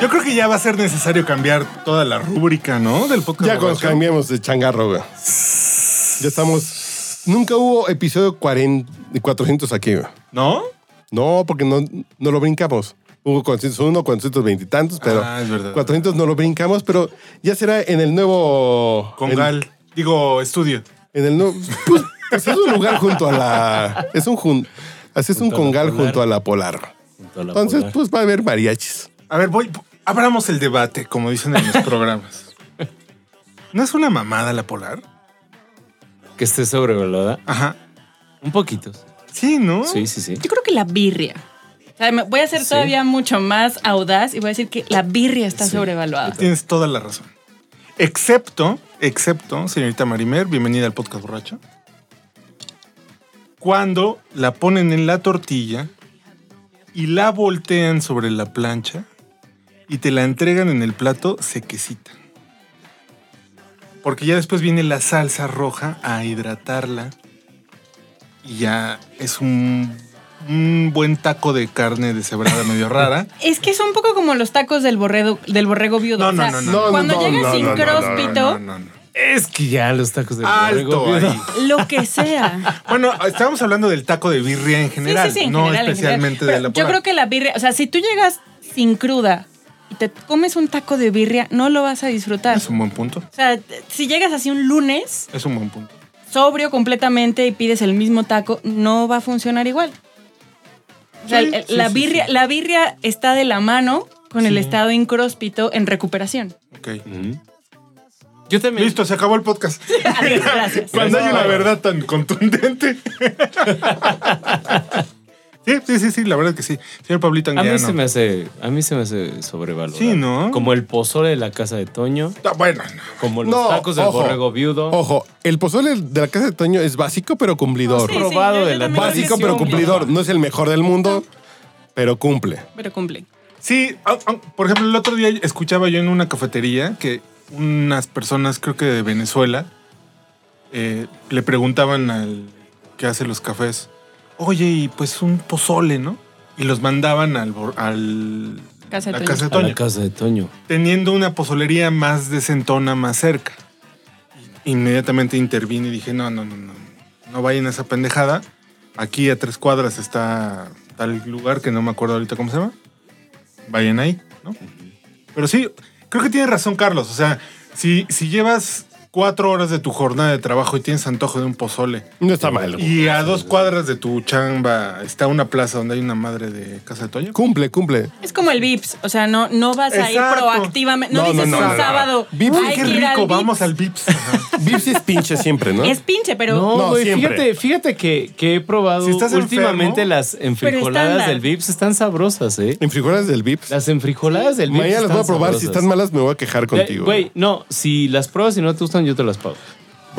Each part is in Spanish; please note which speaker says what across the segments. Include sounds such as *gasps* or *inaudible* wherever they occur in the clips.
Speaker 1: Yo creo que ya va a ser necesario cambiar toda la rúbrica, ¿no? Del podcast.
Speaker 2: Ya con-
Speaker 1: borracho.
Speaker 2: cambiamos de changarro, güey. Ya estamos. Nunca hubo episodio 40, y 400 aquí, güey.
Speaker 1: ¿No?
Speaker 2: No, porque no, no lo brincamos. Hubo 401, 420 y tantos, pero
Speaker 1: Ah, es verdad.
Speaker 2: 400 no lo brincamos, pero ya será en el nuevo...
Speaker 1: Con
Speaker 2: en-
Speaker 1: Gal. Digo, estudio.
Speaker 2: En el nuevo... Pues, pues es un lugar junto a la... Es un... jun- así es un
Speaker 3: Junto a la
Speaker 2: congal
Speaker 3: Polar.
Speaker 2: junto a la polar.
Speaker 3: Junto a la
Speaker 2: Entonces,
Speaker 3: polar.
Speaker 2: pues va a haber mariachis.
Speaker 1: A ver, voy. Abramos el debate, como dicen en los *laughs* programas. ¿No es una mamada la polar?
Speaker 3: que esté sobrevalorada.
Speaker 1: Ajá.
Speaker 3: Un poquito.
Speaker 2: ¿Mm?
Speaker 1: Sí, ¿no?
Speaker 3: Sí, sí, sí.
Speaker 4: Yo creo que la birria. O sea, me- voy a ser
Speaker 3: Sí.
Speaker 4: todavía mucho más audaz y voy a decir que la birria está
Speaker 3: Sí.
Speaker 4: sobrevaluada.
Speaker 1: Tienes toda la razón. Excepto, excepto, señorita Marimer, bienvenida al podcast borracho. Cuando la ponen en la tortilla y la voltean sobre la plancha y te la entregan en el plato sequecita. Porque ya después viene la salsa roja a hidratarla y ya es un, un buen taco de carne deshebrada medio rara.
Speaker 4: Es que es un poco como los tacos del borrego, del borrego viudo.
Speaker 1: No,
Speaker 4: O sea,
Speaker 1: no, no, no, no,
Speaker 4: Cuando
Speaker 2: no,
Speaker 4: llegas
Speaker 2: no,
Speaker 4: sin
Speaker 2: no, no,
Speaker 4: cróspito,
Speaker 1: No, no, no.
Speaker 3: Es que ya los tacos de
Speaker 1: Alto ahí.
Speaker 4: lo
Speaker 1: *laughs*
Speaker 4: que sea.
Speaker 1: Bueno, estábamos hablando del taco de birria en
Speaker 4: Sí,
Speaker 1: general,
Speaker 4: sí, sí, en
Speaker 1: no
Speaker 4: general, en
Speaker 1: especialmente
Speaker 4: general.
Speaker 1: de la
Speaker 4: Pero Yo creo que la birria, o sea, si tú llegas sin cruda y te comes un taco de birria, no lo vas a disfrutar.
Speaker 1: Es un buen punto.
Speaker 4: O sea, t- si llegas así un lunes,
Speaker 1: Es un buen punto.
Speaker 4: sobrio completamente y pides el mismo taco, no va a funcionar igual. O sea,
Speaker 1: Sí,
Speaker 4: el- el-
Speaker 1: sí,
Speaker 4: la,
Speaker 1: sí,
Speaker 4: birria, la birria está de la mano con el estado incróspito en recuperación.
Speaker 1: Ok.
Speaker 3: Yo también.
Speaker 1: Listo, se acabó el podcast.
Speaker 4: Adiós, gracias.
Speaker 1: *laughs* Cuando hay una verdad tan contundente. *laughs* sí, sí, sí, sí, la verdad que sí. Señor Pablito
Speaker 3: A mí
Speaker 1: Anguiano.
Speaker 3: se me hace, a mí se me hace sobrevalorado.
Speaker 1: Sí, ¿no?
Speaker 3: Como el pozole de la casa de Toño,
Speaker 1: Ah, Bueno, no.
Speaker 3: como los
Speaker 2: No,
Speaker 3: tacos del
Speaker 2: ojo,
Speaker 3: borrego viudo.
Speaker 2: Ojo, el pozole de la casa de Toño es básico pero cumplidor.
Speaker 4: Sí, sí,
Speaker 3: Probado
Speaker 4: yo-
Speaker 3: de
Speaker 4: yo
Speaker 3: la
Speaker 4: también lo
Speaker 2: Básico
Speaker 3: tradición,
Speaker 2: pero
Speaker 4: hice.
Speaker 2: cumplidor. No es el mejor del mundo, pero cumple.
Speaker 4: Pero cumple.
Speaker 1: Sí, ah, ah, por ejemplo, el otro día escuchaba yo en una cafetería que unas personas, creo que de Venezuela, eh, le preguntaban al que hace los cafés, oye, y pues un pozole, ¿no? Y los mandaban al, bor- al
Speaker 4: Casa de
Speaker 1: la
Speaker 4: Toño.
Speaker 1: casa de
Speaker 3: A la
Speaker 1: Toño,
Speaker 3: casa de Toño.
Speaker 1: teniendo una pozolería más decentona, más cerca. Inmediatamente intervine y dije, no, no, no, no, no vayan a esa pendejada. Aquí a tres cuadras está tal lugar que no me acuerdo ahorita cómo se llama. Vayan ahí, ¿no? Pero sí, creo que tiene razón Carlos. O sea, si, si llevas cuatro horas de tu jornada de trabajo y tienes antojo de un pozole
Speaker 2: No está mal. güey.
Speaker 1: y a dos cuadras de tu chamba está una plaza donde hay una madre de casa de Toño.
Speaker 2: Cumple, cumple.
Speaker 4: Es como el VIPS, o sea, no, no vas a ir
Speaker 1: Exacto.
Speaker 4: proactivamente. No,
Speaker 2: No, no,
Speaker 4: dices
Speaker 2: no,
Speaker 4: un
Speaker 2: no, no.
Speaker 4: sábado.
Speaker 2: Vips,
Speaker 4: "Ay,
Speaker 2: Hay
Speaker 1: qué
Speaker 4: que ir al
Speaker 1: rico,
Speaker 4: Vips".
Speaker 1: vamos al Vips. Ajá.
Speaker 2: Vips es pinche siempre, ¿no?
Speaker 4: Es pinche, pero.
Speaker 3: No,
Speaker 2: No,
Speaker 3: güey,
Speaker 2: siempre.
Speaker 3: fíjate, fíjate que, que he probado
Speaker 1: Si estás
Speaker 3: últimamente
Speaker 1: enfermo-
Speaker 3: las enfrijoladas
Speaker 4: estándar.
Speaker 3: del Vips están sabrosas, ¿eh?
Speaker 2: En frijoles del Vips.
Speaker 3: Las enfrijoladas del Vips.
Speaker 2: Mañana las
Speaker 3: están
Speaker 2: voy a probar. Si
Speaker 3: sabrosas.
Speaker 2: están malas, me voy a quejar
Speaker 3: Eh,
Speaker 2: contigo.
Speaker 3: Güey, no, si las pruebas y no te gustan, yo te las pago.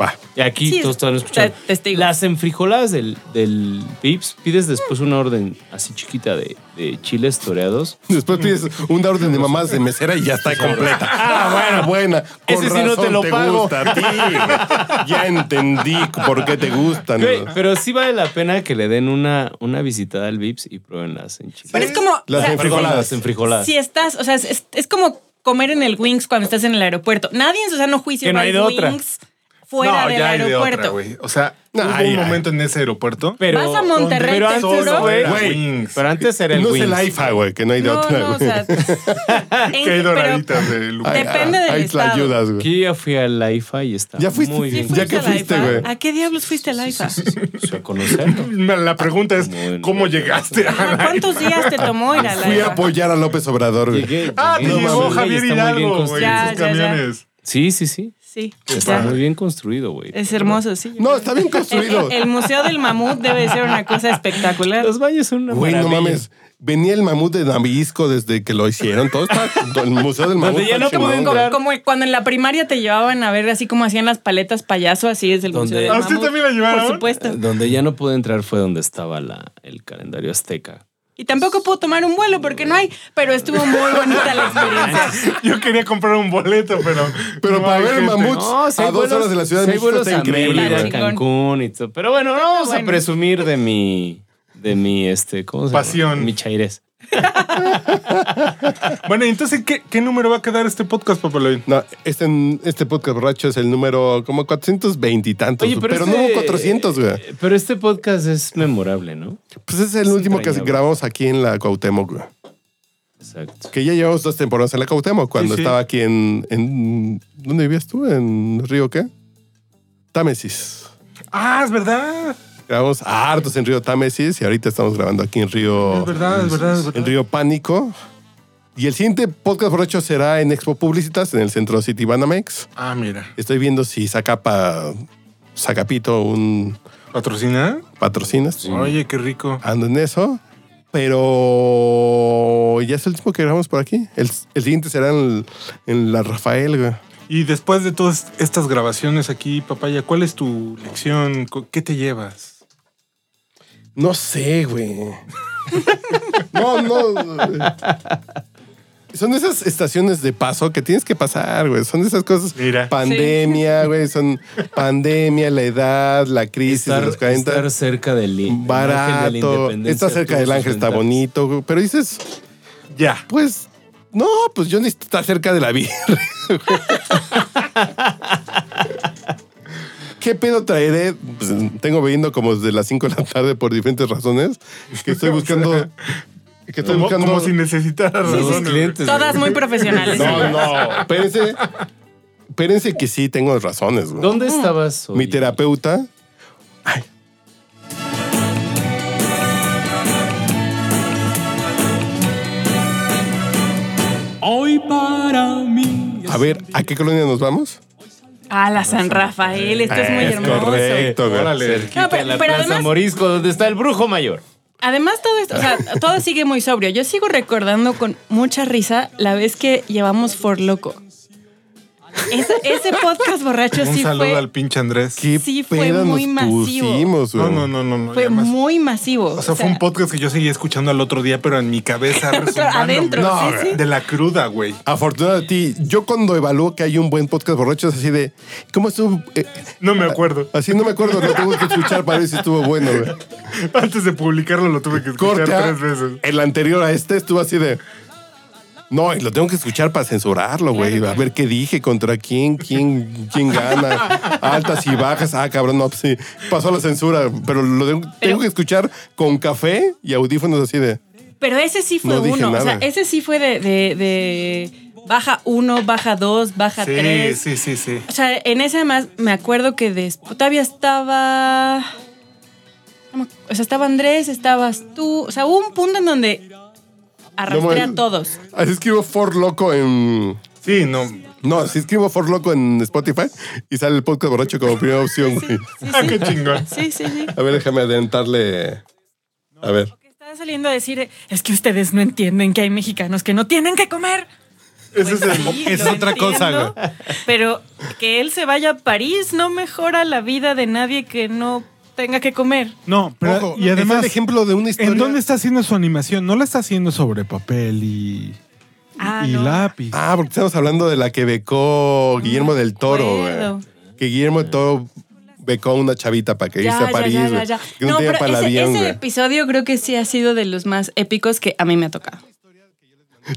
Speaker 2: Va.
Speaker 3: Y aquí
Speaker 4: Sí,
Speaker 3: todos están escuchando.
Speaker 4: te- testigos.
Speaker 3: Las enfrijoladas del, del Vips, pides después una orden así chiquita de, de chiles toreados.
Speaker 2: Después pides una orden de mamás de mesera y ya está
Speaker 3: *laughs*
Speaker 2: completa. Ah, buena, buena. Con
Speaker 3: Ese sí no te
Speaker 2: razón
Speaker 3: lo pago.
Speaker 2: gusta a ti, güey. ya entendí por qué te gustan.
Speaker 3: Güey,
Speaker 2: güey.
Speaker 3: pero sí vale la pena que le den una, una visitada al Vips y prueben las enchiladas.
Speaker 4: Pero es como.
Speaker 2: Las
Speaker 4: o sea,
Speaker 3: Perdón,
Speaker 2: enfrijoladas.
Speaker 3: las enfrijoladas.
Speaker 4: si estás, o sea, es- es, es como comer en el Wings cuando estás en el aeropuerto. Nadie en su sano juicio
Speaker 3: Que no
Speaker 4: va
Speaker 3: hay
Speaker 4: al
Speaker 3: de otra.
Speaker 4: Wings fuera del
Speaker 1: hay de otra,
Speaker 4: aeropuerto.
Speaker 1: güey. o sea,
Speaker 2: No,
Speaker 1: hubo
Speaker 2: ay,
Speaker 1: un
Speaker 2: ay.
Speaker 1: momento en ese aeropuerto.
Speaker 3: Pero-
Speaker 4: Vas a Monterrey,
Speaker 3: pero
Speaker 4: te
Speaker 3: antes,
Speaker 4: juro.
Speaker 3: güey,
Speaker 1: Era
Speaker 2: Güey,
Speaker 1: Wings.
Speaker 3: Pero antes era el
Speaker 2: No es
Speaker 3: Wings.
Speaker 2: el AIFA, güey, que no hay de
Speaker 4: no,
Speaker 2: otra.
Speaker 4: no, o
Speaker 2: güey.
Speaker 4: sea. *laughs* en-
Speaker 1: Que hay
Speaker 4: pero-
Speaker 1: doraditas de Lupa.
Speaker 2: Ay,
Speaker 4: depende
Speaker 2: ah,
Speaker 4: del
Speaker 2: Ahí te la
Speaker 4: estado.
Speaker 2: ayudas, güey.
Speaker 3: Aquí ya fui al AIFA y está
Speaker 2: Ya fuiste,
Speaker 3: muy
Speaker 2: sí
Speaker 3: bien.
Speaker 2: fuiste. Ya que
Speaker 4: a la
Speaker 2: fuiste,
Speaker 4: IFA?
Speaker 2: güey.
Speaker 4: ¿A qué diablos fuiste a la IFA?
Speaker 3: *laughs* O sea, conocerlo.
Speaker 1: La pregunta es,
Speaker 3: Como en-
Speaker 1: ¿cómo llegaste
Speaker 3: *laughs*
Speaker 1: a
Speaker 4: Ajá,
Speaker 1: la-
Speaker 4: Ah, ¿Cuántos días te tomó ir a la
Speaker 2: Fui a
Speaker 4: IFA?
Speaker 2: apoyar a López Obrador, güey.
Speaker 3: Llegué.
Speaker 1: Ah, te
Speaker 3: no
Speaker 1: llegó
Speaker 3: mames,
Speaker 1: Javier
Speaker 3: está muy bien
Speaker 1: Hidalgo, güey,
Speaker 3: construido.
Speaker 4: Ya,
Speaker 1: en sus
Speaker 4: ya, ya.
Speaker 1: camiones.
Speaker 3: Sí, sí, sí.
Speaker 4: Sí.
Speaker 3: Está
Speaker 4: ya.
Speaker 3: muy bien construido, güey.
Speaker 4: Es hermoso, sí.
Speaker 2: No, está bien
Speaker 4: El,
Speaker 2: construido.
Speaker 4: *laughs* el- el Museo del Mamut debe ser una cosa espectacular.
Speaker 3: Los baños son una
Speaker 2: Güey, no
Speaker 3: maravilla.
Speaker 2: mames. Venía el mamut de Nambisco desde que lo hicieron. Todo está. todo El museo del mamut.
Speaker 3: Donde ya
Speaker 2: está
Speaker 3: no pude
Speaker 2: chingón,
Speaker 3: entrar.
Speaker 4: Como, como cuando en la primaria te llevaban a ver así como hacían las paletas payaso, así es el
Speaker 3: ¿Dónde?
Speaker 4: Museo del
Speaker 2: Ah,
Speaker 1: ¿A
Speaker 4: Mamut.
Speaker 1: usted también la llevaron?
Speaker 4: Por supuesto.
Speaker 3: Eh, Donde ya no pude entrar fue donde estaba la, el calendario azteca.
Speaker 4: Y tampoco puedo tomar un vuelo porque no hay, pero estuvo muy
Speaker 2: *laughs*
Speaker 4: bonita la experiencia.
Speaker 1: Yo quería comprar un boleto, pero.
Speaker 2: Pero para
Speaker 1: hay
Speaker 2: ver el
Speaker 1: gente.
Speaker 2: mamut. a
Speaker 3: hay
Speaker 2: dos horas de la Ciudad de
Speaker 3: sí hay
Speaker 2: México
Speaker 3: vuelos
Speaker 2: está
Speaker 3: a
Speaker 2: increíble,
Speaker 3: Mérida,
Speaker 4: güey.
Speaker 3: Cancún y todo. Pero bueno, no
Speaker 4: Está
Speaker 3: vamos a
Speaker 4: bueno.
Speaker 3: presumir de mi, de mi, este, ¿cómo se llama?
Speaker 1: Pasión.
Speaker 3: Mi chairés.
Speaker 1: Bueno, ¿y entonces, ¿qué, qué número va a quedar este podcast, Papaloy?
Speaker 2: No, este, este podcast borracho es el número como 420 y tantos.
Speaker 3: Oye,
Speaker 2: pero
Speaker 3: pero,
Speaker 2: no hubo
Speaker 3: este-
Speaker 2: 400, güey.
Speaker 3: Pero este podcast es memorable, ¿no?
Speaker 2: Pues es el último que
Speaker 3: entrañable.
Speaker 2: grabamos aquí en la Cuauhtémoc, güey.
Speaker 3: Exacto.
Speaker 2: Que ya llevamos dos temporadas en la Cuauhtémoc. Cuando
Speaker 1: Sí, sí.
Speaker 2: estaba aquí en, en- ¿Dónde vivías tú? ¿En Río qué? Támesis.
Speaker 1: Ah, es verdad.
Speaker 2: Grabamos hartos en Río Támesis y ahorita estamos grabando aquí en Río...
Speaker 3: Oh,
Speaker 1: Es verdad, es verdad, es verdad.
Speaker 2: en Río Pánico. Y el siguiente podcast borracho será en Expo Publicitas, en el centro City Banamex.
Speaker 1: Ah, mira.
Speaker 2: Estoy viendo si saca pa, Zacapito un
Speaker 1: ¿Patrocina?
Speaker 2: patrocinas.
Speaker 1: Oye, qué rico.
Speaker 2: Ando en eso. Pero ya es el último que grabamos por aquí. El, el siguiente será en, en la Rafael, güey.
Speaker 1: Y después de todas estas grabaciones aquí, papaya, ¿cuál es tu lección? Co- ¿Qué te llevas?
Speaker 2: No sé, güey. *laughs* no, no. Son esas estaciones de paso que tienes que pasar, güey. Son esas cosas.
Speaker 1: Mira.
Speaker 2: Pandemia, güey. Son pandemia, la edad, la crisis de
Speaker 3: Estar,
Speaker 2: los 40.
Speaker 3: estar cerca del del ángel de la
Speaker 2: barato.
Speaker 3: independencia,
Speaker 2: Está cerca
Speaker 3: tuvo
Speaker 2: del
Speaker 3: sus
Speaker 2: ángel, está
Speaker 3: ventajas.
Speaker 2: bonito, güey. Pero dices,
Speaker 1: Ya.
Speaker 2: pues, no, pues yo necesito estar cerca de la *laughs* Virgen. ¿Qué pedo traeré? Pues, tengo bebiendo como desde las 5 de la tarde por diferentes razones.
Speaker 1: *laughs*
Speaker 2: Que estoy buscando. Que estoy
Speaker 1: Como,
Speaker 2: buscando.
Speaker 1: como si *laughs* necesitaras
Speaker 3: Los
Speaker 1: razones.
Speaker 3: clientes,
Speaker 4: Todas
Speaker 3: güey.
Speaker 4: muy profesionales.
Speaker 2: No, no. Espérense. Espérense que sí tengo razones, güey.
Speaker 3: ¿Dónde estabas hoy?
Speaker 2: Mi terapeuta. Ay.
Speaker 3: Hoy para mí.
Speaker 2: A ver, ¿a qué colonia nos vamos?
Speaker 4: Ah, la San Rafael, esto es muy
Speaker 2: Es
Speaker 4: hermoso.
Speaker 2: correcto, güey.
Speaker 1: Eh, Órale.
Speaker 3: Cerquita
Speaker 4: No, pero-
Speaker 3: de la
Speaker 4: pero
Speaker 3: Plaza
Speaker 4: además-
Speaker 3: Morisco, donde está el brujo mayor.
Speaker 4: Además, todo esto, o sea, todo sigue muy sobrio. Yo sigo recordando con mucha risa la vez que llevamos For Loco. Ese, ese podcast borracho
Speaker 1: Un
Speaker 4: sí
Speaker 1: saludo
Speaker 4: fue,
Speaker 1: al pinche Andrés.
Speaker 2: ¿Qué
Speaker 4: Sí, fue
Speaker 2: pedo
Speaker 4: muy
Speaker 2: nos
Speaker 4: masivo.
Speaker 2: pusimos, güey?
Speaker 1: No, no, no, no. no, y
Speaker 4: fue
Speaker 1: además-
Speaker 4: muy masivo.
Speaker 1: O sea, fue un podcast que yo seguía escuchando al otro día, pero en mi
Speaker 4: *laughs*
Speaker 1: cabeza resonándome.
Speaker 4: adentro,
Speaker 1: No,
Speaker 4: sí, sí.
Speaker 1: De la cruda, güey.
Speaker 2: Afortunadamente, ti, yo cuando evalúo que hay un buen podcast borracho es así de, ¿cómo estuvo? Eh,
Speaker 1: No me acuerdo.
Speaker 2: así no me acuerdo, lo tengo que escuchar para ver si estuvo bueno. güey.
Speaker 1: Antes de publicarlo lo tuve que escuchar
Speaker 2: Corte, ¿ah?
Speaker 1: tres veces.
Speaker 2: el anterior a este estuvo así de, no, y lo tengo que escuchar para censurarlo, güey, a ver qué dije, contra quién, quién, quién gana, altas y bajas, ah, cabrón, no, pues sí, pasó la censura, pero lo tengo, tengo que escuchar con café y audífonos así de,
Speaker 4: Pero ese sí fue
Speaker 2: No dije
Speaker 4: uno. O sea,
Speaker 2: nada.
Speaker 4: ese sí fue de, de- de baja uno, baja dos, baja
Speaker 1: Sí,
Speaker 4: tres.
Speaker 1: sí, sí, sí.
Speaker 4: O sea, en ese además me acuerdo que después todavía estaba. no me acu- O sea, estaba Andrés, estabas tú. O sea, hubo un punto en donde arrastré
Speaker 2: No,
Speaker 4: a todos.
Speaker 2: así escribo For Loco en...
Speaker 1: Sí, no.
Speaker 2: No, si escribo For Loco en Spotify y sale el podcast borracho como primera opción, güey.
Speaker 4: Sí,
Speaker 1: *laughs* Ah,
Speaker 4: sí.
Speaker 1: qué chingón.
Speaker 4: Sí, sí, sí.
Speaker 2: A ver, déjame adentrarle. A ver.
Speaker 4: Estaba saliendo a decir, es que ustedes no entienden que hay mexicanos que no tienen que comer. Pues
Speaker 1: Ese es el-
Speaker 4: Sí, lo entiendo, Pero que él se vaya a París no mejora la vida de nadie que no tenga que comer.
Speaker 5: No, pero
Speaker 2: Ojo,
Speaker 5: y además,
Speaker 2: es el ejemplo de una historia.
Speaker 5: ¿en dónde está haciendo su animación? No la está haciendo sobre papel y,
Speaker 4: Ah,
Speaker 5: y
Speaker 4: no.
Speaker 5: lápiz.
Speaker 2: Ah, porque estamos hablando de la que becó Guillermo del Toro,
Speaker 4: acuerdo.
Speaker 2: güey. Que Guillermo del Toro becó a una chavita para que irse a París,
Speaker 4: ya, ya,
Speaker 2: güey.
Speaker 4: ya.
Speaker 2: Que no,
Speaker 4: No,
Speaker 2: tenía
Speaker 4: pero
Speaker 2: para el
Speaker 4: ese,
Speaker 2: avión,
Speaker 4: ese
Speaker 2: güey.
Speaker 4: episodio creo que sí ha sido de los más épicos que a mí me ha tocado.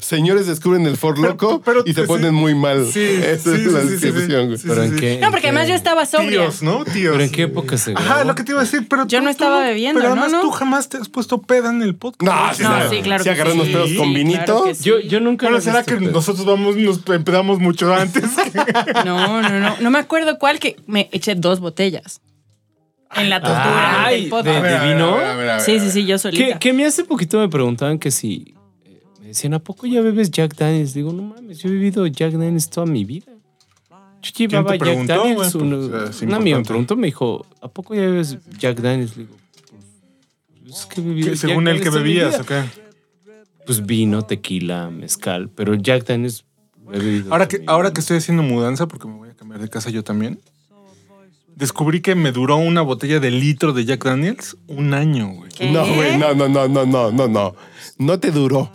Speaker 2: Señores descubren el For Loco
Speaker 1: pero-
Speaker 2: y se
Speaker 1: sí.
Speaker 2: ponen muy mal.
Speaker 1: Sí,
Speaker 2: *laughs* Esa
Speaker 1: sí,
Speaker 2: es la
Speaker 1: sí, sí, sí, sí.
Speaker 2: descripción, güey.
Speaker 1: Sí,
Speaker 3: ¿Pero en
Speaker 1: sí.
Speaker 3: qué?
Speaker 4: No, porque además yo estaba sobria.
Speaker 1: Tíos, ¿no? Tíos.
Speaker 3: ¿Pero en qué época se grabó?
Speaker 1: Ajá, lo que te iba a decir, pero
Speaker 4: Yo no estaba bebiendo,
Speaker 1: Pero
Speaker 4: ¿no?
Speaker 1: además
Speaker 4: No.
Speaker 1: tú jamás te has puesto peda en el podcast.
Speaker 2: No,
Speaker 4: No, sí, claro
Speaker 2: Si
Speaker 4: que
Speaker 2: agarran los
Speaker 4: sí.
Speaker 2: pedos con
Speaker 4: Sí,
Speaker 2: vinito.
Speaker 4: claro que sí.
Speaker 3: Yo, yo nunca.
Speaker 1: Bueno,
Speaker 3: lo he
Speaker 1: ¿será
Speaker 3: visto,
Speaker 1: que
Speaker 3: pero-
Speaker 1: nosotros vamos, nos empedamos mucho *laughs* antes?
Speaker 4: No, no, no. No me acuerdo cuál que me eché dos botellas. En la tortura
Speaker 3: Ay,
Speaker 4: del podcast.
Speaker 3: de- de vino?
Speaker 4: Sí, sí, sí, yo solita.
Speaker 3: Que, que me hace poquito me preguntaban que si. eh, Me decían, ¿a poco ya bebes Jack Daniels? Digo, no mames, yo he bebido Jack Daniels toda mi vida. Yo llevaba
Speaker 1: te
Speaker 3: Jack
Speaker 1: preguntó,
Speaker 3: Daniels.
Speaker 1: güey?
Speaker 3: un,
Speaker 1: Pues, es
Speaker 3: un amigo me
Speaker 1: importante.
Speaker 3: preguntó, me dijo, ¿a poco ya bebes Jack Daniels? Le digo, pues, es que bebí
Speaker 1: ¿Qué-
Speaker 3: Jack
Speaker 1: Según el que
Speaker 3: Daniels en mi
Speaker 1: bebías,
Speaker 3: vida.
Speaker 1: ¿ok?
Speaker 3: Pues vino, tequila, mezcal, pero Jack Daniels lo he bebido
Speaker 1: Ahora que,
Speaker 3: también.
Speaker 1: ahora que estoy haciendo mudanza, porque me voy a cambiar de casa yo también, descubrí que me duró una botella de litro de Jack Daniels un año, güey.
Speaker 4: ¿Qué?
Speaker 2: No, güey, no, no, no, no, no, no, no. No te duró.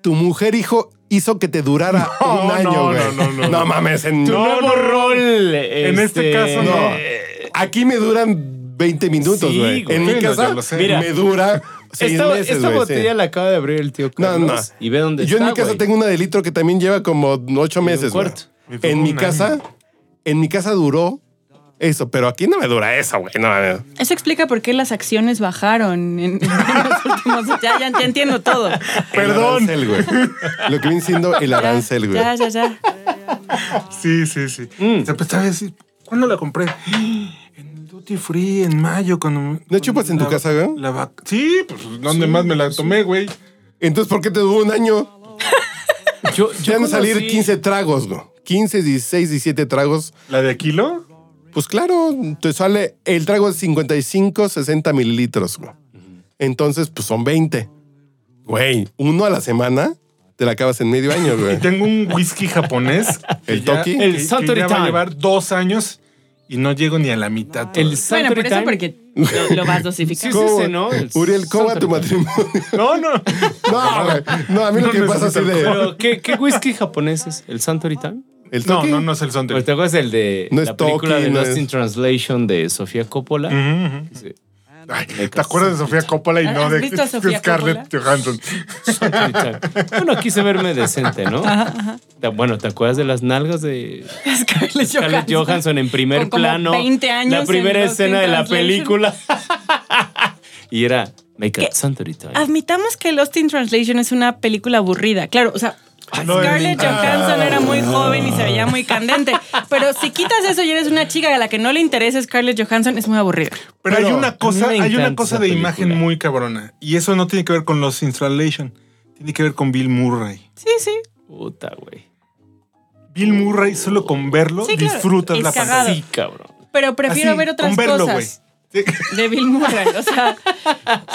Speaker 2: Tu mujer, hijo, hizo que te durara
Speaker 1: *laughs* No,
Speaker 2: un año,
Speaker 1: no,
Speaker 2: güey.
Speaker 1: no, no, no.
Speaker 2: mames, en-
Speaker 3: Tu
Speaker 2: no,
Speaker 3: nuevo
Speaker 1: no, no.
Speaker 3: rol.
Speaker 1: En este caso,
Speaker 2: no. Eh, Aquí me duran 20 minutos,
Speaker 3: Sí,
Speaker 2: güey.
Speaker 3: güey.
Speaker 2: en mi
Speaker 1: Sí, no,
Speaker 2: casa
Speaker 1: yo lo sé.
Speaker 3: Mira.
Speaker 2: me dura seis
Speaker 3: Esta,
Speaker 2: meses,
Speaker 3: esta
Speaker 2: güey, sí.
Speaker 3: botella la acaba de abrir el tío
Speaker 2: No,
Speaker 3: Carlos.
Speaker 2: no.
Speaker 3: Y ve dónde
Speaker 2: Yo
Speaker 3: está.
Speaker 2: en mi casa
Speaker 3: güey.
Speaker 2: tengo una de litro que también lleva como ocho meses. güey.
Speaker 3: cuarto.
Speaker 1: Me duró
Speaker 2: En mi
Speaker 1: un
Speaker 2: casa,
Speaker 1: año.
Speaker 2: en mi casa duró eso, pero aquí no me dura eso, güey. No, no.
Speaker 4: Eso explica por qué las acciones bajaron en, *laughs* en los últimos. Ya, ya, ya entiendo todo.
Speaker 1: Perdón.
Speaker 2: El arancel,
Speaker 3: *laughs*
Speaker 2: güey. Lo que viene siendo el *laughs*
Speaker 4: Ya,
Speaker 2: arancel, güey.
Speaker 4: Ya, ya, ya.
Speaker 1: Sí, sí, sí.
Speaker 3: Mm.
Speaker 1: O sea, pues, ¿sabes? ¿Cuándo la compré? *gasps* En el Duty Free, en mayo, cuando... cuando
Speaker 2: chupas en tu
Speaker 1: la-
Speaker 2: casa, güey?
Speaker 1: la vac- sí, pues, ¿dónde más me la tomé, güey?
Speaker 2: Entonces, ¿por qué te duró un año?
Speaker 3: Yo, yo
Speaker 2: Te van a salir
Speaker 3: conocí-
Speaker 2: 15 tragos, güey. 15, 16, 17 tragos.
Speaker 1: ¿La de Aquilo?
Speaker 2: Pues claro, te sale el trago de 55, 60 mililitros, güey. Entonces, pues son 20. Güey, uno a la semana te la acabas en medio año,
Speaker 3: *laughs*
Speaker 2: güey.
Speaker 1: Tengo un whisky japonés. que
Speaker 2: ¿El
Speaker 1: ya-
Speaker 2: Toki?
Speaker 1: que-
Speaker 3: El
Speaker 1: que
Speaker 3: Suntory
Speaker 1: ya va a
Speaker 3: Time.
Speaker 1: llevar dos años y no llego ni a la mitad.
Speaker 3: El
Speaker 1: todavía.
Speaker 4: Bueno, por
Speaker 3: Suntory
Speaker 4: eso,
Speaker 3: Time.
Speaker 4: porque lo, lo vas dosificando.
Speaker 3: Sí, sí,
Speaker 2: ¿Cómo?
Speaker 3: sí, ¿no? El
Speaker 2: Uriel, ¿cómo va tu
Speaker 3: Suntory Time.
Speaker 2: matrimonio? *laughs*
Speaker 1: No,
Speaker 3: *laughs*
Speaker 1: no.
Speaker 2: No, güey. No, a mí lo
Speaker 1: No
Speaker 2: que pasa es
Speaker 1: necesito
Speaker 2: así de.
Speaker 3: Pero, ¿qué, ¿qué whisky japonés es? ¿El Suntory Time?
Speaker 2: ¿El
Speaker 1: No,
Speaker 2: Toki?
Speaker 1: no, no es el Suntory.
Speaker 3: Pues, ¿Te acuerdas del de
Speaker 2: No es
Speaker 3: la película
Speaker 2: Toki,
Speaker 3: de
Speaker 2: no
Speaker 3: Lost
Speaker 2: es-
Speaker 3: in Translation de Sofía Coppola?
Speaker 1: Ujú, ujú.
Speaker 3: Dice,
Speaker 1: Ay, ¿Te acuerdas de Sofía Coppola y
Speaker 4: ¿Has
Speaker 1: no de,
Speaker 4: visto a
Speaker 1: de
Speaker 4: Sofía
Speaker 1: Scarlett Johansson?
Speaker 3: Suntory Time. Bueno, quise verme decente, ¿no? Ta- Bueno, ¿te acuerdas de las nalgas de
Speaker 4: *laughs* Scarlett
Speaker 3: Scarlett Johansson, en primer
Speaker 4: Con como
Speaker 3: plano?
Speaker 4: 20 años
Speaker 3: la
Speaker 4: en
Speaker 3: primera
Speaker 4: Lost in
Speaker 3: escena de la
Speaker 4: Translation. *laughs*
Speaker 3: película. y era Make Up
Speaker 4: ¿Qué?
Speaker 3: Suntory Time.
Speaker 4: Admitamos que Lost in Translation es una película aburrida. Claro, o sea,
Speaker 1: no,
Speaker 4: Scarlett
Speaker 1: era-
Speaker 4: Johansson era muy joven y se veía muy candente. Pero si quitas eso y eres una chica a la que no le interesa Scarlett Johansson, es muy aburrida.
Speaker 1: Pero, hay
Speaker 2: Pero
Speaker 1: una cosa,
Speaker 3: me
Speaker 1: hay
Speaker 3: encanta
Speaker 1: una cosa
Speaker 3: esa
Speaker 1: de
Speaker 3: película.
Speaker 1: imagen muy cabrona. Y eso no tiene que ver con los installation. Tiene que ver con Bill Murray.
Speaker 4: Sí, sí.
Speaker 3: Puta, güey.
Speaker 1: Bill Murray, solo con verlo,
Speaker 4: Sí, claro.
Speaker 1: disfrutas
Speaker 4: Es
Speaker 1: la
Speaker 4: cagado.
Speaker 1: pantalla.
Speaker 3: Sí, cabrón.
Speaker 4: Pero prefiero
Speaker 1: Así,
Speaker 4: ver otras
Speaker 1: con verlo,
Speaker 4: cosas. De Bill Murray, o sea,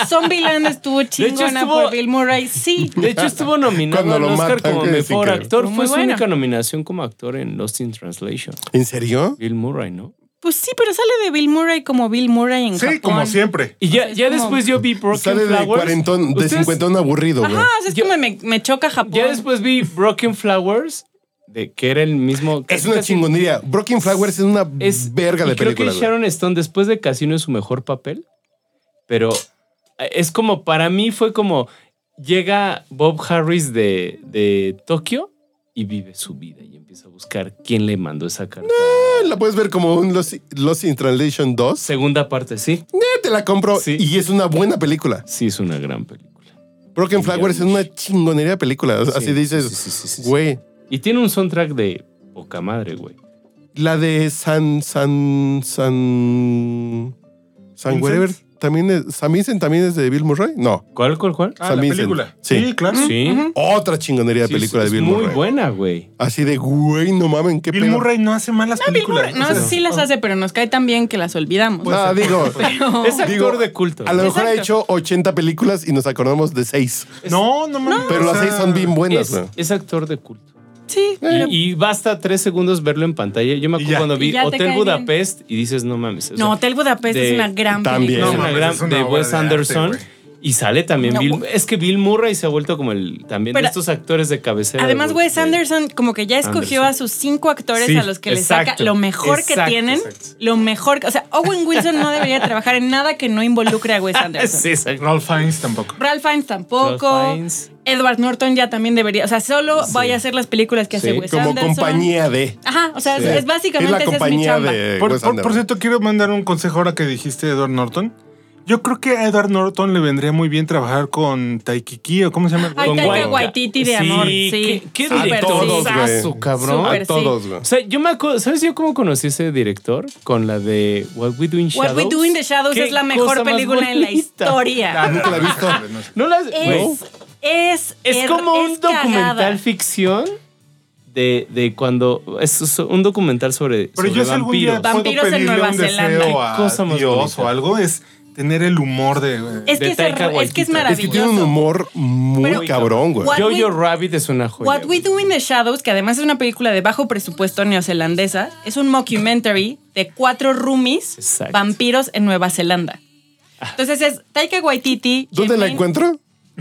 Speaker 4: Zombieland estuvo chingona
Speaker 3: estuvo-
Speaker 4: por Bill Murray, sí.
Speaker 3: De hecho, estuvo nominado
Speaker 2: *laughs* Cuando
Speaker 3: al
Speaker 2: lo
Speaker 3: Oscar
Speaker 2: matan,
Speaker 3: como
Speaker 2: que es
Speaker 3: mejor
Speaker 2: increíble.
Speaker 3: actor.
Speaker 4: Muy
Speaker 3: Fue su
Speaker 4: buena.
Speaker 3: única nominación como actor en Lost in Translation.
Speaker 2: ¿En serio?
Speaker 3: Bill Murray, ¿no?
Speaker 4: Pues sí, pero sale de Bill Murray como Bill Murray en
Speaker 1: Sí,
Speaker 4: Japón.
Speaker 1: como siempre.
Speaker 3: Y ya,
Speaker 4: es
Speaker 3: ya
Speaker 4: como-
Speaker 3: después yo vi Broken
Speaker 2: Sale de
Speaker 3: Flowers.
Speaker 2: cuarentón, de
Speaker 3: ¿Ustedes-
Speaker 2: cincuentón aburrido, güey.
Speaker 4: Ajá, o sea, Ah, es
Speaker 3: Ya-
Speaker 4: como me, me choca Japón.
Speaker 3: Ya después vi Broken Flowers, de que era el mismo.
Speaker 2: Es una
Speaker 3: casi-
Speaker 2: chingonería. Broken Flowers es una
Speaker 3: Es
Speaker 2: verga de
Speaker 3: y creo
Speaker 2: película.
Speaker 3: que
Speaker 2: güey.
Speaker 3: Sharon Stone después de Casino es su mejor papel, pero es como para mí fue como llega Bob Harris de, de Tokio y vive su vida y empieza a buscar quién le mandó esa carta.
Speaker 2: Ah, La puedes ver como un Lost, Lost in Translation 2.
Speaker 3: Segunda parte, sí.
Speaker 2: Eh, Te la compro
Speaker 3: Sí.
Speaker 2: y es una buena película.
Speaker 3: Sí, es una gran película.
Speaker 2: Broken Flowers es una chingonería de película. O sea,
Speaker 3: Sí,
Speaker 2: Así dices,
Speaker 3: sí, sí, sí, sí, sí.
Speaker 2: güey,
Speaker 3: Y tiene un soundtrack de poca madre, güey.
Speaker 2: la de San, San, San, San
Speaker 1: Vincent.
Speaker 2: wherever, también es, San Vincent también es de Bill Murray. No,
Speaker 3: ¿Cuál, cuál, cuál?
Speaker 1: Ah,
Speaker 2: Sam
Speaker 1: la
Speaker 2: Vincent.
Speaker 1: película.
Speaker 2: Sí.
Speaker 1: claro.
Speaker 3: Sí.
Speaker 2: otra chingonería de
Speaker 3: Sí,
Speaker 2: película
Speaker 3: es-
Speaker 2: de Bill
Speaker 3: es muy
Speaker 2: Murray.
Speaker 3: buena, güey.
Speaker 2: Así de, güey, no mamen, qué
Speaker 1: Bill
Speaker 2: pedo.
Speaker 1: Murray no hace malas películas.
Speaker 4: No,
Speaker 1: O sea,
Speaker 4: sí las
Speaker 3: ah.
Speaker 4: hace, pero nos cae tan bien que las olvidamos.
Speaker 3: Pues,
Speaker 2: No, digo,
Speaker 4: Oh.
Speaker 3: Es actor
Speaker 2: Digo,
Speaker 3: de culto.
Speaker 2: a lo mejor ha
Speaker 4: Exacto.
Speaker 2: hecho 80 películas y nos acordamos de 6.
Speaker 1: No, no mames.
Speaker 2: Pero
Speaker 1: o
Speaker 2: las
Speaker 1: sea,
Speaker 2: 6 son bien buenas,
Speaker 3: es,
Speaker 2: güey.
Speaker 3: es actor de culto. eh,
Speaker 4: sí, pero-
Speaker 3: Y, y basta tres segundos verlo en pantalla. Yo me
Speaker 1: Eh. Y
Speaker 3: acuerdo
Speaker 1: ya.
Speaker 3: cuando
Speaker 4: Y
Speaker 3: vi
Speaker 4: ya te cae
Speaker 3: Hotel
Speaker 4: bien.
Speaker 3: Budapest y dices, no mames. o sea,
Speaker 4: no, Hotel Budapest
Speaker 3: de-
Speaker 4: es una gran
Speaker 2: también.
Speaker 3: es
Speaker 4: película.
Speaker 1: No,
Speaker 3: una
Speaker 1: mames,
Speaker 3: gran
Speaker 1: es una
Speaker 3: de
Speaker 1: obra
Speaker 3: Wes
Speaker 1: de arte,
Speaker 3: Anderson.
Speaker 1: güey.
Speaker 3: y sale también
Speaker 4: No,
Speaker 3: Bill.
Speaker 4: güey.
Speaker 3: Es que Bill Murray se ha vuelto como el también
Speaker 4: Pero-
Speaker 3: de estos actores de cabecera.
Speaker 4: Además,
Speaker 3: de-
Speaker 4: Wes
Speaker 3: de-
Speaker 4: Anderson como que ya escogió
Speaker 3: Anderson.
Speaker 4: a sus cinco actores
Speaker 3: Sí,
Speaker 4: a los que le
Speaker 3: exacto,
Speaker 4: saca lo mejor
Speaker 3: exacto,
Speaker 4: que tienen,
Speaker 3: exacto.
Speaker 4: lo mejor. que- O sea, Owen Wilson no
Speaker 3: *laughs*
Speaker 4: debería trabajar en nada que no involucre a Wes Anderson.
Speaker 3: Sí, exacto.
Speaker 1: Ralph Fiennes tampoco.
Speaker 4: Ralph Fiennes tampoco.
Speaker 3: Ralph Fiennes.
Speaker 4: Edward Norton ya también debería. O sea, solo vaya a hacer las películas que
Speaker 3: Sí,
Speaker 4: hace Wes
Speaker 2: Como
Speaker 4: Anderson.
Speaker 2: compañía de.
Speaker 4: Ajá, o sea,
Speaker 2: Sí.
Speaker 4: es, es básicamente
Speaker 2: es la
Speaker 4: esa es mi
Speaker 2: compañía
Speaker 4: chamba.
Speaker 2: de
Speaker 1: Por, por-
Speaker 2: Wes
Speaker 1: por
Speaker 2: Anderson.
Speaker 1: cierto, quiero mandar un consejo ahora que dijiste Edward Norton. Yo creo que a Edward Norton le vendría muy bien trabajar con Taikiki o cómo se llama. el
Speaker 4: Ay,
Speaker 1: güey?
Speaker 4: Taika
Speaker 1: Con
Speaker 3: Waika.
Speaker 1: Waika.
Speaker 4: Waititi de amor, sí.
Speaker 3: Qué, qué
Speaker 4: Súper, sí.
Speaker 3: directorazo,
Speaker 2: Sí.
Speaker 3: cabrón.
Speaker 4: Súper.
Speaker 2: a
Speaker 4: sí.
Speaker 2: todos, güey.
Speaker 3: O sea, yo me acuerdo, ¿sabes yo cómo conocí a ese director? Con la de What We Do in Shadows.
Speaker 4: What We Do in the Shadows
Speaker 3: Qué
Speaker 4: es la
Speaker 3: cosa
Speaker 4: mejor
Speaker 3: más
Speaker 4: película en la
Speaker 1: Ah,
Speaker 3: bonita.
Speaker 4: historia.
Speaker 2: Nunca la he visto.
Speaker 3: No las,
Speaker 4: Es, es,
Speaker 3: Es
Speaker 4: er-
Speaker 3: como un
Speaker 4: es cagada.
Speaker 3: documental ficción de, de cuando. Es es un documental sobre.
Speaker 1: Pero
Speaker 3: sobre
Speaker 1: yo si algún día
Speaker 3: vampiros.
Speaker 1: puedo
Speaker 4: Vampiros en
Speaker 1: pedirle
Speaker 4: Nueva
Speaker 1: un
Speaker 4: Zelanda.
Speaker 1: deseo a
Speaker 3: Qué cosa más
Speaker 1: Dios
Speaker 3: bonita.
Speaker 1: o algo es tener el humor de... eh,
Speaker 4: Es
Speaker 3: De
Speaker 4: que es,
Speaker 3: Taika
Speaker 4: hermo- es que es
Speaker 3: Waititi.
Speaker 2: Es que tiene un
Speaker 4: maravilloso.
Speaker 2: humor muy
Speaker 4: Pero-
Speaker 2: cabrón, güey.
Speaker 4: What we-
Speaker 3: Jojo Rabbit es una joya.
Speaker 4: What We Do in the Shadows, que además es una película de bajo presupuesto neozelandesa, es un mockumentary de cuatro roomies
Speaker 3: Exacto. Ah.
Speaker 4: vampiros en Nueva Zelanda. Entonces es Taika Waititi.
Speaker 2: ¿Dónde la
Speaker 4: Jermaine-
Speaker 2: encuentro?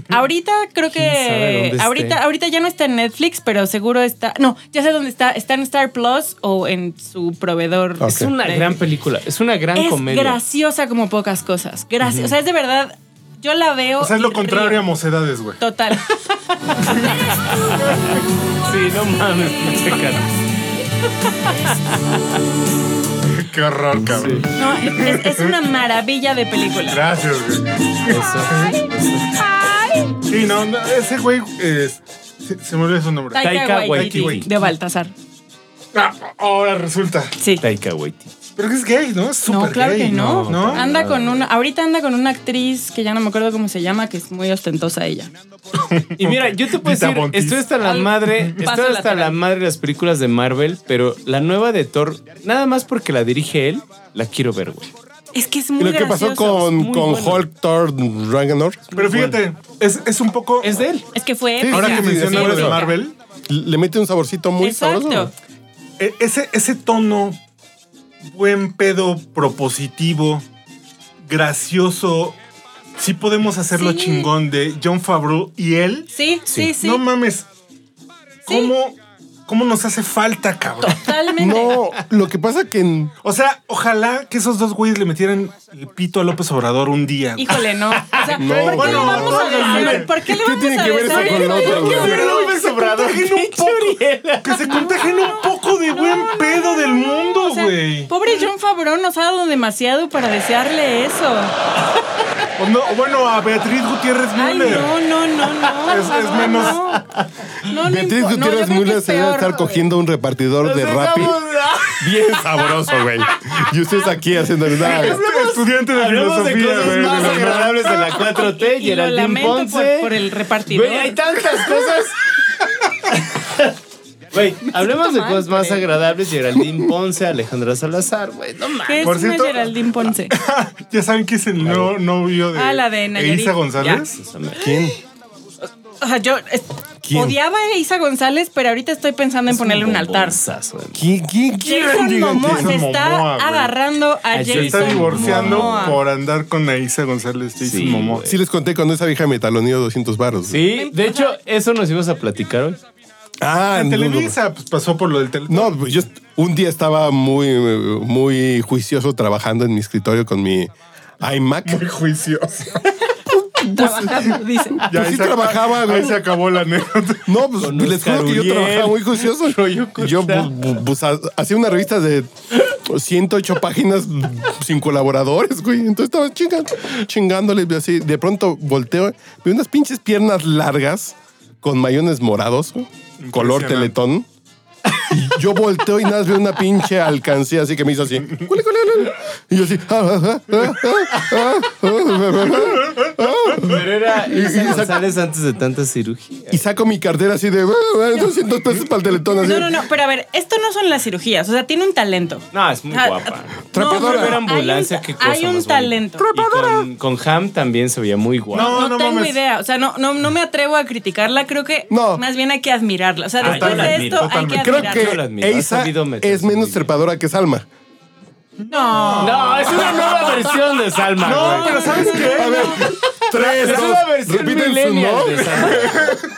Speaker 4: Ahorita creo
Speaker 3: ¿Quién sabe
Speaker 4: que
Speaker 3: dónde esté?
Speaker 4: ahorita, ahorita ya no está en Netflix, pero seguro está. No, ya sé dónde está. Está en Star Plus o en su proveedor.
Speaker 2: Ok.
Speaker 3: Es una
Speaker 4: de-
Speaker 3: gran película. Es una gran
Speaker 4: es
Speaker 3: comedia.
Speaker 4: graciosa como pocas cosas. Graciosa. O sea, es de verdad. Yo la veo.
Speaker 1: O sea, es
Speaker 4: y
Speaker 1: lo contrario
Speaker 4: río.
Speaker 1: a mocedades, güey.
Speaker 4: Total.
Speaker 3: Sí, no mames, *laughs* pinche cara.
Speaker 1: *laughs* Qué horror, cabrón.
Speaker 4: No, es, es una maravilla de película.
Speaker 1: Gracias, güey. Sí, no, no, ese güey es- se, se me olvidó su nombre.
Speaker 4: Taika,
Speaker 3: Taika
Speaker 4: Waititi,
Speaker 3: Waititi.
Speaker 4: De Baltasar.
Speaker 1: Ah, ahora resulta.
Speaker 4: Sí.
Speaker 3: Taika Waititi.
Speaker 1: Pero que es gay, ¿no? Es
Speaker 4: No,
Speaker 1: súper
Speaker 4: claro
Speaker 1: gay,
Speaker 4: que no.
Speaker 1: ¿No?
Speaker 4: Anda con una. Ahorita anda con una actriz que ya no me acuerdo cómo se llama, que es muy ostentosa ella.
Speaker 3: Y mira, yo te puedo
Speaker 1: Tita
Speaker 3: decir,
Speaker 1: Montis.
Speaker 3: estoy hasta la
Speaker 4: Al-
Speaker 3: madre,
Speaker 4: Paso
Speaker 3: estoy hasta
Speaker 4: lateral.
Speaker 3: la madre de las películas de Marvel, pero la nueva de Thor, nada más porque la dirige él, la quiero ver, güey.
Speaker 4: Es que es
Speaker 2: Y
Speaker 4: muy
Speaker 2: lo que pasó
Speaker 4: gracioso.
Speaker 2: con,
Speaker 3: muy
Speaker 2: con
Speaker 3: bueno.
Speaker 2: Hulk Thor Ragnarok,
Speaker 1: Pero fíjate, es, es un poco.
Speaker 3: Es de *laughs* él.
Speaker 4: Es que fue.
Speaker 2: Sí,
Speaker 1: Ahora que
Speaker 4: épica.
Speaker 2: sí,
Speaker 1: mencionas
Speaker 2: sí,
Speaker 1: lo de
Speaker 2: sí.
Speaker 1: Marvel,
Speaker 2: le mete un saborcito muy
Speaker 4: Exacto.
Speaker 2: sabroso.
Speaker 1: e- ese, ese tono, buen pedo, propositivo, gracioso. Sí podemos hacerlo
Speaker 4: Sí.
Speaker 1: chingón de John Favreau y él.
Speaker 4: Sí, sí, sí.
Speaker 1: No mames. ¿Cómo, ¿Cómo nos hace falta, cabrón?
Speaker 4: Totalmente.
Speaker 2: No, lo que pasa que en-
Speaker 1: O sea, ojalá que esos dos güeyes le metieran el pito a López Obrador un día. güey.
Speaker 4: Híjole, no. O sea,
Speaker 2: No,
Speaker 4: ¿por qué le
Speaker 1: bueno,
Speaker 4: vamos
Speaker 1: no,
Speaker 4: a
Speaker 1: mire.
Speaker 4: desear? ¿Por qué le
Speaker 2: ¿Qué
Speaker 4: vamos
Speaker 2: tiene
Speaker 4: a
Speaker 2: que ver eso
Speaker 4: desear?
Speaker 2: con lo otro,
Speaker 1: Que
Speaker 2: güey?
Speaker 1: se contagien un poco. Que se contagien un poco de buen pedo del mundo,
Speaker 4: O sea,
Speaker 1: güey.
Speaker 4: pobre John Favreau nos ha dado demasiado para desearle eso.
Speaker 1: O no, o bueno, a Beatriz Gutiérrez
Speaker 4: Ay,
Speaker 1: Müller.
Speaker 4: no, no, no, no.
Speaker 1: Es- es menos-
Speaker 4: No, no,
Speaker 2: Beatriz
Speaker 4: impo- no, yo
Speaker 2: Gutiérrez
Speaker 4: creo que
Speaker 2: Müller
Speaker 4: es
Speaker 2: se debe
Speaker 4: peor,
Speaker 2: estar
Speaker 4: güey.
Speaker 2: cogiendo un repartidor de Rappi bien sabroso, güey. Y ustedes aquí haciendo nada.
Speaker 1: este Estudiante de
Speaker 3: Hablemos de
Speaker 1: filosofía,
Speaker 3: cosas
Speaker 1: güey.
Speaker 3: más
Speaker 1: no, no.
Speaker 3: agradables de la 4T,
Speaker 4: Y lo
Speaker 3: Geraldine
Speaker 4: lamento por-
Speaker 3: Ponce.
Speaker 4: por el repartidor.
Speaker 3: Güey, hay tantas
Speaker 4: *laughs*
Speaker 3: cosas. Güey, hablemos de
Speaker 4: mal,
Speaker 3: cosas más
Speaker 4: güey.
Speaker 3: agradables, Geraldine Ponce, Alejandra Salazar, güey, no mames.
Speaker 4: ¿Qué es
Speaker 1: Por
Speaker 4: una
Speaker 1: cierto-
Speaker 4: Geraldine Ponce?
Speaker 1: *laughs* Ya saben que es el nuevo novio de,
Speaker 4: Ah, la de Nayarit.
Speaker 1: Isa González.
Speaker 2: ¿Quién?
Speaker 4: O sea, yo eh,
Speaker 2: ¿Quién?
Speaker 4: odiaba a Isa González, pero ahorita estoy pensando en ponerle un altar.
Speaker 3: Bonzazo, güey.
Speaker 2: ¿Quién? ¿Quién?
Speaker 4: Jason Momoa
Speaker 1: Jason
Speaker 4: se está
Speaker 1: Momoa, güey.
Speaker 4: agarrando a
Speaker 3: Ay,
Speaker 4: Jason
Speaker 3: se
Speaker 1: Se está divorciando
Speaker 4: Momoa.
Speaker 1: por andar con la Isa González. Jason
Speaker 3: Sí,
Speaker 1: Momoa.
Speaker 3: güey.
Speaker 2: Sí les conté cuando esa vieja me taloneó 200 baros. güey.
Speaker 3: Sí, de hecho, eso nos ibas a platicar hoy.
Speaker 2: Ah,
Speaker 1: En
Speaker 2: no, no,
Speaker 1: Televisa, pues pasó por lo del Televisa.
Speaker 2: No, pues, yo est- un día estaba muy, muy juicioso trabajando en mi escritorio con mi iMac.
Speaker 1: *laughs* Muy juicioso.
Speaker 4: Trabajando, dice.
Speaker 2: Pues sí trabajaba, güey.
Speaker 1: Ahí se acabó la anécdota.
Speaker 2: No, pues
Speaker 3: Con
Speaker 2: les
Speaker 3: Oscar
Speaker 2: juro que yo
Speaker 3: Uriel,
Speaker 2: trabajaba muy juicioso.
Speaker 3: *laughs* rollo con
Speaker 2: Yo
Speaker 3: Sara.
Speaker 2: bu- bu- pues, ha- hacía una revista de 108 páginas sin colaboradores, güey. Entonces estaba chingando, chingándole y así. De pronto volteo, vi unas pinches piernas largas con mayones morados, güey, color teletón. Y Yo volteo y nada más veo una pinche alcancía así que me hizo así. "Cule, cule, cule". Y yo así. "Ah, ah, ah, ah, ah, ah".
Speaker 3: Pero era Isa González antes de tanta cirugía.
Speaker 2: Y saco mi cartera así de "Ah, ah, 200 pesos para el teletón. Así.
Speaker 4: No, no, no, pero a ver, esto no son las cirugías, o sea, tiene un talento.
Speaker 3: No, es muy
Speaker 4: Ah,
Speaker 3: guapa.
Speaker 4: ah,
Speaker 2: Trapeadora.
Speaker 4: no,
Speaker 3: Era
Speaker 4: no,
Speaker 3: ambulancia,
Speaker 4: hay un,
Speaker 3: qué cosa
Speaker 4: Hay un
Speaker 3: más bonita.
Speaker 4: talento.
Speaker 3: Y con, con Ham también se veía muy guapa.
Speaker 1: No,
Speaker 4: No,
Speaker 1: no
Speaker 4: tengo
Speaker 1: mames.
Speaker 4: idea, o sea, no, no, no me atrevo a criticarla, creo que
Speaker 2: No.
Speaker 4: más bien hay que admirarla. O sea,
Speaker 3: Ah,
Speaker 4: después
Speaker 3: yo la
Speaker 4: de
Speaker 3: admiro,
Speaker 4: esto hay
Speaker 1: totalmente.
Speaker 4: que
Speaker 2: Creo
Speaker 4: admirarla.
Speaker 3: Yo la admiro,
Speaker 2: que
Speaker 3: ha
Speaker 2: Eiza
Speaker 3: sabido meterse
Speaker 2: es menos
Speaker 3: muy bien.
Speaker 2: trepadora que Salma.
Speaker 4: No.
Speaker 3: No, es una nueva versión de Salma.
Speaker 1: No,
Speaker 3: güey.
Speaker 1: pero ¿sabes qué?
Speaker 2: A ver, tres,
Speaker 3: es
Speaker 2: dos,
Speaker 3: una versión
Speaker 2: repiten su
Speaker 3: millennial
Speaker 2: nombre, *laughs*
Speaker 3: de *laughs* Salma.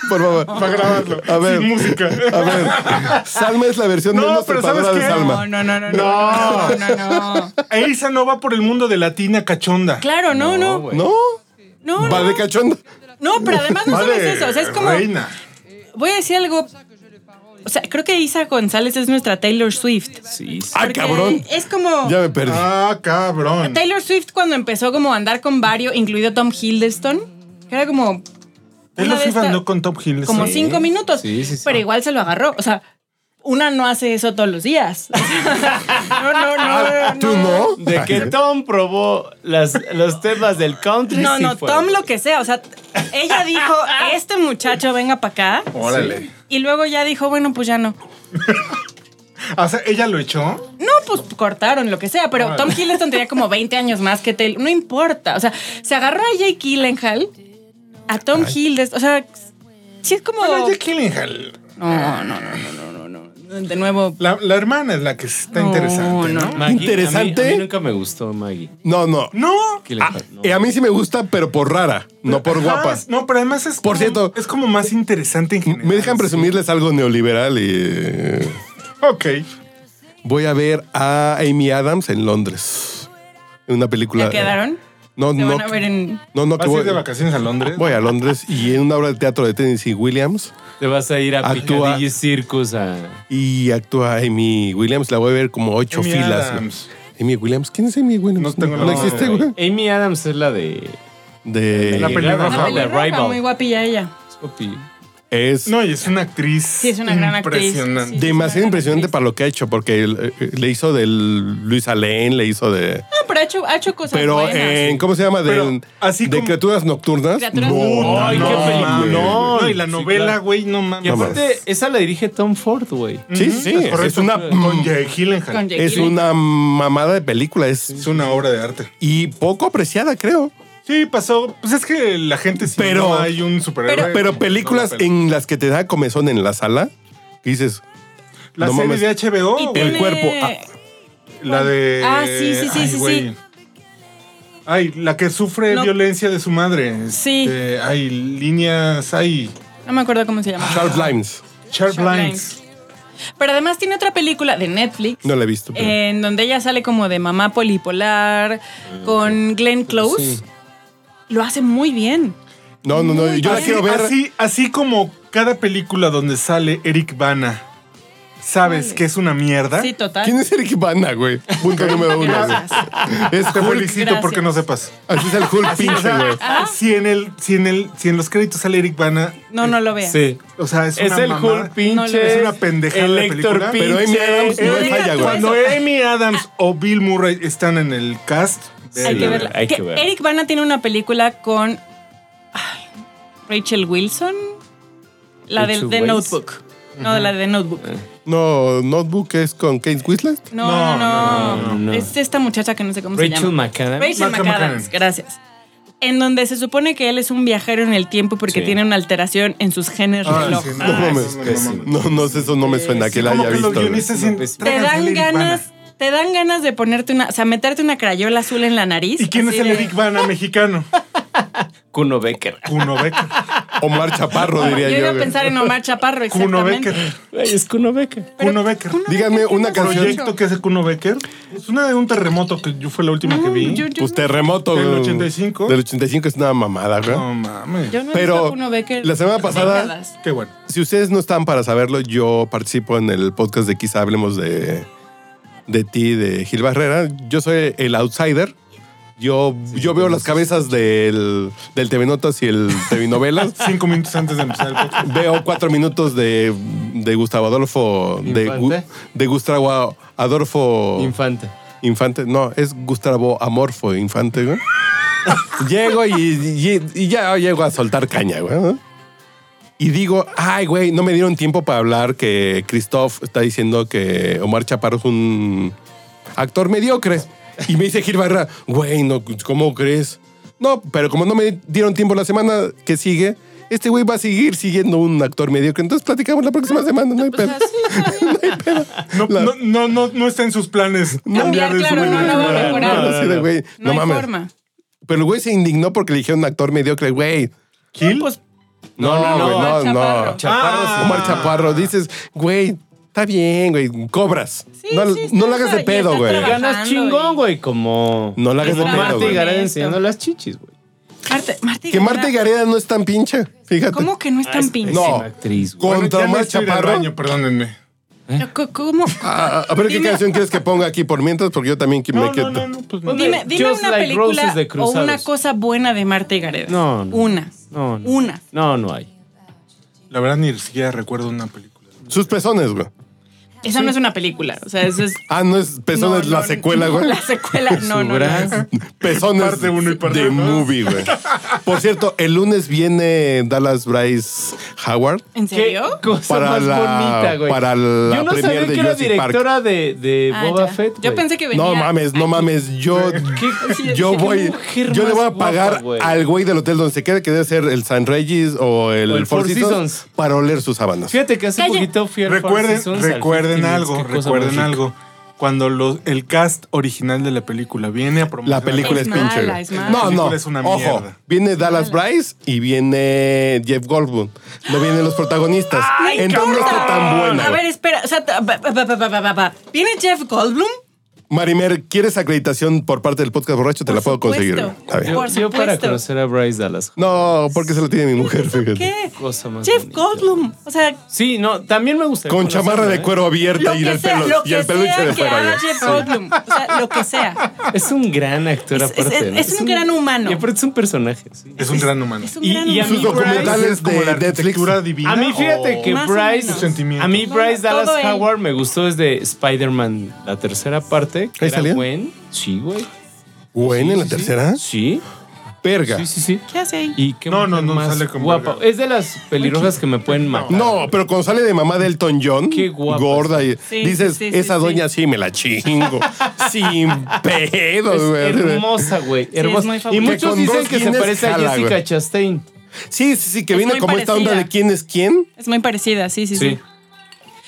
Speaker 2: por favor. Para grabarlo. A ver,
Speaker 1: Sin música.
Speaker 2: a ver. Salma es la versión
Speaker 1: No,
Speaker 2: menos
Speaker 1: pero
Speaker 2: trepadora
Speaker 1: ¿sabes
Speaker 2: de
Speaker 1: qué?
Speaker 2: Salma.
Speaker 4: No, no, no, no, no, no, no.
Speaker 1: E Isa no va por el mundo de latina cachonda.
Speaker 4: Claro, no, no, no,
Speaker 3: güey.
Speaker 2: ¿No?
Speaker 4: no,
Speaker 2: Va de cachonda.
Speaker 4: No, pero además no
Speaker 1: Va
Speaker 4: solo
Speaker 1: de
Speaker 4: es eso, o sea, es como
Speaker 1: Reina.
Speaker 4: voy a decir algo. O sea, creo que Isa González es nuestra Taylor Swift.
Speaker 3: Sí, sí.
Speaker 2: Ah,
Speaker 4: Porque
Speaker 2: cabrón.
Speaker 4: Es como
Speaker 2: Ya me perdí.
Speaker 1: Ah, cabrón.
Speaker 4: Taylor Swift cuando empezó como a andar con varios, incluido Tom Hiddleston, que era como
Speaker 1: Taylor
Speaker 4: una de
Speaker 1: Swift
Speaker 4: esta-
Speaker 1: andó con Top Hill.
Speaker 4: como cinco minutos,
Speaker 3: Sí, sí, sí.
Speaker 4: pero igual se lo agarró. O sea, una no hace eso todos los días. *laughs* no, no,
Speaker 1: Ah,
Speaker 4: no, no.
Speaker 2: ¿Tú no? Ah,
Speaker 3: De que Tom probó las, los temas del country.
Speaker 4: No,
Speaker 3: sí
Speaker 4: no,
Speaker 3: fue,
Speaker 4: Tom
Speaker 3: güey. *laughs*
Speaker 4: lo que sea. O sea, ella dijo, este muchacho venga para acá.
Speaker 1: Órale.
Speaker 4: Y y luego ya dijo, bueno, pues ya no.
Speaker 1: O sea, ella lo echó.
Speaker 4: No, pues cortaron lo que sea, pero Tom Hiddleston tenía como 20 años más que Taylor. No importa. O sea, se agarró a Jake Gyllenhaal, a Tom Hiddleston. O sea, sí es como.
Speaker 1: Bueno, Jake Gyllenhaal.
Speaker 4: No, no, no, no, no, no, no. De nuevo.
Speaker 1: La, la hermana es la que está
Speaker 4: No,
Speaker 1: interesante, ¿no?
Speaker 4: no.
Speaker 3: Maggie,
Speaker 2: Interesante.
Speaker 3: A mí, a mí nunca me gustó Maggie.
Speaker 2: No, no.
Speaker 1: No. Ah,
Speaker 3: ¿Qué le
Speaker 2: Ah,
Speaker 3: pasa? No.
Speaker 2: eh, a mí sí me gusta, pero por rara, no por
Speaker 1: Ajá,
Speaker 2: guapa.
Speaker 1: es- No, pero además es.
Speaker 2: Por
Speaker 1: como-
Speaker 2: cierto.
Speaker 1: Es como más interesante en general.
Speaker 2: Me dejan presumirles algo neoliberal y eh,
Speaker 1: Ok.
Speaker 2: voy a ver a Amy Adams en Londres. En una película.
Speaker 4: ¿Ya quedaron?
Speaker 2: No,
Speaker 4: Se
Speaker 2: no.
Speaker 4: van a ver en.
Speaker 2: No, no,
Speaker 1: ¿Vas
Speaker 2: que
Speaker 1: a
Speaker 2: voy,
Speaker 1: ir de vacaciones a Londres?
Speaker 2: voy a Londres y en una obra de teatro de Tennessee Williams
Speaker 3: Te vas a ir a
Speaker 2: Actúa.
Speaker 3: Picadilly Circus a...
Speaker 2: y actúa Amy Williams. La voy a ver como ocho
Speaker 1: Amy
Speaker 2: filas.
Speaker 1: Adams.
Speaker 2: Amy Williams. ¿Quién es Amy Williams?
Speaker 1: No tengo la
Speaker 2: no
Speaker 1: menor
Speaker 2: existe,
Speaker 1: idea.
Speaker 2: güey.
Speaker 3: Amy Adams es la de...
Speaker 2: De.
Speaker 1: La pelirroja.
Speaker 4: Una
Speaker 1: Ajá.
Speaker 3: de
Speaker 4: pelirroja, muy
Speaker 3: Rival.
Speaker 4: guapilla ella.
Speaker 3: Scopi.
Speaker 2: Es
Speaker 1: No, y es una actriz.
Speaker 4: Sí, es una gran actriz.
Speaker 1: Impresionante.
Speaker 4: Sí.
Speaker 2: demasiado impresionante para lo que ha hecho, porque el- eh, le hizo del Luis Alain, le hizo de.
Speaker 4: No, pero ha hecho, ha hecho cosas
Speaker 2: Pero
Speaker 4: buenas.
Speaker 2: en, ¿cómo se llama? De,
Speaker 1: Pero, así
Speaker 2: de
Speaker 1: como-
Speaker 2: criaturas nocturnas.
Speaker 4: Criaturas
Speaker 2: no,
Speaker 4: nocturnas.
Speaker 3: Ay,
Speaker 2: no,
Speaker 3: qué
Speaker 2: güey.
Speaker 1: película.
Speaker 3: peliculón.
Speaker 1: No, y la
Speaker 3: Sí,
Speaker 1: novela,
Speaker 3: claro.
Speaker 1: güey, no
Speaker 3: Y
Speaker 1: mames.
Speaker 2: No mames.
Speaker 3: aparte, esa la dirige Tom Ford, güey.
Speaker 2: Sí, sí, es,
Speaker 1: correcto.
Speaker 2: una mm.
Speaker 1: Con Jake Gyllenhaal.
Speaker 4: Con Jake
Speaker 2: es
Speaker 4: Gyllenhaal.
Speaker 2: una mamada de película, es
Speaker 1: Es una obra de arte.
Speaker 2: y poco apreciada, creo.
Speaker 1: Sí, pasó. Pues es que la gente sí
Speaker 2: Pero-
Speaker 1: no hay un superhéroe.
Speaker 2: Pero películas
Speaker 1: no la pela.
Speaker 2: en las que te da comezón en la sala, que dices,
Speaker 1: La
Speaker 2: no
Speaker 1: serie
Speaker 2: mames.
Speaker 1: de HBO,
Speaker 4: Y
Speaker 1: güey.
Speaker 2: tiene- el cuerpo, ah.
Speaker 1: La de.
Speaker 4: Ah, sí, sí, sí,
Speaker 1: ay,
Speaker 4: sí,
Speaker 1: güey.
Speaker 4: sí.
Speaker 1: Ay, la que sufre
Speaker 4: No.
Speaker 1: violencia de su madre.
Speaker 4: Sí.
Speaker 1: Este, Ay, líneas. Ay,
Speaker 4: No me acuerdo cómo se llama.
Speaker 2: Sharp Lines.
Speaker 1: sharp,
Speaker 4: Sharp
Speaker 1: lines.
Speaker 4: Pero además tiene otra película de Netflix.
Speaker 2: No la he visto. pero-
Speaker 4: En donde ella sale como de mamá polipolar
Speaker 3: Ah,
Speaker 4: con Glenn Close. Lo hace muy bien.
Speaker 2: no, no, no, yo la
Speaker 1: así,
Speaker 2: quiero ver.
Speaker 1: Así, así como cada película donde sale Eric Bana, sabes
Speaker 4: Vale.
Speaker 1: que es una
Speaker 3: ¿Ah?
Speaker 1: mierda.
Speaker 4: Sí, total.
Speaker 2: ¿Quién es Eric Bana, güey? Punto número uno. güey.
Speaker 4: Gracias.
Speaker 2: Es
Speaker 1: pues Te
Speaker 2: Hulk.
Speaker 1: felicito
Speaker 4: Ah, Gracias. Ah.
Speaker 1: porque no sepas.
Speaker 2: Así es el Hulk
Speaker 1: O
Speaker 2: pinche,
Speaker 1: sea,
Speaker 2: güey.
Speaker 1: si en el, si en el, si en los créditos sale Eric Bana,
Speaker 4: No, no lo vea.
Speaker 3: Sí.
Speaker 1: o sea, es,
Speaker 3: Es,
Speaker 1: una
Speaker 3: el
Speaker 1: mamada.
Speaker 3: Hulk pinche.
Speaker 1: Es una pendejada
Speaker 3: el
Speaker 1: la película.
Speaker 3: Héctor
Speaker 2: Pero Amy
Speaker 3: pinche.
Speaker 2: Adams no
Speaker 4: No
Speaker 2: es
Speaker 4: digas
Speaker 2: falla,
Speaker 4: tú
Speaker 2: güey.
Speaker 1: Cuando Amy Adams o Bill Murray están en el cast,
Speaker 4: Hay que
Speaker 1: véanla.
Speaker 4: verla.
Speaker 3: hay que
Speaker 4: Que
Speaker 3: verla.
Speaker 4: Eric Bana tiene una película con ay, Rachel Wilson. La del
Speaker 3: Rachel
Speaker 4: de
Speaker 3: Weisz. Eh.
Speaker 4: Notebook. No, la de Notebook.
Speaker 2: No, Notebook es con Kate Winslet.
Speaker 4: No,
Speaker 1: No, no,
Speaker 4: no, no,
Speaker 1: no,
Speaker 3: no, no.
Speaker 4: Es esta muchacha que no sé cómo se
Speaker 3: Rachel
Speaker 4: llama.
Speaker 3: McAdams.
Speaker 4: Rachel
Speaker 1: Maca
Speaker 4: McAdams,
Speaker 1: McAdams.
Speaker 4: gracias. En donde se supone que él es un viajero en el tiempo porque
Speaker 3: Sí.
Speaker 4: tiene una alteración en sus genes
Speaker 1: Ah,
Speaker 4: reloj.
Speaker 1: sí,
Speaker 2: No mames.
Speaker 1: no, no, no,
Speaker 2: No, no sé, eso no me suena que la
Speaker 1: como
Speaker 2: haya
Speaker 1: que
Speaker 2: visto.
Speaker 1: los
Speaker 2: güey.
Speaker 1: guionistas
Speaker 3: güey.
Speaker 1: en-
Speaker 3: Te
Speaker 4: Te
Speaker 1: tráiganse a
Speaker 4: dan
Speaker 1: Eric Bana.
Speaker 4: ganas, te dan ganas de ponerte una, o sea, meterte una crayola azul en la nariz.
Speaker 1: ¿Y quién es
Speaker 4: así
Speaker 1: el
Speaker 4: de-
Speaker 1: Eric Bana
Speaker 4: *laughs*
Speaker 1: mexicano?
Speaker 3: Kuno Becker.
Speaker 1: Kuno Becker.
Speaker 2: Omar Chaparro,
Speaker 4: Yo
Speaker 2: diría yo.
Speaker 4: iba a
Speaker 2: güey.
Speaker 4: pensar en Omar
Speaker 1: *laughs*
Speaker 4: Chaparro,
Speaker 1: Kuno
Speaker 4: exactamente.
Speaker 1: Becker.
Speaker 3: Güey, es Kuno Becker.
Speaker 1: Kuno Becker.
Speaker 2: Díganme una canción.
Speaker 1: proyecto que hace Kuno Becker. Es una de un terremoto que yo fue la última que vi.
Speaker 4: Mm, Yo, yo
Speaker 2: Pues
Speaker 4: no-
Speaker 2: terremoto,
Speaker 1: ¿Del
Speaker 2: güey.
Speaker 1: 85?
Speaker 2: Del 85 es una mamada, güey.
Speaker 1: No mames.
Speaker 4: yo no he visto
Speaker 2: Pero
Speaker 4: a Kuno Becker
Speaker 2: la semana pasada-
Speaker 4: décadas.
Speaker 1: Qué bueno.
Speaker 2: Si ustedes no están para saberlo, yo participo en el podcast de Quizá hablemos de, de ti, de Gil Barrera. Yo soy el outsider. Yo, yo veo las cabezas del, del TV Notas y el TV
Speaker 3: *laughs*
Speaker 2: Novelas.
Speaker 1: Cinco minutos antes de empezar el podcast.
Speaker 2: Veo cuatro minutos de, de Gustavo Adolfo. De, Gu-
Speaker 3: Infante.
Speaker 2: de Gustavo Adolfo.
Speaker 3: Infante.
Speaker 2: Infante, no, es Gustavo Amorfo Infante, güey. *laughs* llego y, y- y ya llego a soltar caña, güey. ¿no? Y digo, ay, güey, no me dieron tiempo para hablar que Christoph está diciendo que Omar Chaparro es un actor mediocre. Y me dice Gil Barra, güey, no, ¿cómo crees? No, pero como no me dieron tiempo la semana que sigue, este güey va a seguir siguiendo un actor mediocre. Entonces platicamos la próxima semana, no hay
Speaker 4: Pues
Speaker 2: pedo.
Speaker 4: así,
Speaker 1: No,
Speaker 2: La-
Speaker 1: no, no, no, no está en sus planes.
Speaker 4: Cambiar,
Speaker 1: de su
Speaker 4: claro,
Speaker 1: manera
Speaker 4: no, no va a
Speaker 1: de hablar.
Speaker 4: mejorar.
Speaker 2: Así de, güey,
Speaker 4: no, hay
Speaker 2: mames.
Speaker 4: forma.
Speaker 2: Pero el güey se indignó porque le dijeron actor mediocre, güey.
Speaker 1: ¿Gil?
Speaker 4: Pues
Speaker 2: No,
Speaker 3: no, no,
Speaker 2: güey, no,
Speaker 4: Omar
Speaker 2: no.
Speaker 4: Chaparro.
Speaker 1: Ah.
Speaker 2: Omar Chaparro, dices, güey, está bien, güey, cobras.
Speaker 4: Sí,
Speaker 2: no
Speaker 4: sí,
Speaker 2: no
Speaker 4: estás
Speaker 2: lo hagas de
Speaker 4: ahí,
Speaker 2: pedo,
Speaker 4: estás
Speaker 2: güey.
Speaker 4: trabajando.
Speaker 3: Ganas
Speaker 4: Trabajando
Speaker 3: chingón,
Speaker 4: y-
Speaker 3: güey, como...
Speaker 2: No la hagas de
Speaker 3: como
Speaker 2: pedo,
Speaker 3: Marta
Speaker 2: güey.
Speaker 3: y Gareda
Speaker 4: Esto.
Speaker 3: enseñando las chichis, güey.
Speaker 4: Marte, Marta y
Speaker 2: Que Marta y
Speaker 4: Gareda-
Speaker 2: Gareda no es tan pinche, fíjate.
Speaker 4: ¿Cómo que no
Speaker 3: Ah,
Speaker 4: es tan pinche?
Speaker 2: No.
Speaker 3: Pésima actriz, güey.
Speaker 2: Con-
Speaker 1: Bueno, ya
Speaker 2: Omar
Speaker 1: me estoy del
Speaker 2: Chaparro.
Speaker 1: baño, perdónenme.
Speaker 3: Eh.
Speaker 4: Co- ¿Cómo?
Speaker 2: Ah, a ver qué
Speaker 4: Dime-
Speaker 2: canción quieres que ponga aquí por mientras, porque yo también me
Speaker 1: No,
Speaker 2: quedo.
Speaker 1: no, no, no, pues no.
Speaker 3: Ponme
Speaker 4: Dime, dime
Speaker 3: Just
Speaker 4: una
Speaker 3: Like Roses
Speaker 4: película
Speaker 3: de
Speaker 4: o
Speaker 3: Cruzados.
Speaker 4: una cosa buena de Marta y Gareda.
Speaker 3: No, no.
Speaker 4: Una.
Speaker 3: No, no.
Speaker 4: Una.
Speaker 3: No, no hay.
Speaker 1: La verdad ni siquiera recuerdo una película.
Speaker 2: Sus pezones, güey.
Speaker 4: Esa no es una película. O sea, eso es.
Speaker 2: Ah, no es Pezones
Speaker 4: no,
Speaker 2: la
Speaker 4: no,
Speaker 2: secuela,
Speaker 4: no,
Speaker 2: güey.
Speaker 4: La secuela, no, no, no.
Speaker 3: Subras.
Speaker 2: *laughs* Pezones
Speaker 1: Parte uno y parte
Speaker 2: de
Speaker 1: dos.
Speaker 2: movie, güey. Por cierto, el lunes viene Dallas Bryce Howard.
Speaker 4: ¿En
Speaker 3: Qué
Speaker 4: serio?
Speaker 3: cosa
Speaker 2: Para
Speaker 3: más
Speaker 2: la-
Speaker 3: bonita, güey.
Speaker 2: para la
Speaker 3: Yo no
Speaker 2: premiere
Speaker 3: sabía
Speaker 2: de
Speaker 3: que era
Speaker 2: Jurassic Park.
Speaker 3: directora de, de
Speaker 4: Ah,
Speaker 3: Boba
Speaker 4: ya.
Speaker 3: Fett.
Speaker 4: Yo
Speaker 3: güey.
Speaker 4: pensé que venía.
Speaker 2: No mames, no mames. Yo,
Speaker 3: ¿Qué-
Speaker 2: yo
Speaker 3: qué
Speaker 2: voy.
Speaker 3: mujer
Speaker 2: Yo le
Speaker 3: más
Speaker 2: voy a
Speaker 3: guapa,
Speaker 2: pagar
Speaker 3: güey?
Speaker 2: al güey del hotel donde se quede, que debe ser el San Regis o el,
Speaker 3: O el
Speaker 2: Four
Speaker 3: Four
Speaker 2: Seasons,
Speaker 3: Seasons.
Speaker 2: para oler sus sábanas.
Speaker 3: Fíjate que hace
Speaker 4: Calla.
Speaker 3: poquito fui al Four
Speaker 1: Recuerden,
Speaker 3: Seasons, al
Speaker 1: recuerden
Speaker 3: 50
Speaker 1: algo,
Speaker 3: Minutes, qué cosa
Speaker 1: recuerden
Speaker 3: más rica.
Speaker 1: algo. Cuando los- el cast original de la película viene a
Speaker 2: La
Speaker 1: promocionar
Speaker 2: película es,
Speaker 4: Es mala,
Speaker 2: pinche. güey.
Speaker 4: es mala.
Speaker 2: No,
Speaker 1: La
Speaker 2: no.
Speaker 1: película es una
Speaker 2: Ojo,
Speaker 1: mierda.
Speaker 2: viene Dallas Bryce y viene Jeff Goldblum. No vienen los protagonistas.
Speaker 4: *gasps* Ay,
Speaker 2: Entonces no está tan buena.
Speaker 4: A
Speaker 2: güey.
Speaker 4: ver, espera. O sea, ta- ba- ba- ba- ba- ba- ba- ba. ¿viene Jeff Goldblum?
Speaker 2: Marimer, ¿quieres acreditación por parte del podcast borracho? Te
Speaker 4: Por
Speaker 2: la puedo conseguir.
Speaker 4: supuesto.
Speaker 2: Está bien.
Speaker 4: Por
Speaker 3: Yo, yo para
Speaker 4: supuesto.
Speaker 3: conocer a Bryce Dallas.
Speaker 2: No, porque se la tiene mi mujer, fíjate.
Speaker 4: ¿Qué?
Speaker 3: Cosa más
Speaker 4: Jeff
Speaker 3: bonita.
Speaker 4: Goldblum. O sea,
Speaker 3: Sí, no, también me gusta. ¿eh?
Speaker 2: Con chamarra de cuero abierta
Speaker 4: lo
Speaker 2: y
Speaker 4: que
Speaker 2: el,
Speaker 4: sea,
Speaker 2: pelo,
Speaker 4: lo
Speaker 2: y el
Speaker 4: que
Speaker 2: peluche
Speaker 4: sea
Speaker 2: de
Speaker 4: que
Speaker 2: fuera.
Speaker 4: haga
Speaker 2: güey.
Speaker 4: Jeff Goldblum. O sea, lo que sea.
Speaker 3: Es un gran actor
Speaker 4: Es- es-
Speaker 3: aparte.
Speaker 4: es-
Speaker 3: ¿no?
Speaker 4: es un gran humano.
Speaker 3: Y aparte es un personaje. sí.
Speaker 1: Es un gran humano.
Speaker 4: Es un
Speaker 3: Y-
Speaker 4: gran
Speaker 3: y a
Speaker 4: hombre.
Speaker 2: Sus documentales
Speaker 1: Es como
Speaker 2: de
Speaker 1: la
Speaker 2: Netflix.
Speaker 1: arquitectura divina.
Speaker 3: A mí fíjate
Speaker 1: o-
Speaker 3: que
Speaker 4: Más o
Speaker 3: Bryce,
Speaker 4: menos.
Speaker 1: Sentimientos.
Speaker 3: a mí
Speaker 4: No,
Speaker 3: Bryce
Speaker 4: no,
Speaker 3: Dallas
Speaker 4: todo él.
Speaker 3: Howard me gustó desde Spider-Man la tercera parte. que
Speaker 2: ¿Ahí
Speaker 3: era
Speaker 2: salía?
Speaker 3: Gwen. Sí, güey.
Speaker 2: Gwen en la
Speaker 3: Sí, sí,
Speaker 2: tercera.
Speaker 3: Sí.
Speaker 2: Verga.
Speaker 3: Sí, sí, sí.
Speaker 4: ¿Qué hace ahí?
Speaker 3: Y qué
Speaker 1: No, no,
Speaker 3: mujer
Speaker 1: no,
Speaker 3: más
Speaker 1: sale con
Speaker 3: guapa.
Speaker 1: verga.
Speaker 3: Es de las pelirrojas que me pueden matar.
Speaker 2: No, pero cuando sale de mamá de Elton John,
Speaker 3: Qué guapa
Speaker 2: gorda, y
Speaker 4: Sí,
Speaker 2: dices,
Speaker 4: sí, sí,
Speaker 2: esa
Speaker 4: sí.
Speaker 2: doña sí me la
Speaker 4: *laughs*
Speaker 2: chingo. Sin
Speaker 3: Es
Speaker 2: pedo, güey.
Speaker 3: hermosa, güey.
Speaker 4: es
Speaker 3: Hermosa.
Speaker 4: muy
Speaker 3: y
Speaker 4: favorita.
Speaker 2: Que
Speaker 3: muchos
Speaker 2: con
Speaker 3: dicen
Speaker 2: dos
Speaker 3: que se
Speaker 2: guines
Speaker 3: parece
Speaker 2: jala,
Speaker 3: a Jessica
Speaker 2: güey.
Speaker 3: Chastain.
Speaker 2: Sí, sí, sí, que
Speaker 4: Es
Speaker 2: viene
Speaker 4: muy
Speaker 2: como esta onda
Speaker 4: parecida.
Speaker 2: de quién es quién.
Speaker 4: Es muy parecida, sí, sí, sí.
Speaker 3: Sí.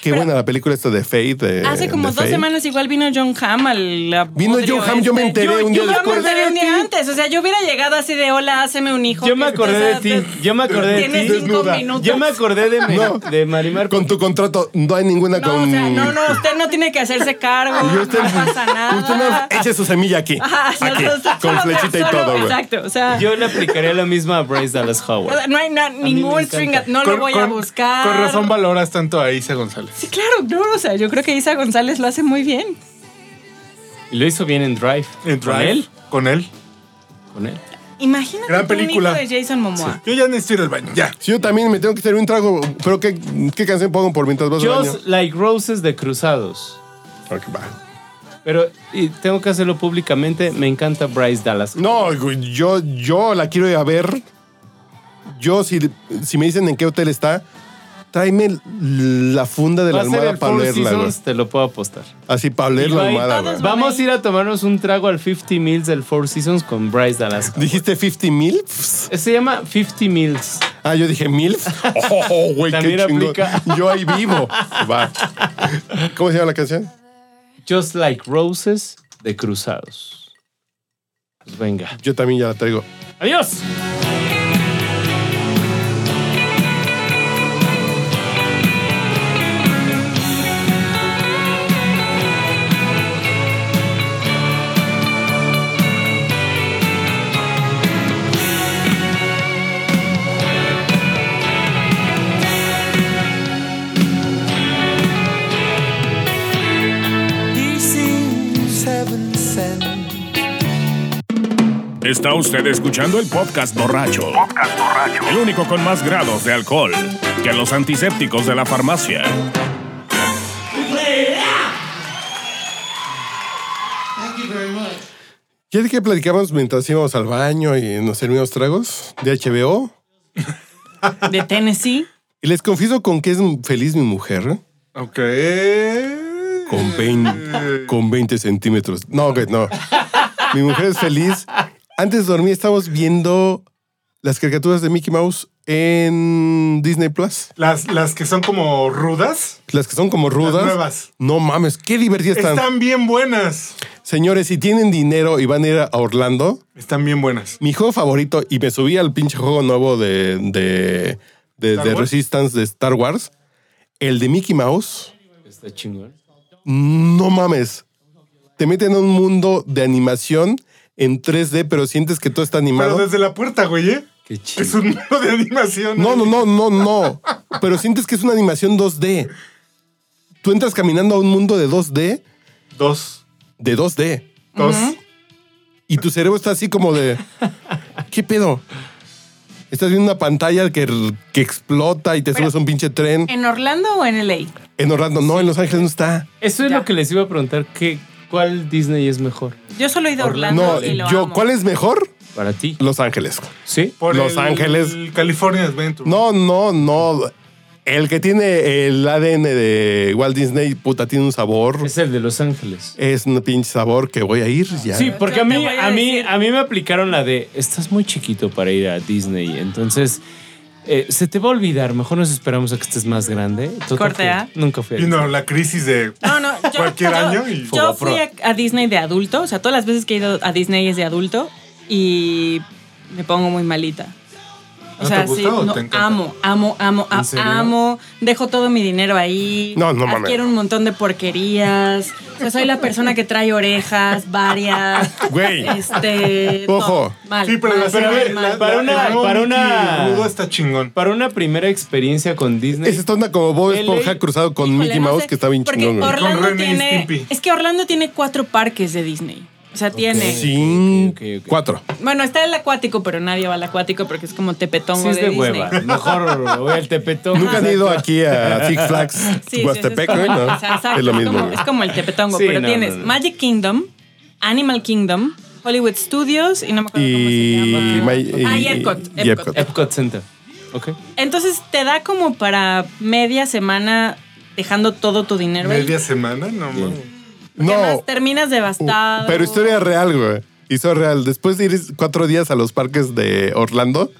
Speaker 2: Qué buena la película esta de Fate. de-
Speaker 4: Hace como
Speaker 2: Este, de
Speaker 4: dos
Speaker 2: Fate.
Speaker 4: semanas igual vino John Hamm al la
Speaker 2: Vino
Speaker 4: bodrio
Speaker 2: John Hamm, yo me enteré
Speaker 4: Yo-
Speaker 2: un día
Speaker 4: yo
Speaker 2: después.
Speaker 4: me enteré un día antes. O sea, yo hubiera llegado así de hola, háceme un hijo.
Speaker 3: Yo me
Speaker 4: que
Speaker 3: acordé de
Speaker 4: estás-
Speaker 3: ti. Yo me acordé de
Speaker 4: Tienes
Speaker 3: ti.
Speaker 4: cinco
Speaker 1: desnuda.
Speaker 4: minutos.
Speaker 3: Yo me acordé de, mi-
Speaker 2: No.
Speaker 3: de Marimar.
Speaker 2: Con tu contrato no hay ninguna
Speaker 4: No,
Speaker 2: con.
Speaker 4: o sea, no, no, usted no tiene que hacerse cargo.
Speaker 2: Y usted-
Speaker 4: no pasa nada.
Speaker 2: Usted no eche su semilla aquí.
Speaker 4: Ajá, no,
Speaker 2: aquí,
Speaker 4: no, no,
Speaker 2: con
Speaker 4: solo-
Speaker 2: flechita y
Speaker 4: solo-
Speaker 2: todo, güey.
Speaker 4: Exacto, o sea,
Speaker 3: Yo le aplicaría la misma a Bryce Dallas
Speaker 4: o sea,
Speaker 3: Howard.
Speaker 4: no hay na- ningún
Speaker 3: encanta.
Speaker 4: string, no lo
Speaker 1: Con-
Speaker 4: voy a
Speaker 1: con-
Speaker 4: buscar.
Speaker 1: Con razón valoras tanto a Isa González.
Speaker 4: Sí, claro, no, o sea, yo creo que Isa González lo hace muy bien.
Speaker 3: Y lo hizo bien en Drive.
Speaker 1: En
Speaker 3: ¿Con
Speaker 1: Drive,
Speaker 3: él?
Speaker 1: Con él.
Speaker 3: Con él.
Speaker 4: Imagínate
Speaker 1: Gran
Speaker 4: tú un
Speaker 1: película.
Speaker 4: hijo de Jason Momoa.
Speaker 1: Yo ya necesito ir al baño. Ya.
Speaker 2: Si yo también me tengo que servir un trago, pero ¿qué, qué canción pongo por mientras vas al baño?
Speaker 3: Just Like Roses de Cruzados.
Speaker 2: Ok, va.
Speaker 3: Pero y tengo que hacerlo públicamente. Me encanta Bryce Dallas.
Speaker 2: No, güey, yo, yo la quiero ir a ver. Yo, si, si me dicen en qué hotel está, tráeme la funda de la
Speaker 3: Va a ser
Speaker 2: almohada
Speaker 3: el
Speaker 2: para
Speaker 3: Four
Speaker 2: olerla. güey.
Speaker 3: Seasons, te lo puedo apostar.
Speaker 2: Así, para oler
Speaker 3: Y
Speaker 2: la
Speaker 3: va a ir
Speaker 2: almohada,
Speaker 4: todos
Speaker 2: güey.
Speaker 4: va-
Speaker 3: Vamos a ir a tomarnos un trago al 50 Mills del Four Seasons con Bryce Dallas. Howard.
Speaker 2: ¿Dijiste 50 mil?
Speaker 3: Se llama 50 Mills.
Speaker 2: Ah, yo dije mil.
Speaker 3: *laughs*
Speaker 2: Oh, güey, qué
Speaker 3: También
Speaker 2: chingón.
Speaker 3: aplica.
Speaker 2: Yo ahí vivo. Va. ¿Cómo se llama la canción?
Speaker 3: Just Like Roses de Cruzados. Pues venga.
Speaker 2: Yo también ya la traigo.
Speaker 3: ¡Adiós!
Speaker 6: Está usted escuchando el podcast borracho. El único con más grados de alcohol que los antisépticos de la farmacia.
Speaker 2: ¿Ya de qué platicábamos mientras íbamos al baño y nos servimos tragos? De HBO.
Speaker 4: De Tennessee.
Speaker 2: Y les confieso con que es feliz mi mujer. ¿eh?
Speaker 1: Ok.
Speaker 2: Con 20, con 20 centímetros. No, güey, no. Mi mujer es feliz. Antes de dormir estábamos viendo las caricaturas de Mickey Mouse en Disney Plus.
Speaker 1: Las, las que son como rudas,
Speaker 2: Las que son como
Speaker 1: las
Speaker 2: rudas.
Speaker 1: nuevas.
Speaker 2: No mames, qué divertidas están.
Speaker 1: Están bien buenas.
Speaker 2: Señores, si tienen dinero y van a ir a Orlando,
Speaker 1: Están bien buenas.
Speaker 2: mi juego favorito, y me subí al pinche juego nuevo de, de, de,
Speaker 1: ¿Star
Speaker 2: de
Speaker 1: Wars?
Speaker 2: Resistance de Star Wars, el de Mickey Mouse.
Speaker 3: Está chingón.
Speaker 2: No mames. Te meten en un mundo de animación en 3D, pero sientes que todo está
Speaker 1: Pero
Speaker 2: animado.
Speaker 1: desde la puerta, güey, ¿eh?
Speaker 3: Qué chido.
Speaker 1: Es un *laughs* mundo de animación.
Speaker 2: No, no, no, no, no. Pero sientes que es una animación 2D. Tú entras caminando a un mundo de 2D,
Speaker 1: Dos.
Speaker 2: de 2D,
Speaker 1: Dos.
Speaker 2: y tu cerebro está así como de... ¿Qué pedo? Estás viendo una pantalla que, que explota y te
Speaker 4: Pero-
Speaker 2: subes a un pinche tren.
Speaker 4: ¿En Orlando o en LA?
Speaker 2: En Orlando, no, en Los Ángeles no está.
Speaker 3: Eso es
Speaker 4: Ya.
Speaker 3: lo que les iba a preguntar. ¿qué, ¿Cuál Disney es mejor
Speaker 4: Yo solo he ido a Orlando
Speaker 2: No,
Speaker 4: y lo
Speaker 2: yo,
Speaker 4: amo.
Speaker 2: ¿cuál es mejor?
Speaker 3: para ti?
Speaker 2: Los Ángeles.
Speaker 3: ¿Sí?
Speaker 2: Los Ángeles.
Speaker 1: California Adventure.
Speaker 2: No, no, no. El que tiene el ADN de Walt Disney, puta, tiene un sabor.
Speaker 3: Es el de Los Ángeles.
Speaker 2: Es un pinche sabor que voy a ir
Speaker 4: Ah.
Speaker 2: ya.
Speaker 3: Sí, porque a
Speaker 4: Te
Speaker 3: mí,
Speaker 4: voy a
Speaker 3: a, mí,
Speaker 4: decir.
Speaker 3: a mí me aplicaron la de, estás muy chiquito para ir a Disney, entonces eh, se te va a olvidar, mejor nos esperamos a que estés más grande. Total,
Speaker 4: Corte
Speaker 3: que
Speaker 4: A.
Speaker 3: Nunca fui a Disney.
Speaker 1: Vino la crisis de
Speaker 4: No, no, yo,
Speaker 1: *laughs* cualquier
Speaker 4: yo-
Speaker 1: año y...
Speaker 4: Yo fui a, a Disney de adulto, o sea, todas las veces que he ido a Disney es de adulto y me pongo muy malita. O
Speaker 1: ¿No
Speaker 4: sea,
Speaker 1: te gusta
Speaker 4: sí,
Speaker 1: o
Speaker 4: no,
Speaker 1: te encanta?
Speaker 4: amo, amo, amo, a-
Speaker 3: ¿En serio?
Speaker 4: amo, dejo todo mi dinero ahí,
Speaker 2: No, no mames.
Speaker 4: adquiero un montón de porquerías, o sea, soy la persona que trae orejas, varias,
Speaker 2: Güey.
Speaker 4: este,
Speaker 2: Ojo.
Speaker 4: no,
Speaker 3: Ah,
Speaker 4: mal,
Speaker 1: Sí, pero la
Speaker 4: mal, mal,
Speaker 1: serie...
Speaker 4: mal,
Speaker 1: la-
Speaker 4: mal.
Speaker 3: para
Speaker 1: la-
Speaker 3: una-
Speaker 1: el nuevo
Speaker 3: para
Speaker 1: Mickey
Speaker 3: una-
Speaker 1: Rudo está chingón.
Speaker 3: Para una primera experiencia con Disney,
Speaker 2: Es esta onda como Bob
Speaker 3: LA.
Speaker 2: Esponja cruzado con
Speaker 4: Híjole,
Speaker 2: Mickey
Speaker 4: no
Speaker 2: Mouse
Speaker 4: sé,
Speaker 2: que está bien
Speaker 4: porque
Speaker 2: chingón. güey.
Speaker 1: Or-
Speaker 4: Orlando
Speaker 1: Ren y
Speaker 4: tiene,
Speaker 1: Stimpy.
Speaker 4: es que Orlando tiene cuatro parques de Disney. O sea, tiene.
Speaker 2: Sí,
Speaker 3: Ok, ok, ok.
Speaker 2: cuatro.
Speaker 4: Bueno, está el acuático, pero nadie va al acuático porque es como tepetongo
Speaker 3: sí es
Speaker 4: de,
Speaker 3: de
Speaker 4: Disney.
Speaker 3: hueva. Mejor voy al Tepetongo.
Speaker 2: Nunca han ido aquí a Six Flags
Speaker 4: Sí, sí,
Speaker 2: Huastepec,
Speaker 4: es,
Speaker 2: güey,
Speaker 4: como-
Speaker 2: Pues ¿no?
Speaker 4: o sea, exacto,
Speaker 2: Es lo mismo.
Speaker 4: como-
Speaker 2: güey.
Speaker 4: es como el tepetongo,
Speaker 3: Sí,
Speaker 4: pero
Speaker 3: no,
Speaker 4: tienes
Speaker 3: no, no.
Speaker 4: Magic Kingdom, Animal Kingdom, Hollywood Studios y no me acuerdo
Speaker 2: Y,
Speaker 4: cómo se
Speaker 2: May-
Speaker 4: llama. ah, y
Speaker 2: y-
Speaker 4: Epcot,
Speaker 2: y
Speaker 4: Epcot.
Speaker 3: Epcot Center. Ok.
Speaker 4: Entonces te da como para media semana dejando todo tu dinero. ahí.
Speaker 1: Media semana, no mames.
Speaker 4: Que
Speaker 2: No,
Speaker 4: además terminas devastado.
Speaker 2: pero historia real, güey. Historia real. Después de ir cuatro días a los parques de Orlando,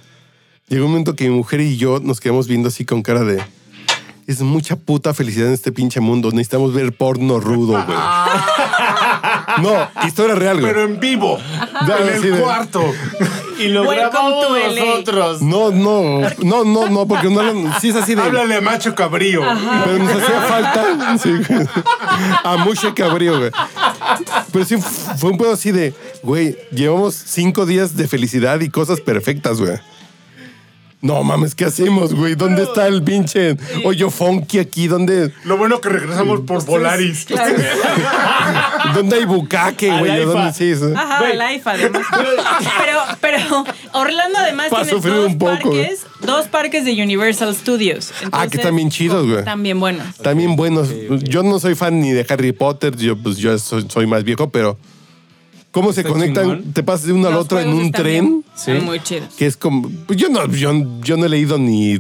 Speaker 2: llegó un momento que mi mujer y yo nos quedamos viendo así con cara de... Es mucha puta felicidad en este pinche mundo. Necesitamos ver porno rudo, güey. No, historia real, güey.
Speaker 1: Pero en vivo.
Speaker 2: Ya,
Speaker 1: En
Speaker 2: así
Speaker 1: el
Speaker 2: de-
Speaker 1: cuarto.
Speaker 3: *laughs* Y lo
Speaker 4: Welcome grabamos to LA. nosotros.
Speaker 2: No, no, no, no, no, porque no lo- sí es así de.
Speaker 1: Háblale a Macho Cabrío.
Speaker 2: Pero nos hacía falta sí, güey. a Mushe Cabrío, güey. Pero sí fue un pedo así de, güey, llevamos cinco días de felicidad y cosas perfectas, güey. No mames, ¿qué hacemos, güey? ¿Dónde está el pinche hoyo funky aquí? ¿Dónde,
Speaker 1: Lo bueno que regresamos por Volaris. pues,
Speaker 2: dónde hay bucaque,
Speaker 3: Al
Speaker 2: güey?
Speaker 3: IFA.
Speaker 2: ¿Dónde sí es?
Speaker 4: Ajá,
Speaker 3: Güey.
Speaker 4: el AIFA además. Pero, pero Orlando además
Speaker 2: Pa'
Speaker 4: tiene
Speaker 2: sufrir
Speaker 4: dos
Speaker 2: un poco, güey.
Speaker 4: parques, dos parques de Universal Studios.
Speaker 2: Ah, que
Speaker 4: Entonces,
Speaker 2: están bien chidos, güey.
Speaker 4: También buenos.
Speaker 2: También buenos. Yo no soy fan ni de Harry Potter, yo pues yo soy, soy más viejo, pero ¿cómo se
Speaker 3: Está
Speaker 2: conectan?
Speaker 3: chingón.
Speaker 2: Te pasas de uno al
Speaker 4: Los
Speaker 2: otro en
Speaker 4: juegos
Speaker 2: un
Speaker 4: están
Speaker 2: tren.
Speaker 4: bien-
Speaker 3: Sí.
Speaker 4: están Muy chidos.
Speaker 2: Que es como. pues, Yo no, yo, yo no he leído ni,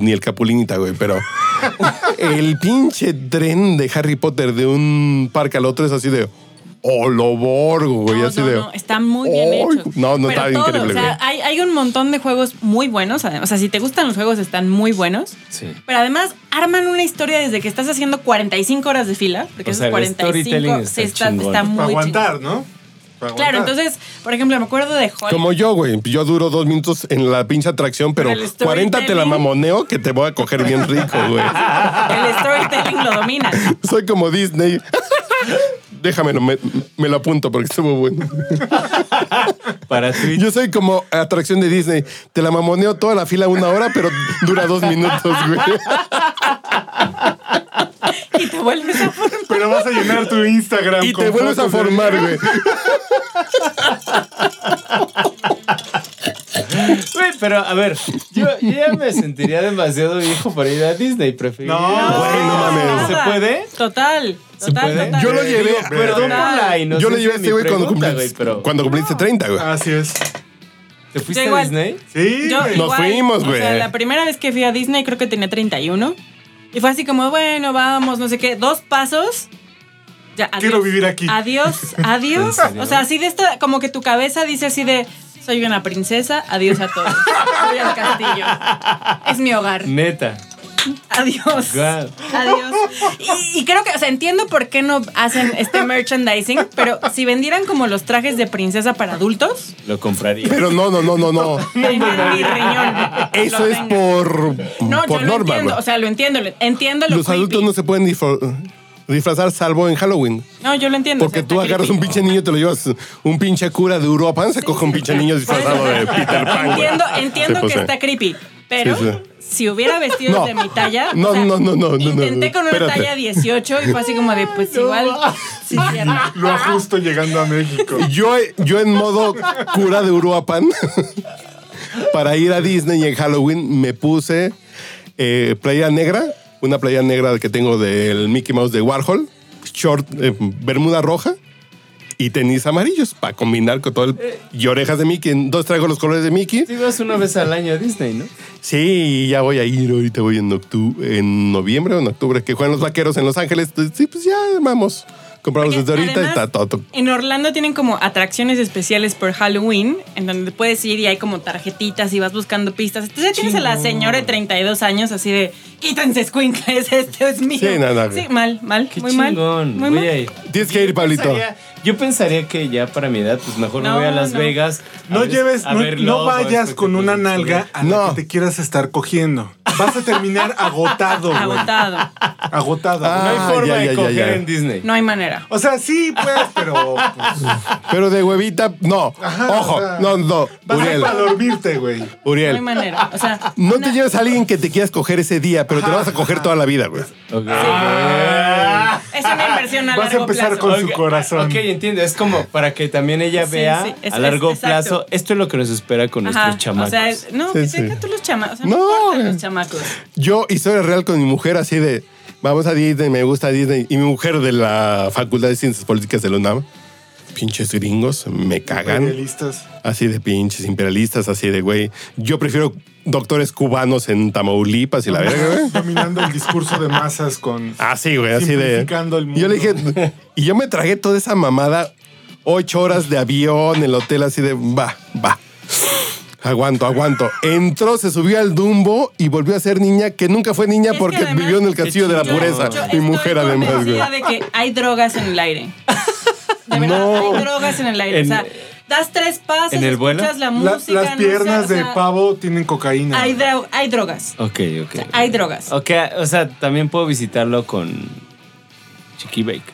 Speaker 2: ni el Capulinita, güey, pero el pinche tren de Harry Potter de un parque al otro es así de. Oloborgo, güey,
Speaker 4: No,
Speaker 2: así
Speaker 4: no,
Speaker 2: de.
Speaker 4: no, están muy bien
Speaker 2: ¡Ay!
Speaker 4: hechos.
Speaker 2: No, no,
Speaker 4: Pero
Speaker 2: está
Speaker 4: todo,
Speaker 2: increíble,
Speaker 4: O sea, hay, hay un montón de juegos muy buenos. además. O sea, si te gustan los juegos, están muy buenos.
Speaker 3: Sí.
Speaker 4: Pero además arman una historia desde que estás haciendo 45 horas de fila.
Speaker 3: O
Speaker 4: Porque esos
Speaker 3: sea, el
Speaker 4: 45
Speaker 3: storytelling
Speaker 4: sí,
Speaker 3: está
Speaker 4: está,
Speaker 3: chingón.
Speaker 4: está
Speaker 1: Para
Speaker 4: muy chido.
Speaker 1: aguantar, ¿no? Para
Speaker 4: Claro,
Speaker 1: aguantar.
Speaker 4: entonces, por ejemplo, me acuerdo de Hollywood.
Speaker 2: Como yo, güey. Yo duro dos minutos en la pinche atracción, pero
Speaker 4: Pero el
Speaker 2: 40 te la
Speaker 4: storytelling-
Speaker 2: mamoneo que te voy a coger
Speaker 4: *laughs*
Speaker 2: bien rico, güey.
Speaker 4: El storytelling lo domina.
Speaker 2: Soy como Disney. *laughs* Déjamelo, me, me lo apunto porque estuvo bueno.
Speaker 3: Para Twitch.
Speaker 2: Yo soy como atracción de Disney. Te la mamoneo toda la fila una hora, pero dura dos minutos, güey.
Speaker 4: Y te vuelves a formar.
Speaker 1: Pero vas a llenar tu Instagram.
Speaker 2: Y
Speaker 1: con
Speaker 2: te vuelves a
Speaker 1: fotos de-
Speaker 2: formar, güey.
Speaker 3: Güey, pero a ver, yo, yo ya me sentiría demasiado viejo para ir a Disney. Preferiría.
Speaker 1: No, güey,
Speaker 2: no mames.
Speaker 3: ¿Se puede?
Speaker 4: Total.
Speaker 3: ¿Se
Speaker 4: Total,
Speaker 3: puede?
Speaker 4: total.
Speaker 2: Yo lo llevé.
Speaker 1: Digo,
Speaker 3: Perdón por la inocencia.
Speaker 2: Yo le llevé a
Speaker 3: de
Speaker 2: este
Speaker 3: mi
Speaker 2: güey cuando
Speaker 3: pregunta,
Speaker 2: cumpliste,
Speaker 3: güey, pero-
Speaker 2: cuando cumpliste 30, güey.
Speaker 4: Ah,
Speaker 1: Así es.
Speaker 3: ¿Te fuiste
Speaker 4: Yo
Speaker 3: a
Speaker 4: igual.
Speaker 3: Disney?
Speaker 1: Sí.
Speaker 4: Yo
Speaker 1: güey.
Speaker 2: Nos
Speaker 4: igual,
Speaker 2: fuimos,
Speaker 4: O sea,
Speaker 2: güey.
Speaker 4: la primera vez que fui a Disney creo que tenía 31. Y fue así como, bueno, vamos, no sé qué. Dos pasos. Ya, adiós.
Speaker 1: Quiero vivir aquí.
Speaker 2: *laughs*
Speaker 4: Adiós, adiós.
Speaker 3: ¿En serio?
Speaker 4: O sea, así de esta, como que tu cabeza dice así de, soy una princesa, adiós a todos. Voy al castillo. Es mi hogar.
Speaker 3: Neta.
Speaker 4: Adiós.
Speaker 3: God.
Speaker 4: Adiós. Y, y creo que, o sea, entiendo por qué no hacen este merchandising, pero si vendieran como los trajes de princesa para adultos,
Speaker 3: Lo compraría.
Speaker 2: Pero no, no, no, no, no.
Speaker 4: vendería mi riñón.
Speaker 2: Eso
Speaker 4: Lo
Speaker 2: es
Speaker 4: tengo.
Speaker 2: por,
Speaker 4: No,
Speaker 2: por
Speaker 4: yo lo
Speaker 2: norma,
Speaker 4: entiendo,
Speaker 2: güey.
Speaker 4: o sea, lo entiendo, lo- entiendo lo
Speaker 2: Los adultos
Speaker 4: creepy.
Speaker 2: no se pueden disfra- disfrazar salvo en Halloween.
Speaker 4: No, yo lo entiendo. o
Speaker 2: Porque
Speaker 4: sea,
Speaker 2: tú
Speaker 4: está
Speaker 2: agarras
Speaker 4: creepy.
Speaker 2: un pinche niño y te lo llevas un pinche cura de Europa, se coge un pinche niño disfrazado de Peter Pan. güey.
Speaker 4: Entiendo, entiendo
Speaker 2: Sí, pues,
Speaker 4: que
Speaker 2: sí.
Speaker 4: está creepy, pero
Speaker 2: Sí, sí.
Speaker 4: si hubiera vestidos
Speaker 2: No.
Speaker 4: de mi talla,
Speaker 2: No,
Speaker 4: o sea,
Speaker 2: no, no, no, no, no,
Speaker 4: intenté con una
Speaker 2: espérate.
Speaker 4: talla 18 y fue así como de, pues igual, sí, cierto.
Speaker 1: Lo ajusto llegando a México.
Speaker 2: Yo, yo en modo cura de Uruapan *laughs* para ir a Disney y en Halloween me puse eh, playa negra, una playa negra que tengo del Mickey Mouse de Warhol, short, eh, bermuda roja y tenis amarillos para combinar con todo el... Y orejas de Mickey, dos traigo los colores de Mickey.
Speaker 3: Tú ibas una vez al año a Disney, ¿no?
Speaker 2: Sí, ya voy a ir, ahorita voy en, octu- en noviembre o en octubre, que juegan los vaqueros en Los Ángeles. Entonces, Sí, pues ya vamos. Compramos
Speaker 4: Porque
Speaker 2: desde ahorita,
Speaker 4: además,
Speaker 2: está todo. todo.
Speaker 4: En Orlando tienen como atracciones especiales por Halloween, en donde puedes ir y hay como tarjetitas y vas buscando pistas. Entonces ya tienes a la señora de 32 años así de, quítense, escuincles, *laughs* esto es mío.
Speaker 2: Sí, no, no.
Speaker 4: Sí, mal, mal,
Speaker 3: Qué
Speaker 4: muy
Speaker 3: chingón.
Speaker 4: mal. Muy
Speaker 3: Voy
Speaker 4: mal.
Speaker 3: a ir.
Speaker 2: Tienes que ir, Pablito.
Speaker 3: Pensaría- yo pensaría que ya para mi edad, pues mejor me
Speaker 4: No,
Speaker 3: voy a Las
Speaker 4: no.
Speaker 3: Vegas. a
Speaker 1: No
Speaker 3: ver-
Speaker 1: lleves,
Speaker 3: a
Speaker 1: no,
Speaker 3: ver este,
Speaker 1: no
Speaker 3: lobos,
Speaker 1: vayas con una
Speaker 3: espectáculos.
Speaker 1: nalga Ah, a la
Speaker 2: No.
Speaker 1: que te quieras estar cogiendo. Vas a
Speaker 4: *laughs*
Speaker 1: terminar agotado, güey.
Speaker 4: Agotado.
Speaker 1: Agotado.
Speaker 3: No hay
Speaker 2: Ah,
Speaker 3: forma
Speaker 2: ya,
Speaker 3: de
Speaker 2: ya, ya,
Speaker 3: coger
Speaker 2: ya.
Speaker 3: en Disney.
Speaker 4: No hay manera.
Speaker 1: O sea, sí, pues, pero pues,
Speaker 2: Pero de huevita, no. Ojo,
Speaker 1: ajá.
Speaker 2: no, no.
Speaker 1: vas a
Speaker 2: Uriel,
Speaker 1: para dormirte, güey.
Speaker 4: No hay
Speaker 2: Uriel.
Speaker 4: manera. O sea,
Speaker 2: No
Speaker 4: una-
Speaker 2: te lleves a alguien que te quieras coger ese día, pero te lo vas a coger toda la vida, güey.
Speaker 3: Ok.
Speaker 4: Ah, es una inversión a
Speaker 1: Vas a
Speaker 4: largo
Speaker 1: empezar
Speaker 4: plazo.
Speaker 1: con su
Speaker 3: Ah, Ok,
Speaker 1: corazón.
Speaker 3: Ok, entiendo. Es como para que también ella
Speaker 4: Sí,
Speaker 3: vea
Speaker 4: sí, es-
Speaker 3: a largo
Speaker 4: es- exacto.
Speaker 3: plazo. Esto es lo que nos espera con
Speaker 4: Ajá,
Speaker 3: nuestros chamacos.
Speaker 4: O sea, es-
Speaker 2: Sí,
Speaker 4: no, que
Speaker 2: sí.
Speaker 4: deja tú los chamacos. O sea,
Speaker 2: No,
Speaker 4: no, importan
Speaker 2: güey.
Speaker 4: los chamacos.
Speaker 2: Yo, historia real con mi mujer, así de vamos a Disney, me gusta Disney. Y mi mujer de la Facultad de Ciencias Políticas de la UNAM, pinches gringos, me cagan.
Speaker 1: Realistas.
Speaker 2: Así de pinches imperialistas, así de güey. Yo prefiero doctores cubanos en Tamaulipas y la verga, güey.
Speaker 1: Dominando el discurso de masas con.
Speaker 2: Así, Ah, güey, así de.
Speaker 1: Simplificando el mundo.
Speaker 2: Yo le dije, y yo me tragué toda esa mamada, ocho horas de avión, el hotel, así de, va, va. Aguanto, aguanto. Entró, se subió al Dumbo y volvió a ser niña, que nunca fue niña
Speaker 4: Es que
Speaker 2: porque
Speaker 4: además-
Speaker 2: vivió en el castillo de la
Speaker 4: Yo-
Speaker 2: pureza.
Speaker 4: yo
Speaker 2: Mi
Speaker 4: estoy
Speaker 2: mujer, además, güey.
Speaker 4: convencida de que hay drogas en el aire. De verdad,
Speaker 2: No.
Speaker 4: hay drogas en el aire.
Speaker 3: En-
Speaker 4: o sea, das tres pasos,
Speaker 3: ¿En el vuelo?
Speaker 4: escuchas la
Speaker 1: La-
Speaker 4: música.
Speaker 1: las
Speaker 4: no
Speaker 1: piernas
Speaker 4: sé, o
Speaker 1: de
Speaker 4: sea,
Speaker 1: pavo tienen cocaína.
Speaker 4: Hay, dro- hay drogas.
Speaker 3: ok, ok.
Speaker 4: Hay drogas.
Speaker 3: Ok, o sea, también puedo visitarlo con Chiqui Bake.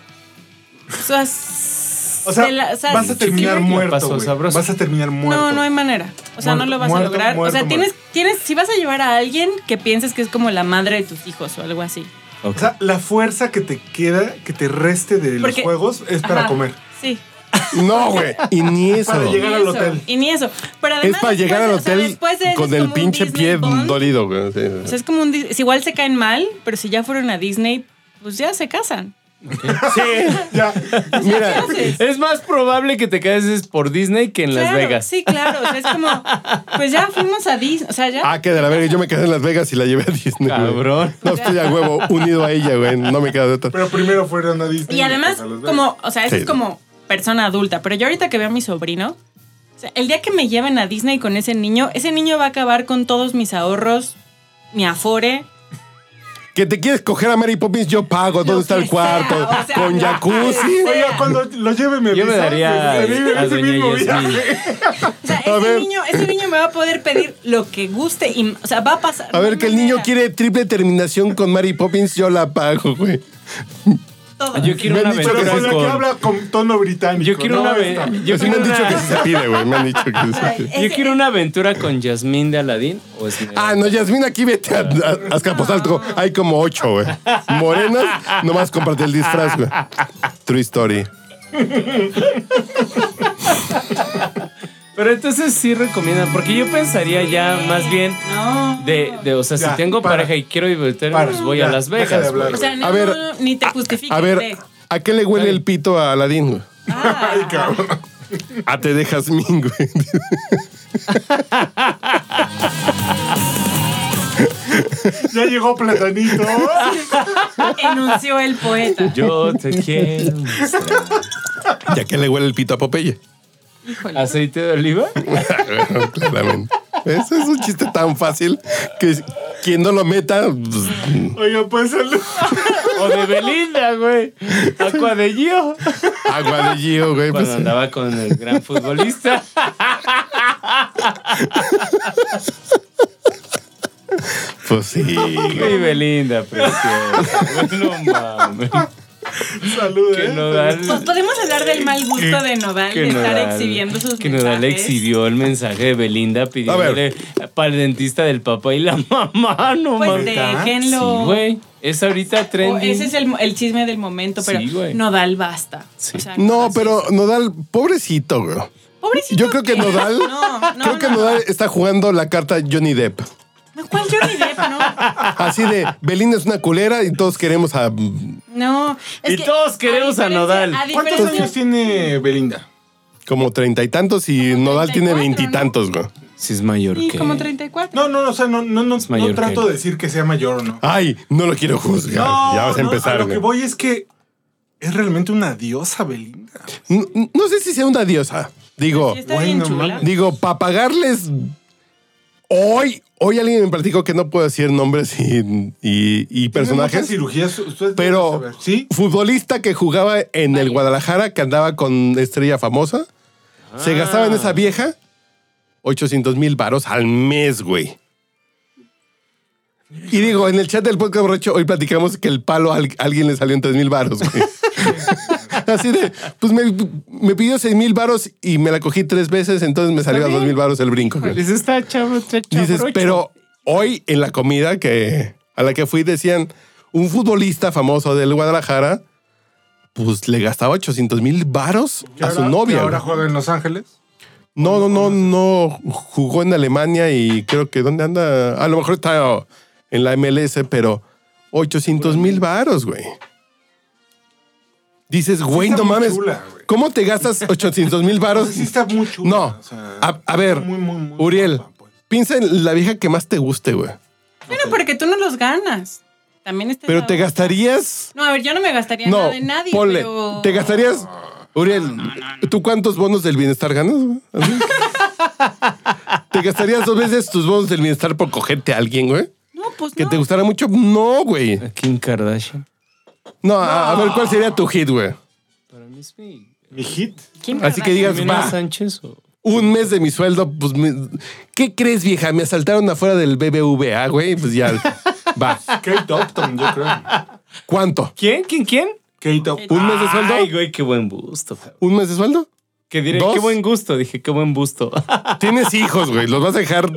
Speaker 4: O sea, s-
Speaker 1: o sea,
Speaker 4: de la- o sea,
Speaker 1: vas a
Speaker 3: Chiqui
Speaker 1: terminar
Speaker 3: Bake la pasó
Speaker 1: muerto. güey.
Speaker 3: sabroso.
Speaker 1: Vas a terminar muerto.
Speaker 4: No, no hay manera. O sea,
Speaker 1: Muerto,
Speaker 4: no lo vas
Speaker 1: muerto,
Speaker 4: a lograr.
Speaker 1: muerto,
Speaker 4: o sea, tienes,
Speaker 1: muerto.
Speaker 4: tienes, si vas a llevar a alguien que pienses que es como la madre de tus hijos o algo así.
Speaker 3: Ok.
Speaker 1: O sea, la fuerza que te queda, que te reste de
Speaker 4: Porque-
Speaker 1: los juegos, es para
Speaker 4: Ajá,
Speaker 1: comer.
Speaker 4: Sí.
Speaker 2: No, güey. Y ni eso.
Speaker 1: Para llegar
Speaker 4: Ni
Speaker 1: al
Speaker 4: eso,
Speaker 1: hotel.
Speaker 4: Y ni eso. Pero
Speaker 2: Es
Speaker 4: además,
Speaker 2: para llegar al
Speaker 4: después, o sea,
Speaker 2: hotel
Speaker 4: después de eso
Speaker 2: con
Speaker 4: es
Speaker 2: el
Speaker 4: como un
Speaker 2: pinche
Speaker 4: Disney
Speaker 2: pie
Speaker 4: Bond.
Speaker 2: dolido, güey. Sí, sí.
Speaker 4: O sea, es como un. Dis- si igual se caen mal, pero si ya fueron a Disney, pues ya se casan.
Speaker 1: *laughs* Ya.
Speaker 2: Mira,
Speaker 4: Entonces,
Speaker 3: es más probable que te cases por Disney que en Las
Speaker 4: claro,
Speaker 3: Vegas.
Speaker 4: Sí, claro. o sea, es como. Pues ya fuimos a Disney. O sea, ya.
Speaker 2: ah, que de la verga, yo me quedé en Las Vegas y la llevé a Disney. güey.
Speaker 3: Cabrón.
Speaker 2: No estoy a huevo, unido a ella, güey. No me queda de otra.
Speaker 1: Pero primero fueron a Disney.
Speaker 4: Y además,
Speaker 1: después a Las Vegas.
Speaker 4: como, o sea, eso
Speaker 2: Sí.
Speaker 4: es como persona adulta, pero yo ahorita que veo a mi sobrino, o sea, el día que me lleven a Disney con ese niño, ese niño va a acabar con todos mis ahorros, mi afore.
Speaker 2: Que te quieres coger a Mary Poppins, yo pago. ¿Dónde
Speaker 4: Lo
Speaker 2: está
Speaker 4: que
Speaker 2: el cuarto?
Speaker 4: sea, o sea,
Speaker 2: Con
Speaker 4: lo
Speaker 2: jacuzzi.
Speaker 4: que
Speaker 1: Oiga, cuando lo lleve me
Speaker 3: Yo me
Speaker 1: avisa,
Speaker 3: daría
Speaker 1: pues, se vive
Speaker 3: a
Speaker 1: ese
Speaker 3: Doña
Speaker 1: mismo
Speaker 3: Yasmín.
Speaker 1: viaje.
Speaker 4: O sea,
Speaker 2: A
Speaker 4: ese
Speaker 2: ver.
Speaker 4: niño, ese niño me va a poder pedir lo que guste y, o sea, va a pasar.
Speaker 2: A ver,
Speaker 4: no
Speaker 2: que el
Speaker 4: manera.
Speaker 2: niño quiere triple terminación con Mary Poppins, yo la pago, güey.
Speaker 4: Todo.
Speaker 3: Yo quiero
Speaker 2: Me han
Speaker 3: una
Speaker 2: dicho que
Speaker 1: Pero
Speaker 3: aventura
Speaker 1: con la que
Speaker 3: con...
Speaker 1: habla con tono británico.
Speaker 3: Yo quiero
Speaker 1: ¿no?
Speaker 3: una ve-
Speaker 1: Esta.
Speaker 3: yo
Speaker 2: Sí me
Speaker 3: quiero
Speaker 2: han dicho
Speaker 3: una-
Speaker 2: que sí se pide, güey. Me han dicho que sí. se pide.
Speaker 3: Yo quiero una aventura con Yasmín de Aladín o Esmeralda.
Speaker 2: Ah, no, Yasmín, aquí vete a, a, a Azcapotzalco. Hay como ocho, güey. Morenas, nomás cómprate el disfraz, güey. True story.
Speaker 3: Pero entonces sí recomiendan, porque yo pensaría ya más bien
Speaker 4: No.
Speaker 3: de, de o sea,
Speaker 1: Ya,
Speaker 3: si tengo
Speaker 1: para.
Speaker 3: pareja y quiero divertirme,
Speaker 1: Para,
Speaker 3: pues voy
Speaker 1: ya,
Speaker 3: a Las
Speaker 1: deja de
Speaker 3: Vegas.
Speaker 1: hablar.
Speaker 3: güey.
Speaker 4: O sea, no,
Speaker 2: A ver,
Speaker 4: no, ni te justifiques.
Speaker 2: A
Speaker 4: ve.
Speaker 2: ver, ¿a qué le huele el pito a Aladín, güey?
Speaker 4: Ah,
Speaker 2: A te dejas min, güey.
Speaker 1: Ya llegó
Speaker 4: *laughs*
Speaker 1: Platanito.
Speaker 4: enunció el poeta.
Speaker 3: Yo
Speaker 2: *laughs*
Speaker 3: te quiero. mostrar.
Speaker 2: Ya que le huele el pito a Popeye.
Speaker 4: Híjole.
Speaker 3: ¿Aceite de oliva?
Speaker 2: *laughs* Claramente. Ese es un chiste tan fácil que quien no lo meta. pues,
Speaker 1: Oiga, pues salud.
Speaker 3: ¿O de Belinda, güey? ¿Aqua de Gio?
Speaker 2: Agua de Gio, güey. pues,
Speaker 3: Cuando andaba con el gran futbolista.
Speaker 2: pues sí.
Speaker 3: Y Belinda, preciosa. No mames.
Speaker 1: Salud.
Speaker 3: Que
Speaker 1: ¿eh?
Speaker 4: Pues
Speaker 3: Nodal,
Speaker 4: podemos hablar del mal gusto de Nodal
Speaker 3: que
Speaker 4: de estar
Speaker 3: Nodal-
Speaker 4: exhibiendo sus
Speaker 3: que Nodal
Speaker 4: mensajes.
Speaker 3: exhibió el mensaje de Belinda pidiéndole
Speaker 2: ver.
Speaker 3: para el dentista del papá y la mamá. No
Speaker 4: Pues
Speaker 3: mames.
Speaker 4: déjenlo.
Speaker 3: Sí, güey. Es ahorita
Speaker 4: O
Speaker 3: trending.
Speaker 4: ese es el, el chisme del momento, pero
Speaker 3: Sí, güey.
Speaker 4: Nodal basta. O sea,
Speaker 2: No,
Speaker 4: así
Speaker 2: pero
Speaker 4: es.
Speaker 2: Nodal, pobrecito, güey.
Speaker 4: Pobrecito.
Speaker 2: Yo creo que Nodal.
Speaker 4: No, no,
Speaker 2: creo que
Speaker 4: no.
Speaker 2: Nodal está jugando la carta Johnny Depp.
Speaker 4: No, ¿Cuál Johnny Depp? No.
Speaker 2: Así de Belinda es una culera y todos queremos a. mm,
Speaker 4: No. es
Speaker 3: Y
Speaker 4: que-
Speaker 3: todos queremos a
Speaker 4: diferencia-
Speaker 3: Nodal.
Speaker 4: a
Speaker 1: ¿Cuántos
Speaker 4: diferencia-
Speaker 1: años tiene Belinda?
Speaker 2: Como treinta y tantos y Nodal tiene
Speaker 4: 34,
Speaker 2: veintitantos, güey.
Speaker 3: Si es mayor
Speaker 4: Sí,
Speaker 3: que.
Speaker 4: como 34.
Speaker 1: No, no, no, o sea, no, no, no,
Speaker 3: Es mayor
Speaker 1: no trato
Speaker 3: que-
Speaker 1: de decir que sea mayor o no.
Speaker 2: Ay, no lo quiero
Speaker 1: No,
Speaker 2: juzgar. Ah, ya vas a
Speaker 1: no,
Speaker 2: empezar.
Speaker 1: lo que
Speaker 2: güey.
Speaker 1: voy es que es realmente una diosa Belinda.
Speaker 2: No, no sé si sea una diosa. Digo,
Speaker 4: Sí, está bien
Speaker 1: Bueno,
Speaker 4: chula.
Speaker 1: mames.
Speaker 2: digo, para pagarles hoy, hoy alguien me platicó que no puedo decir nombres y, y-
Speaker 1: Tiene
Speaker 2: y
Speaker 1: muchas
Speaker 2: personajes.
Speaker 1: cirugías, ustedes deben
Speaker 2: Pero
Speaker 1: saber. sí,
Speaker 2: futbolista que jugaba en el Guadalajara, que andaba con estrella famosa, se gastaba en esa vieja 800 mil varos al mes, güey. Y digo, en el chat del podcast borracho, hoy platicamos que el palo a al- alguien le salió en 3 mil varos, güey. Así de, pues me, me pidió 6 mil varos y me la cogí tres veces, entonces me salió a 2 mil varos el brinco. güey.
Speaker 3: Les está chavo, está chavo.
Speaker 2: Dices, pero hoy en la comida que a la que fui decían un futbolista famoso del Guadalajara, pues le gastaba 800 mil varos
Speaker 1: Que
Speaker 2: a su
Speaker 1: ahora- que
Speaker 2: novia.
Speaker 1: ahora
Speaker 2: güey.
Speaker 1: juega en Los Ángeles.
Speaker 2: No, no, no, no jugó en Alemania y creo que dónde anda. A lo mejor está en la MLS, pero 800 mil varos, güey. Dices, güey,
Speaker 1: está
Speaker 2: no
Speaker 1: muy
Speaker 2: mames.
Speaker 1: chula, güey.
Speaker 2: ¿Cómo
Speaker 1: *laughs*
Speaker 2: te gastas 800 mil varos?
Speaker 1: Sí está muy chula,
Speaker 2: No.
Speaker 1: o sea,
Speaker 2: a, a ver,
Speaker 1: muy, muy, muy
Speaker 2: Uriel,
Speaker 1: guapa, pues.
Speaker 2: piensa en la vieja que más te guste, güey.
Speaker 4: Bueno, porque tú no los ganas. También está
Speaker 2: Pero
Speaker 4: esa
Speaker 2: te
Speaker 4: otra.
Speaker 2: gastarías.
Speaker 4: No, a ver, yo no me gastaría
Speaker 2: No,
Speaker 4: nada de nadie.
Speaker 2: ponle.
Speaker 4: pero-
Speaker 2: Te gastarías. Uriel, ¿tú cuántos bonos del bienestar ganas? güey? Así. ¿Te gastarías dos veces tus bonos del bienestar por cogerte a alguien, güey?
Speaker 4: No, pues
Speaker 2: ¿Que
Speaker 4: no.
Speaker 2: te gustara mucho? No, güey.
Speaker 3: Kim Kardashian.
Speaker 2: No, a, a ver, ¿cuál sería tu hit, güey?
Speaker 3: Para mí es mi.
Speaker 1: Mi hit.
Speaker 4: ¿Quién
Speaker 2: Así que
Speaker 4: Kardashian?
Speaker 2: digas,
Speaker 3: Jimena
Speaker 2: va,
Speaker 3: Sánchez o.
Speaker 2: un mes de mi sueldo, pues, me- ¿qué crees, vieja? Me asaltaron afuera del BBVA, güey. Pues ya, va.
Speaker 1: Kate Upton, yo creo.
Speaker 2: ¿Cuánto?
Speaker 3: ¿Quién? ¿Quién? ¿Quién?
Speaker 1: Kate Upton.
Speaker 2: ¿Un mes de sueldo?
Speaker 3: Ay, güey, qué buen gusto. cabrón.
Speaker 2: ¿Un mes de sueldo?
Speaker 3: Que diré,
Speaker 2: ¿Dos?
Speaker 3: qué buen gusto. Dije, qué buen gusto.
Speaker 2: Tienes hijos, güey. Los vas a dejar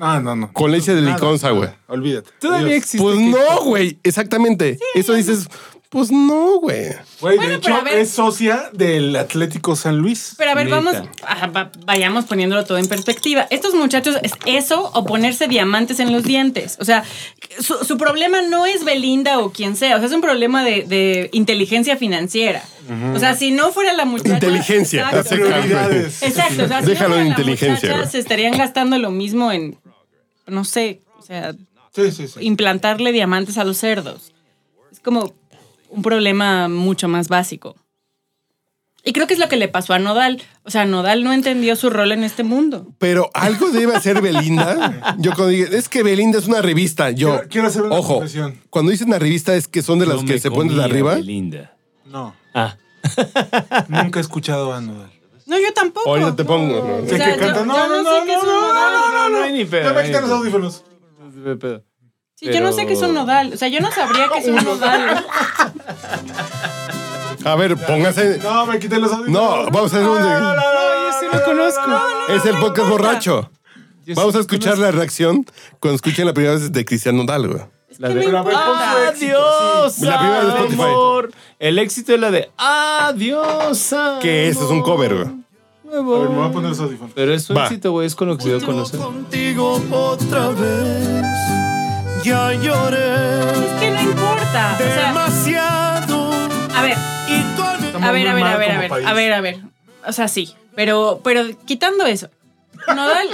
Speaker 1: Ah, no, no.
Speaker 2: con leche de
Speaker 1: Nada,
Speaker 2: liconza, güey.
Speaker 1: Olvídate.
Speaker 3: Todavía
Speaker 1: Adiós.
Speaker 3: existe.
Speaker 2: Pues
Speaker 3: Kim-
Speaker 2: no, güey. Exactamente. Eso dices, pues no, güey.
Speaker 1: Güey,
Speaker 4: Bueno,
Speaker 1: de
Speaker 4: pero a
Speaker 1: hecho,
Speaker 4: ver.
Speaker 1: es socia del Atlético San Luis.
Speaker 4: Pero a ver,
Speaker 3: Neta.
Speaker 4: vamos, ajá, va- vayamos poniéndolo todo en perspectiva. Estos muchachos, es eso o ponerse diamantes en los dientes. O sea, su, su problema no es Belinda o quien sea, o sea, es un problema de, de inteligencia financiera. O sea, si no fuera la muchacha.
Speaker 2: Inteligencia.
Speaker 4: Exacto,
Speaker 2: Acepta.
Speaker 1: Prioridades.
Speaker 4: Exacto, o sea, si
Speaker 2: Déjalo
Speaker 4: no
Speaker 2: en
Speaker 4: fuera la
Speaker 2: inteligencia,
Speaker 4: muchacha,
Speaker 2: güey.
Speaker 4: se estarían gastando lo mismo en, no sé, o sea,
Speaker 1: Sí, sí, Pues sí.
Speaker 4: implantarle diamantes a los cerdos. Es como un problema mucho más básico. Y creo que es lo que le pasó a Nodal. O sea, Nodal no entendió su rol en este mundo.
Speaker 2: Pero algo debe hacer Belinda. Yo cuando dije, es que Belinda es una revista. Yo,
Speaker 1: Quiero- quiero hacer una
Speaker 2: ojo,
Speaker 1: confesión.
Speaker 2: cuando dicen una revista es que son de las
Speaker 3: No
Speaker 2: que
Speaker 3: me
Speaker 2: se ponen de
Speaker 3: comía,
Speaker 2: arriba.
Speaker 3: Belinda.
Speaker 1: No,
Speaker 3: Ah.
Speaker 1: *laughs* nunca he escuchado a Nodal.
Speaker 4: No, yo tampoco.
Speaker 2: Ahorita te pongo.
Speaker 4: O
Speaker 1: Sé
Speaker 4: sea,
Speaker 1: que canta.
Speaker 4: yo-
Speaker 1: No,
Speaker 4: yo
Speaker 1: no, no,
Speaker 4: sé
Speaker 1: no,
Speaker 4: qué es
Speaker 1: no,
Speaker 4: un
Speaker 1: no,
Speaker 4: nodal.
Speaker 1: no,
Speaker 3: No
Speaker 1: no.
Speaker 3: hay ni pedo,
Speaker 1: Ya
Speaker 3: no
Speaker 1: me
Speaker 3: hay
Speaker 1: quitan los
Speaker 3: ni-
Speaker 1: audífonos.
Speaker 4: Sí, yo no sé qué es un Nodal. O sea, yo no sabría qué es
Speaker 1: *laughs*
Speaker 4: un Nodal.
Speaker 2: A ver, póngase.
Speaker 1: No, me quité los audífonos.
Speaker 2: No, vamos a hacer un-
Speaker 1: No, no, no,
Speaker 3: No, yo sí lo conozco.
Speaker 2: Es el podcast borracho. Vamos a escuchar la reacción cuando escuchen la primera vez de Cristiano Nodal, güey.
Speaker 3: La
Speaker 4: ¿Qué
Speaker 3: de-
Speaker 4: me
Speaker 1: Pero a ver, pon su
Speaker 4: importa?
Speaker 1: éxito,
Speaker 3: Adiós,
Speaker 2: La primera de Spotify.
Speaker 3: amor. El éxito es la de Adiós, amor.
Speaker 2: Que eso es un cover, güey.
Speaker 3: Me
Speaker 1: A
Speaker 3: voy.
Speaker 1: ver, me voy a poner los audífonos.
Speaker 3: Pero es un
Speaker 2: Va.
Speaker 3: éxito, güey. Es con lo que se dio a conocer.
Speaker 7: contigo otra vez. Ya lloré
Speaker 4: Es que no importa. O sea,
Speaker 7: demasiado
Speaker 4: a ver,
Speaker 7: y tú al
Speaker 1: Estamos
Speaker 4: a ver,
Speaker 1: muy
Speaker 4: a ver,
Speaker 1: mal
Speaker 4: a ver,
Speaker 1: como
Speaker 4: a ver,
Speaker 1: país.
Speaker 4: a ver, a ver. O sea, sí. Pero, pero quitando eso,
Speaker 2: *laughs*
Speaker 4: Nodal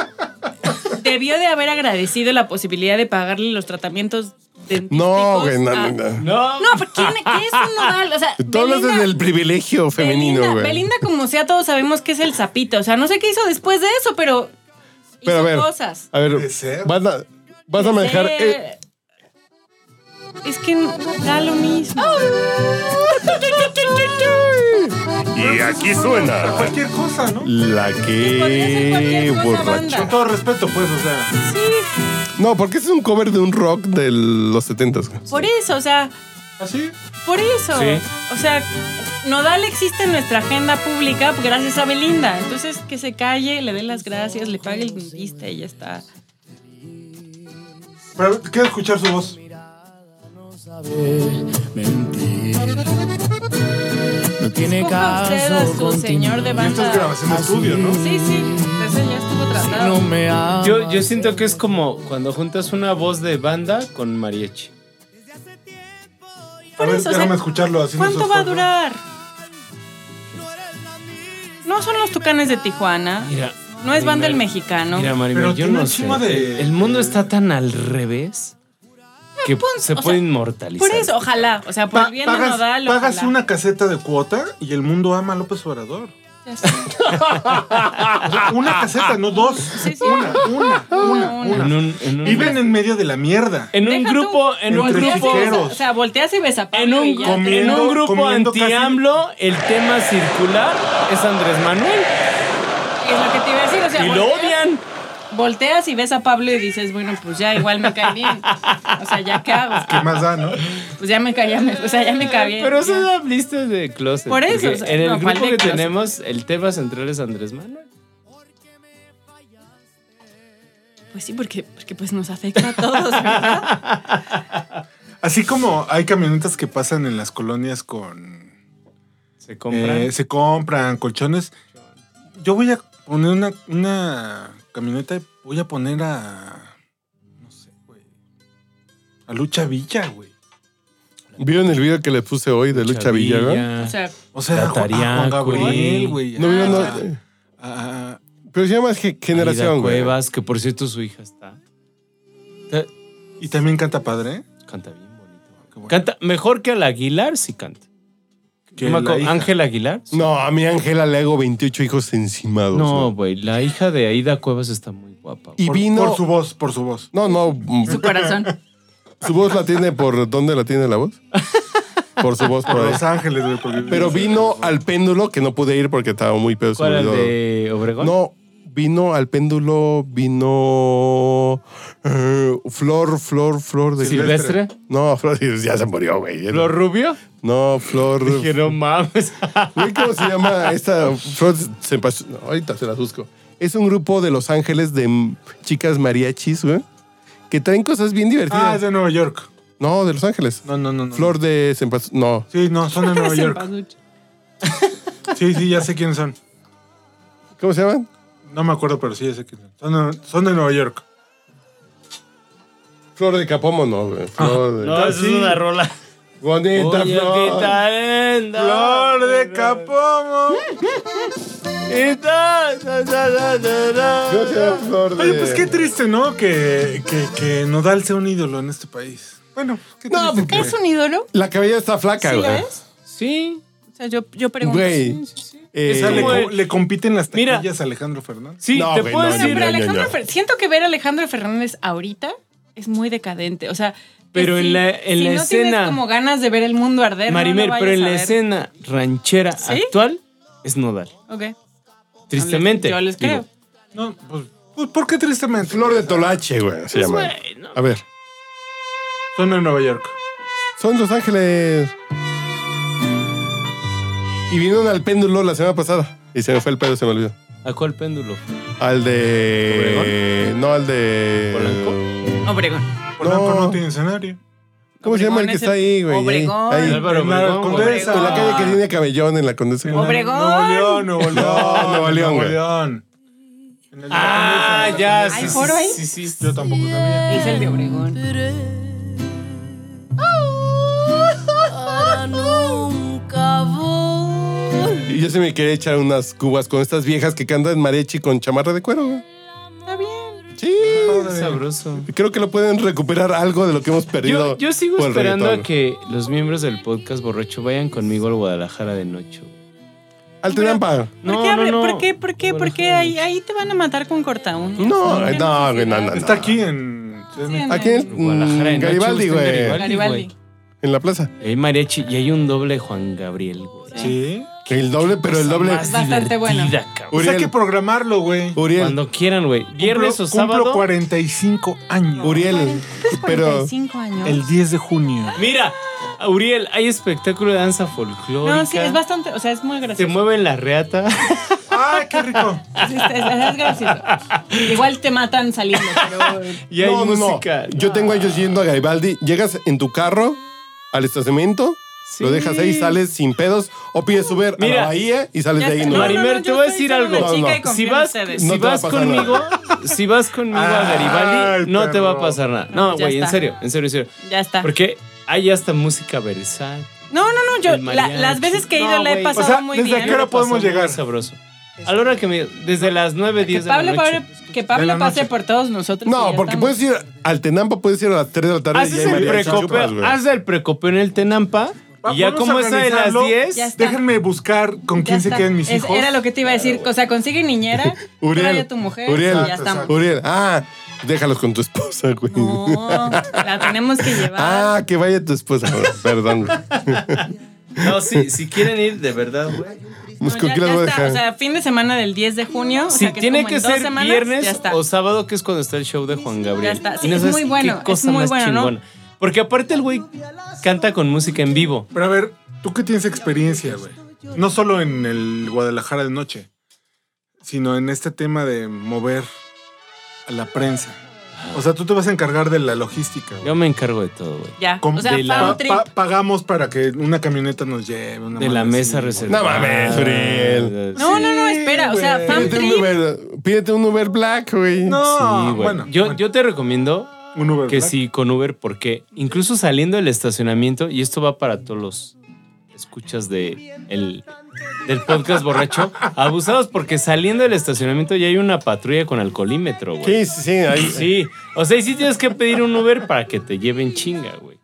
Speaker 4: debió de haber agradecido la posibilidad de pagarle los tratamientos dentísticos.
Speaker 2: No, güey. No,
Speaker 4: a-
Speaker 2: no, no.
Speaker 3: No.
Speaker 4: No, pero ¿quién, ¿qué es un nodal? O sea,
Speaker 2: *laughs* Tú hablas
Speaker 4: Belinda-
Speaker 2: desde el privilegio femenino,
Speaker 4: Belinda-
Speaker 2: güey.
Speaker 4: Belinda, como sea, todos sabemos que es el sapito. O sea, no sé qué hizo después de eso, pero hizo
Speaker 2: Pero a ver,
Speaker 4: cosas.
Speaker 2: a ver,
Speaker 1: De ser.
Speaker 2: vas a, vas a manejar. eh,
Speaker 4: Eh, Es que no- da lo mismo.
Speaker 2: Y aquí suena
Speaker 1: Cualquier cosa, ¿no?
Speaker 2: la
Speaker 4: Podría ser
Speaker 2: que
Speaker 4: cualquier cosa,
Speaker 2: borracho.
Speaker 4: banda.
Speaker 1: Con todo respeto, pues, o sea.
Speaker 4: Sí,
Speaker 2: No, porque es un cover de un rock de los 70
Speaker 4: por eso, o sea,
Speaker 1: Así.
Speaker 4: por eso.
Speaker 3: Sí.
Speaker 4: O sea, Nodal existe en nuestra agenda pública gracias a Belinda. Entonces, que se calle, le dé las gracias, le pague el dentista y ya está.
Speaker 1: Pero quiero escuchar su voz.
Speaker 7: mentir. Me
Speaker 8: no tiene
Speaker 4: Escoja usted a
Speaker 8: caso
Speaker 4: su señor de
Speaker 1: Y esto
Speaker 8: continuar.
Speaker 1: es
Speaker 4: banda.
Speaker 1: grabación de estudio, ¿no?
Speaker 4: Ah, Sí, sí, ese ya estuvo
Speaker 8: Si
Speaker 4: tratado.
Speaker 8: no me amas,
Speaker 3: Yo, yo siento que es como cuando juntas una voz de banda con mariachi.
Speaker 1: A
Speaker 4: Por
Speaker 1: ver,
Speaker 4: eso, o
Speaker 1: déjame
Speaker 4: sea,
Speaker 1: escucharlo así. no se
Speaker 4: ¿Cuánto va a
Speaker 1: esfuerza.
Speaker 4: durar? No son los tucanes de Tijuana.
Speaker 3: Mira,
Speaker 4: No es banda el
Speaker 3: Marimer,
Speaker 4: mexicano.
Speaker 3: Mira, Marimer,
Speaker 1: Pero
Speaker 3: yo
Speaker 1: tiene
Speaker 3: no
Speaker 1: un
Speaker 3: sé.
Speaker 1: chingo de-
Speaker 3: El mundo está tan al revés que se
Speaker 4: o
Speaker 3: puede
Speaker 4: sea,
Speaker 3: inmortalizar.
Speaker 4: Por eso, ojalá. O sea, por
Speaker 1: Pa-
Speaker 4: el bien de
Speaker 1: pagas
Speaker 4: Nodal,
Speaker 1: pagas
Speaker 4: ojalá.
Speaker 1: una caseta de cuota y el mundo ama a López Obrador.
Speaker 4: Ya sé.
Speaker 1: Una caseta, no dos.
Speaker 4: Sí, sí.
Speaker 1: Una, una, una, una.
Speaker 3: En un, en un-
Speaker 1: Viven en medio de la mierda.
Speaker 3: en un
Speaker 4: Deja
Speaker 3: grupo,
Speaker 4: tú,
Speaker 3: en un
Speaker 1: entre
Speaker 4: volteas y
Speaker 3: grupo,
Speaker 4: ves a-
Speaker 1: chiqueros.
Speaker 4: O sea, volteas y ves a
Speaker 3: en
Speaker 4: Pablo
Speaker 3: un,
Speaker 4: y ya.
Speaker 1: comi-
Speaker 3: en un
Speaker 1: Comiendo-
Speaker 3: grupo
Speaker 1: comiendo casi-
Speaker 3: anti-AMLO, el tema circular es Andrés Manuel.
Speaker 4: Es lo que te iba a decir. O sea,
Speaker 3: Y lo
Speaker 4: volteas-
Speaker 3: odian.
Speaker 4: Volteas y ves a Pablo y dices, bueno, pues ya igual me cae bien. O sea, ya qué hago.
Speaker 1: *laughs* ¿Qué más da, no?
Speaker 4: Pues ya me cae, ya me- o sea, ya me cae bien.
Speaker 3: Pero eso
Speaker 4: ya.
Speaker 3: es listas de closet.
Speaker 4: Por eso,
Speaker 3: porque
Speaker 4: o sea,
Speaker 3: en el
Speaker 4: no, ¿cuál
Speaker 3: grupo
Speaker 4: de
Speaker 3: que
Speaker 4: closet?
Speaker 3: tenemos, el tema central es Andrés Manuel.
Speaker 4: Pues sí, porque, porque pues nos afecta a todos, ¿verdad?
Speaker 1: Así como hay camionetas que pasan en las colonias con.
Speaker 3: Se compran.
Speaker 1: eh, se compran colchones. Yo voy a poner una, una camioneta y voy a poner a. No sé, güey. A Lucha Villa, güey.
Speaker 2: ¿Vieron el video que le puse hoy de Lucha Villa? güey?
Speaker 4: O sea,
Speaker 1: O sea, a Juan, a Juan
Speaker 3: Tatariaco,
Speaker 1: Gabriel, güey.
Speaker 3: güey.
Speaker 1: Ah,
Speaker 2: No
Speaker 1: a-
Speaker 2: vieron.
Speaker 1: a-
Speaker 2: no-
Speaker 1: a- a-
Speaker 2: pero se llama Ge- Generación,
Speaker 3: Aida
Speaker 2: güey.
Speaker 3: Cuevas, que por cierto su hija está. Ta-
Speaker 1: y también canta padre. ¿eh?
Speaker 3: Canta bien bonito.
Speaker 1: bueno.
Speaker 3: Canta mejor que al Aguilar, sí canta.
Speaker 1: Que
Speaker 3: Yo me
Speaker 1: la
Speaker 3: acuerdo-
Speaker 1: hija.
Speaker 3: Ángel Aguilar. sí.
Speaker 2: No, a mi Ángela le hago 28 hijos encimados.
Speaker 3: No,
Speaker 2: güey.
Speaker 3: güey, la hija de Aida Cuevas está muy guapa. güey.
Speaker 2: Y
Speaker 1: Por,
Speaker 2: vino.
Speaker 1: por su voz, por su voz.
Speaker 2: No, no. mm,
Speaker 4: su corazón. *laughs*
Speaker 2: ¿Su voz la tiene por dónde la tiene la voz? Por su voz, por
Speaker 1: Por
Speaker 2: ahí.
Speaker 1: Los Ángeles, güey. porque-
Speaker 2: Pero vino al péndulo que no pude ir porque estaba muy pedo. se
Speaker 3: ¿Cuál
Speaker 2: me
Speaker 3: el
Speaker 2: olvidó.
Speaker 3: de Obregón?
Speaker 2: No, vino al péndulo, vino. eh, flor, flor, flor de.
Speaker 3: Silvestre.
Speaker 2: No, Flor ya se murió, güey.
Speaker 3: ¿Flor Rubio?
Speaker 2: No,
Speaker 3: *laughs*
Speaker 2: Flor.
Speaker 3: Que
Speaker 2: *laughs*
Speaker 3: no mames.
Speaker 2: Güey, ¿Cómo se llama esta? Flor se pasó- no, ahorita se las busco. Es un grupo de Los Ángeles de m- chicas mariachis, güey. Que traen cosas bien
Speaker 1: Ah,
Speaker 2: divertidas.
Speaker 1: es de Nueva York.
Speaker 2: No, de Los Ángeles.
Speaker 1: No, no, no. no.
Speaker 2: Flor de Sempas. No.
Speaker 1: Sí, no, son
Speaker 4: *laughs*
Speaker 1: de Nueva York. Sí, sí, ya sé quiénes son.
Speaker 2: ¿Cómo se llaman?
Speaker 1: No me acuerdo, pero sí, ya sé quiénes son. Son, son de Nueva York.
Speaker 2: Flor de Capomo, no, güey. Flor de.
Speaker 3: No, esa es una
Speaker 4: *laughs*
Speaker 3: rola.
Speaker 2: Bonita
Speaker 3: Oye,
Speaker 2: flor.
Speaker 3: qué talento.
Speaker 1: Flor de Capomo.
Speaker 3: Y ta- ta- ta- ta- ta-
Speaker 2: ¿Cómo se llama Flor de.
Speaker 1: Oye, pues qué triste, ¿no? Que, que, que Nodal sea un ídolo en este país. Bueno, qué triste.
Speaker 2: No,
Speaker 1: que-
Speaker 4: pues, ¿Es un ídolo?
Speaker 2: La cabella está flaca,
Speaker 4: ¿Sí lo
Speaker 2: güey.
Speaker 1: ¿eh?
Speaker 4: es?
Speaker 3: Sí.
Speaker 4: O sea, yo, yo pregunto.
Speaker 2: Güey. eh,
Speaker 1: O sea, le,
Speaker 3: como
Speaker 1: co- le compiten las
Speaker 3: Mira.
Speaker 1: taquillas a Alejandro Fernández.
Speaker 3: Sí,
Speaker 2: No,
Speaker 3: te
Speaker 2: güey, no,
Speaker 3: puedo
Speaker 4: O sea,
Speaker 3: decir. eh,
Speaker 4: pero
Speaker 2: Ya, ya, ya.
Speaker 4: Alejandro Fer- siento que ver a Alejandro Fernández ahorita es muy decadente. O sea, que
Speaker 3: Pero en
Speaker 4: si-
Speaker 3: la- en
Speaker 4: si
Speaker 3: la
Speaker 4: no
Speaker 3: escena-
Speaker 4: tienes como ganas de ver el mundo arder. no
Speaker 3: Marimer,
Speaker 4: lo
Speaker 3: pero en la
Speaker 4: vayas a ver.
Speaker 3: escena ranchera
Speaker 4: ¿Sí?
Speaker 3: actual es nodal.
Speaker 4: Ok.
Speaker 3: Tristemente.
Speaker 4: Yo les creo.
Speaker 3: digo.
Speaker 1: No, pues, pues, ¿por qué tristemente?
Speaker 2: Flor de Tolache, güey. Se llama. A ver.
Speaker 1: Son de Nueva York.
Speaker 2: Son Los Ángeles. Y vinieron al péndulo la semana pasada. Y se me fue el pedo, se me olvidó.
Speaker 3: ¿A cuál péndulo?
Speaker 2: Al de. No, al de.
Speaker 3: ¿Polanco?
Speaker 4: Obregón.
Speaker 1: Polanco
Speaker 2: No.
Speaker 1: no, tiene escenario.
Speaker 2: ¿Cómo se llama el que
Speaker 4: Obregón es
Speaker 2: está ahí, güey?
Speaker 4: Obregón.
Speaker 2: Ahí. ahí.
Speaker 3: Álvaro
Speaker 1: en la
Speaker 4: pues,
Speaker 3: Obregón, güey.
Speaker 1: Condesa.
Speaker 2: En la calle que tiene cabellón, en la condesa.
Speaker 1: En
Speaker 4: Obregón.
Speaker 1: Nuevo León, Nuevo León.
Speaker 2: No, Nuevo León, güey.
Speaker 1: León. En el de la
Speaker 3: Ah,
Speaker 1: Condesa.
Speaker 3: ya.
Speaker 4: ¿Hay
Speaker 3: Sí, sí,
Speaker 4: foro ahí?
Speaker 3: sí, sí, sí.
Speaker 1: Yo tampoco sabía.
Speaker 4: Es el de Obregón.
Speaker 9: Para nunca volar.
Speaker 2: Y yo se me quería echar unas cubas con estas viejas que cantan mariachi con chamarra de cuero, güey.
Speaker 4: Está bien.
Speaker 2: Sí.
Speaker 3: Qué Sabroso.
Speaker 2: Creo que lo pueden recuperar algo de lo que hemos perdido.
Speaker 3: Yo, yo sigo
Speaker 2: por el
Speaker 3: esperando a
Speaker 2: reggaetón.
Speaker 3: que los miembros del podcast borracho vayan conmigo al Guadalajara de noche. güey.
Speaker 2: Al Tenampa.
Speaker 4: ¿Por
Speaker 3: No,
Speaker 4: qué,
Speaker 3: no,
Speaker 4: hable-
Speaker 3: no. pues.
Speaker 4: ¿Por qué? ¿Por qué? ¿Por qué?
Speaker 3: Guadalajara.
Speaker 4: Ahí, ahí te van a matar con corta
Speaker 2: No, no, no, güey, no, no, no.
Speaker 1: Está aquí en. Ciudad de
Speaker 4: Sí,
Speaker 1: México.
Speaker 2: Aquí en el-
Speaker 3: Guadalajara de
Speaker 2: mm,
Speaker 3: noche,
Speaker 2: Garibaldi,
Speaker 3: justo en
Speaker 2: güey.
Speaker 4: Garibaldi.
Speaker 3: güey.
Speaker 2: En la plaza.
Speaker 3: Y Hay mariachi y hay un doble Juan Gabriel, güey.
Speaker 1: Sí.
Speaker 2: El doble, pero el doble.
Speaker 3: Pues Más
Speaker 4: Bastante bueno.
Speaker 3: divertida, cabrón.
Speaker 1: Pues hay
Speaker 2: Uriel.
Speaker 1: que programarlo, güey.
Speaker 2: Uriel,
Speaker 3: Cuando quieran, güey. Viernes
Speaker 1: Cumplo-
Speaker 3: o sábado.
Speaker 1: Cumplo 45 años.
Speaker 2: Uriel, pero
Speaker 4: 45 años.
Speaker 1: El 10 de junio.
Speaker 3: Mira, Uriel, hay espectáculo de danza folclórica.
Speaker 4: no, sí, es bastante, o sea, es muy
Speaker 3: Se
Speaker 4: gracioso.
Speaker 3: mueve en la reata.
Speaker 1: ¡Ay, qué rico!
Speaker 4: Es, es- es gracioso. Igual te matan saliendo, pero
Speaker 3: *laughs* Y hay
Speaker 2: no, no, no.
Speaker 3: música. Ah.
Speaker 2: Yo tengo a ellos yendo a Garibaldi. Llegas en tu carro al estacionamiento, Lo dejas ahí y sales sin pedos o pides Uber a
Speaker 3: Mira.
Speaker 2: la Bahía y sales
Speaker 4: Ya
Speaker 2: de ahí.
Speaker 4: está.
Speaker 2: No,
Speaker 4: No, no,
Speaker 3: Marimer,
Speaker 4: yo
Speaker 3: te voy a
Speaker 4: estoy
Speaker 3: decir
Speaker 4: solo
Speaker 3: algo.
Speaker 4: una
Speaker 2: No,
Speaker 4: chica y
Speaker 2: no.
Speaker 4: confío
Speaker 3: Si
Speaker 4: en
Speaker 3: vas,
Speaker 4: ustedes.
Speaker 2: No
Speaker 3: si
Speaker 2: te va a
Speaker 3: vas
Speaker 2: pasar Ah,
Speaker 3: conmigo, si vas conmigo a Garibaldi, no te va a
Speaker 1: perro.
Speaker 3: pasar nada. No,
Speaker 4: Ya
Speaker 3: güey, en
Speaker 4: está.
Speaker 3: serio, en serio, en serio.
Speaker 4: Ya está.
Speaker 3: Porque hay hasta música versátil.
Speaker 4: No, no, no, yo
Speaker 3: El
Speaker 4: la-
Speaker 3: mariachi.
Speaker 4: las veces que he ido
Speaker 3: No,
Speaker 4: la he
Speaker 3: güey.
Speaker 4: pasado
Speaker 1: O sea,
Speaker 4: muy
Speaker 1: ¿desde
Speaker 4: bien.
Speaker 1: qué hora
Speaker 3: La pasamos
Speaker 1: podemos llegar?
Speaker 3: Sabroso. A la hora que me. Desde las 9,
Speaker 4: que
Speaker 3: 10 de
Speaker 4: Pablo,
Speaker 3: la noche.
Speaker 4: Pablo- que Pablo
Speaker 1: De la
Speaker 4: pase
Speaker 1: noche.
Speaker 4: por todos nosotros. y
Speaker 2: no
Speaker 4: ya
Speaker 2: porque
Speaker 4: estamos.
Speaker 2: puedes ir al Tenampa, puedes ir a las 3 de la tarde y
Speaker 3: Haces
Speaker 2: hay
Speaker 3: el
Speaker 2: mariachi y chupas,
Speaker 3: precopeo.
Speaker 2: güey.
Speaker 3: Haz el precopeo en el Tenampa.
Speaker 1: Va-
Speaker 3: Y ya
Speaker 1: vamos a
Speaker 3: como es de las
Speaker 1: organizarlo.
Speaker 3: 10.
Speaker 4: Ya está.
Speaker 1: Déjenme buscar con
Speaker 4: Ya
Speaker 1: quién se
Speaker 4: está.
Speaker 1: quedan mis
Speaker 4: Es-
Speaker 1: hijos.
Speaker 4: Era lo que te iba a decir. O sea, consigue niñera, trae a tu mujer
Speaker 2: *laughs* Uriel,
Speaker 4: y ya estamos.
Speaker 2: Uriel, ah, déjalos con tu esposa, güey. *laughs*
Speaker 4: No, la tenemos que llevar.
Speaker 2: Ah, que vaya tu esposa. Perdón. güey.
Speaker 3: No, sí, si quieren ir, de verdad, güey.
Speaker 4: No,
Speaker 2: Pues, ¿Con
Speaker 4: ya-
Speaker 2: quién las
Speaker 4: ya
Speaker 2: voy a
Speaker 4: está,
Speaker 2: dejar?
Speaker 4: O sea, fin de semana del 10 de junio. o
Speaker 3: Si
Speaker 4: sea, es
Speaker 3: tiene
Speaker 4: como
Speaker 3: que
Speaker 4: en dos
Speaker 3: ser
Speaker 4: semanas, ya
Speaker 3: viernes
Speaker 4: está.
Speaker 3: o sábado, que es cuando está el show de Juan Gabriel.
Speaker 4: está. Sí,
Speaker 3: Y no
Speaker 4: es
Speaker 3: sabes
Speaker 4: muy bueno,
Speaker 3: qué cosa
Speaker 4: es muy
Speaker 3: más
Speaker 4: bueno, ¿no?
Speaker 3: chingona. Porque aparte el güey canta con música en vivo.
Speaker 1: Pero a ver, tú que tienes experiencia, güey. No solo en el Guadalajara de noche, sino en este tema de mover a la prensa. O sea, tú te vas a encargar de la logística, güey.
Speaker 3: Yo me encargo de todo, güey.
Speaker 4: Ya.
Speaker 1: Com-
Speaker 4: o sea,
Speaker 3: de la-
Speaker 4: para
Speaker 1: Pa-
Speaker 4: un trip.
Speaker 1: pa- pagamos para que una camioneta nos lleve. una
Speaker 3: De la
Speaker 1: madre
Speaker 3: mesa
Speaker 1: así.
Speaker 3: reservada.
Speaker 2: No mames, Uriel.
Speaker 4: No, no, no, espera. O sea,
Speaker 1: güey.
Speaker 4: fan
Speaker 2: Pídete un
Speaker 4: trip.
Speaker 2: Uber, pídete un Uber Black, güey.
Speaker 1: No,
Speaker 3: Sí, güey.
Speaker 1: bueno.
Speaker 3: yo,
Speaker 1: bueno.
Speaker 3: yo te recomiendo
Speaker 1: Un Uber,
Speaker 3: que
Speaker 1: ¿verdad?
Speaker 3: sí con Uber, porque incluso saliendo del estacionamiento, y esto va para todos los escuchas de el, del podcast borracho, abusados porque saliendo del estacionamiento ya hay una patrulla con alcoholímetro, güey.
Speaker 2: Sí, sí, sí, ahí, sí,
Speaker 3: Sí, o sea, y sí tienes que pedir un Uber para que te lleven chinga, güey.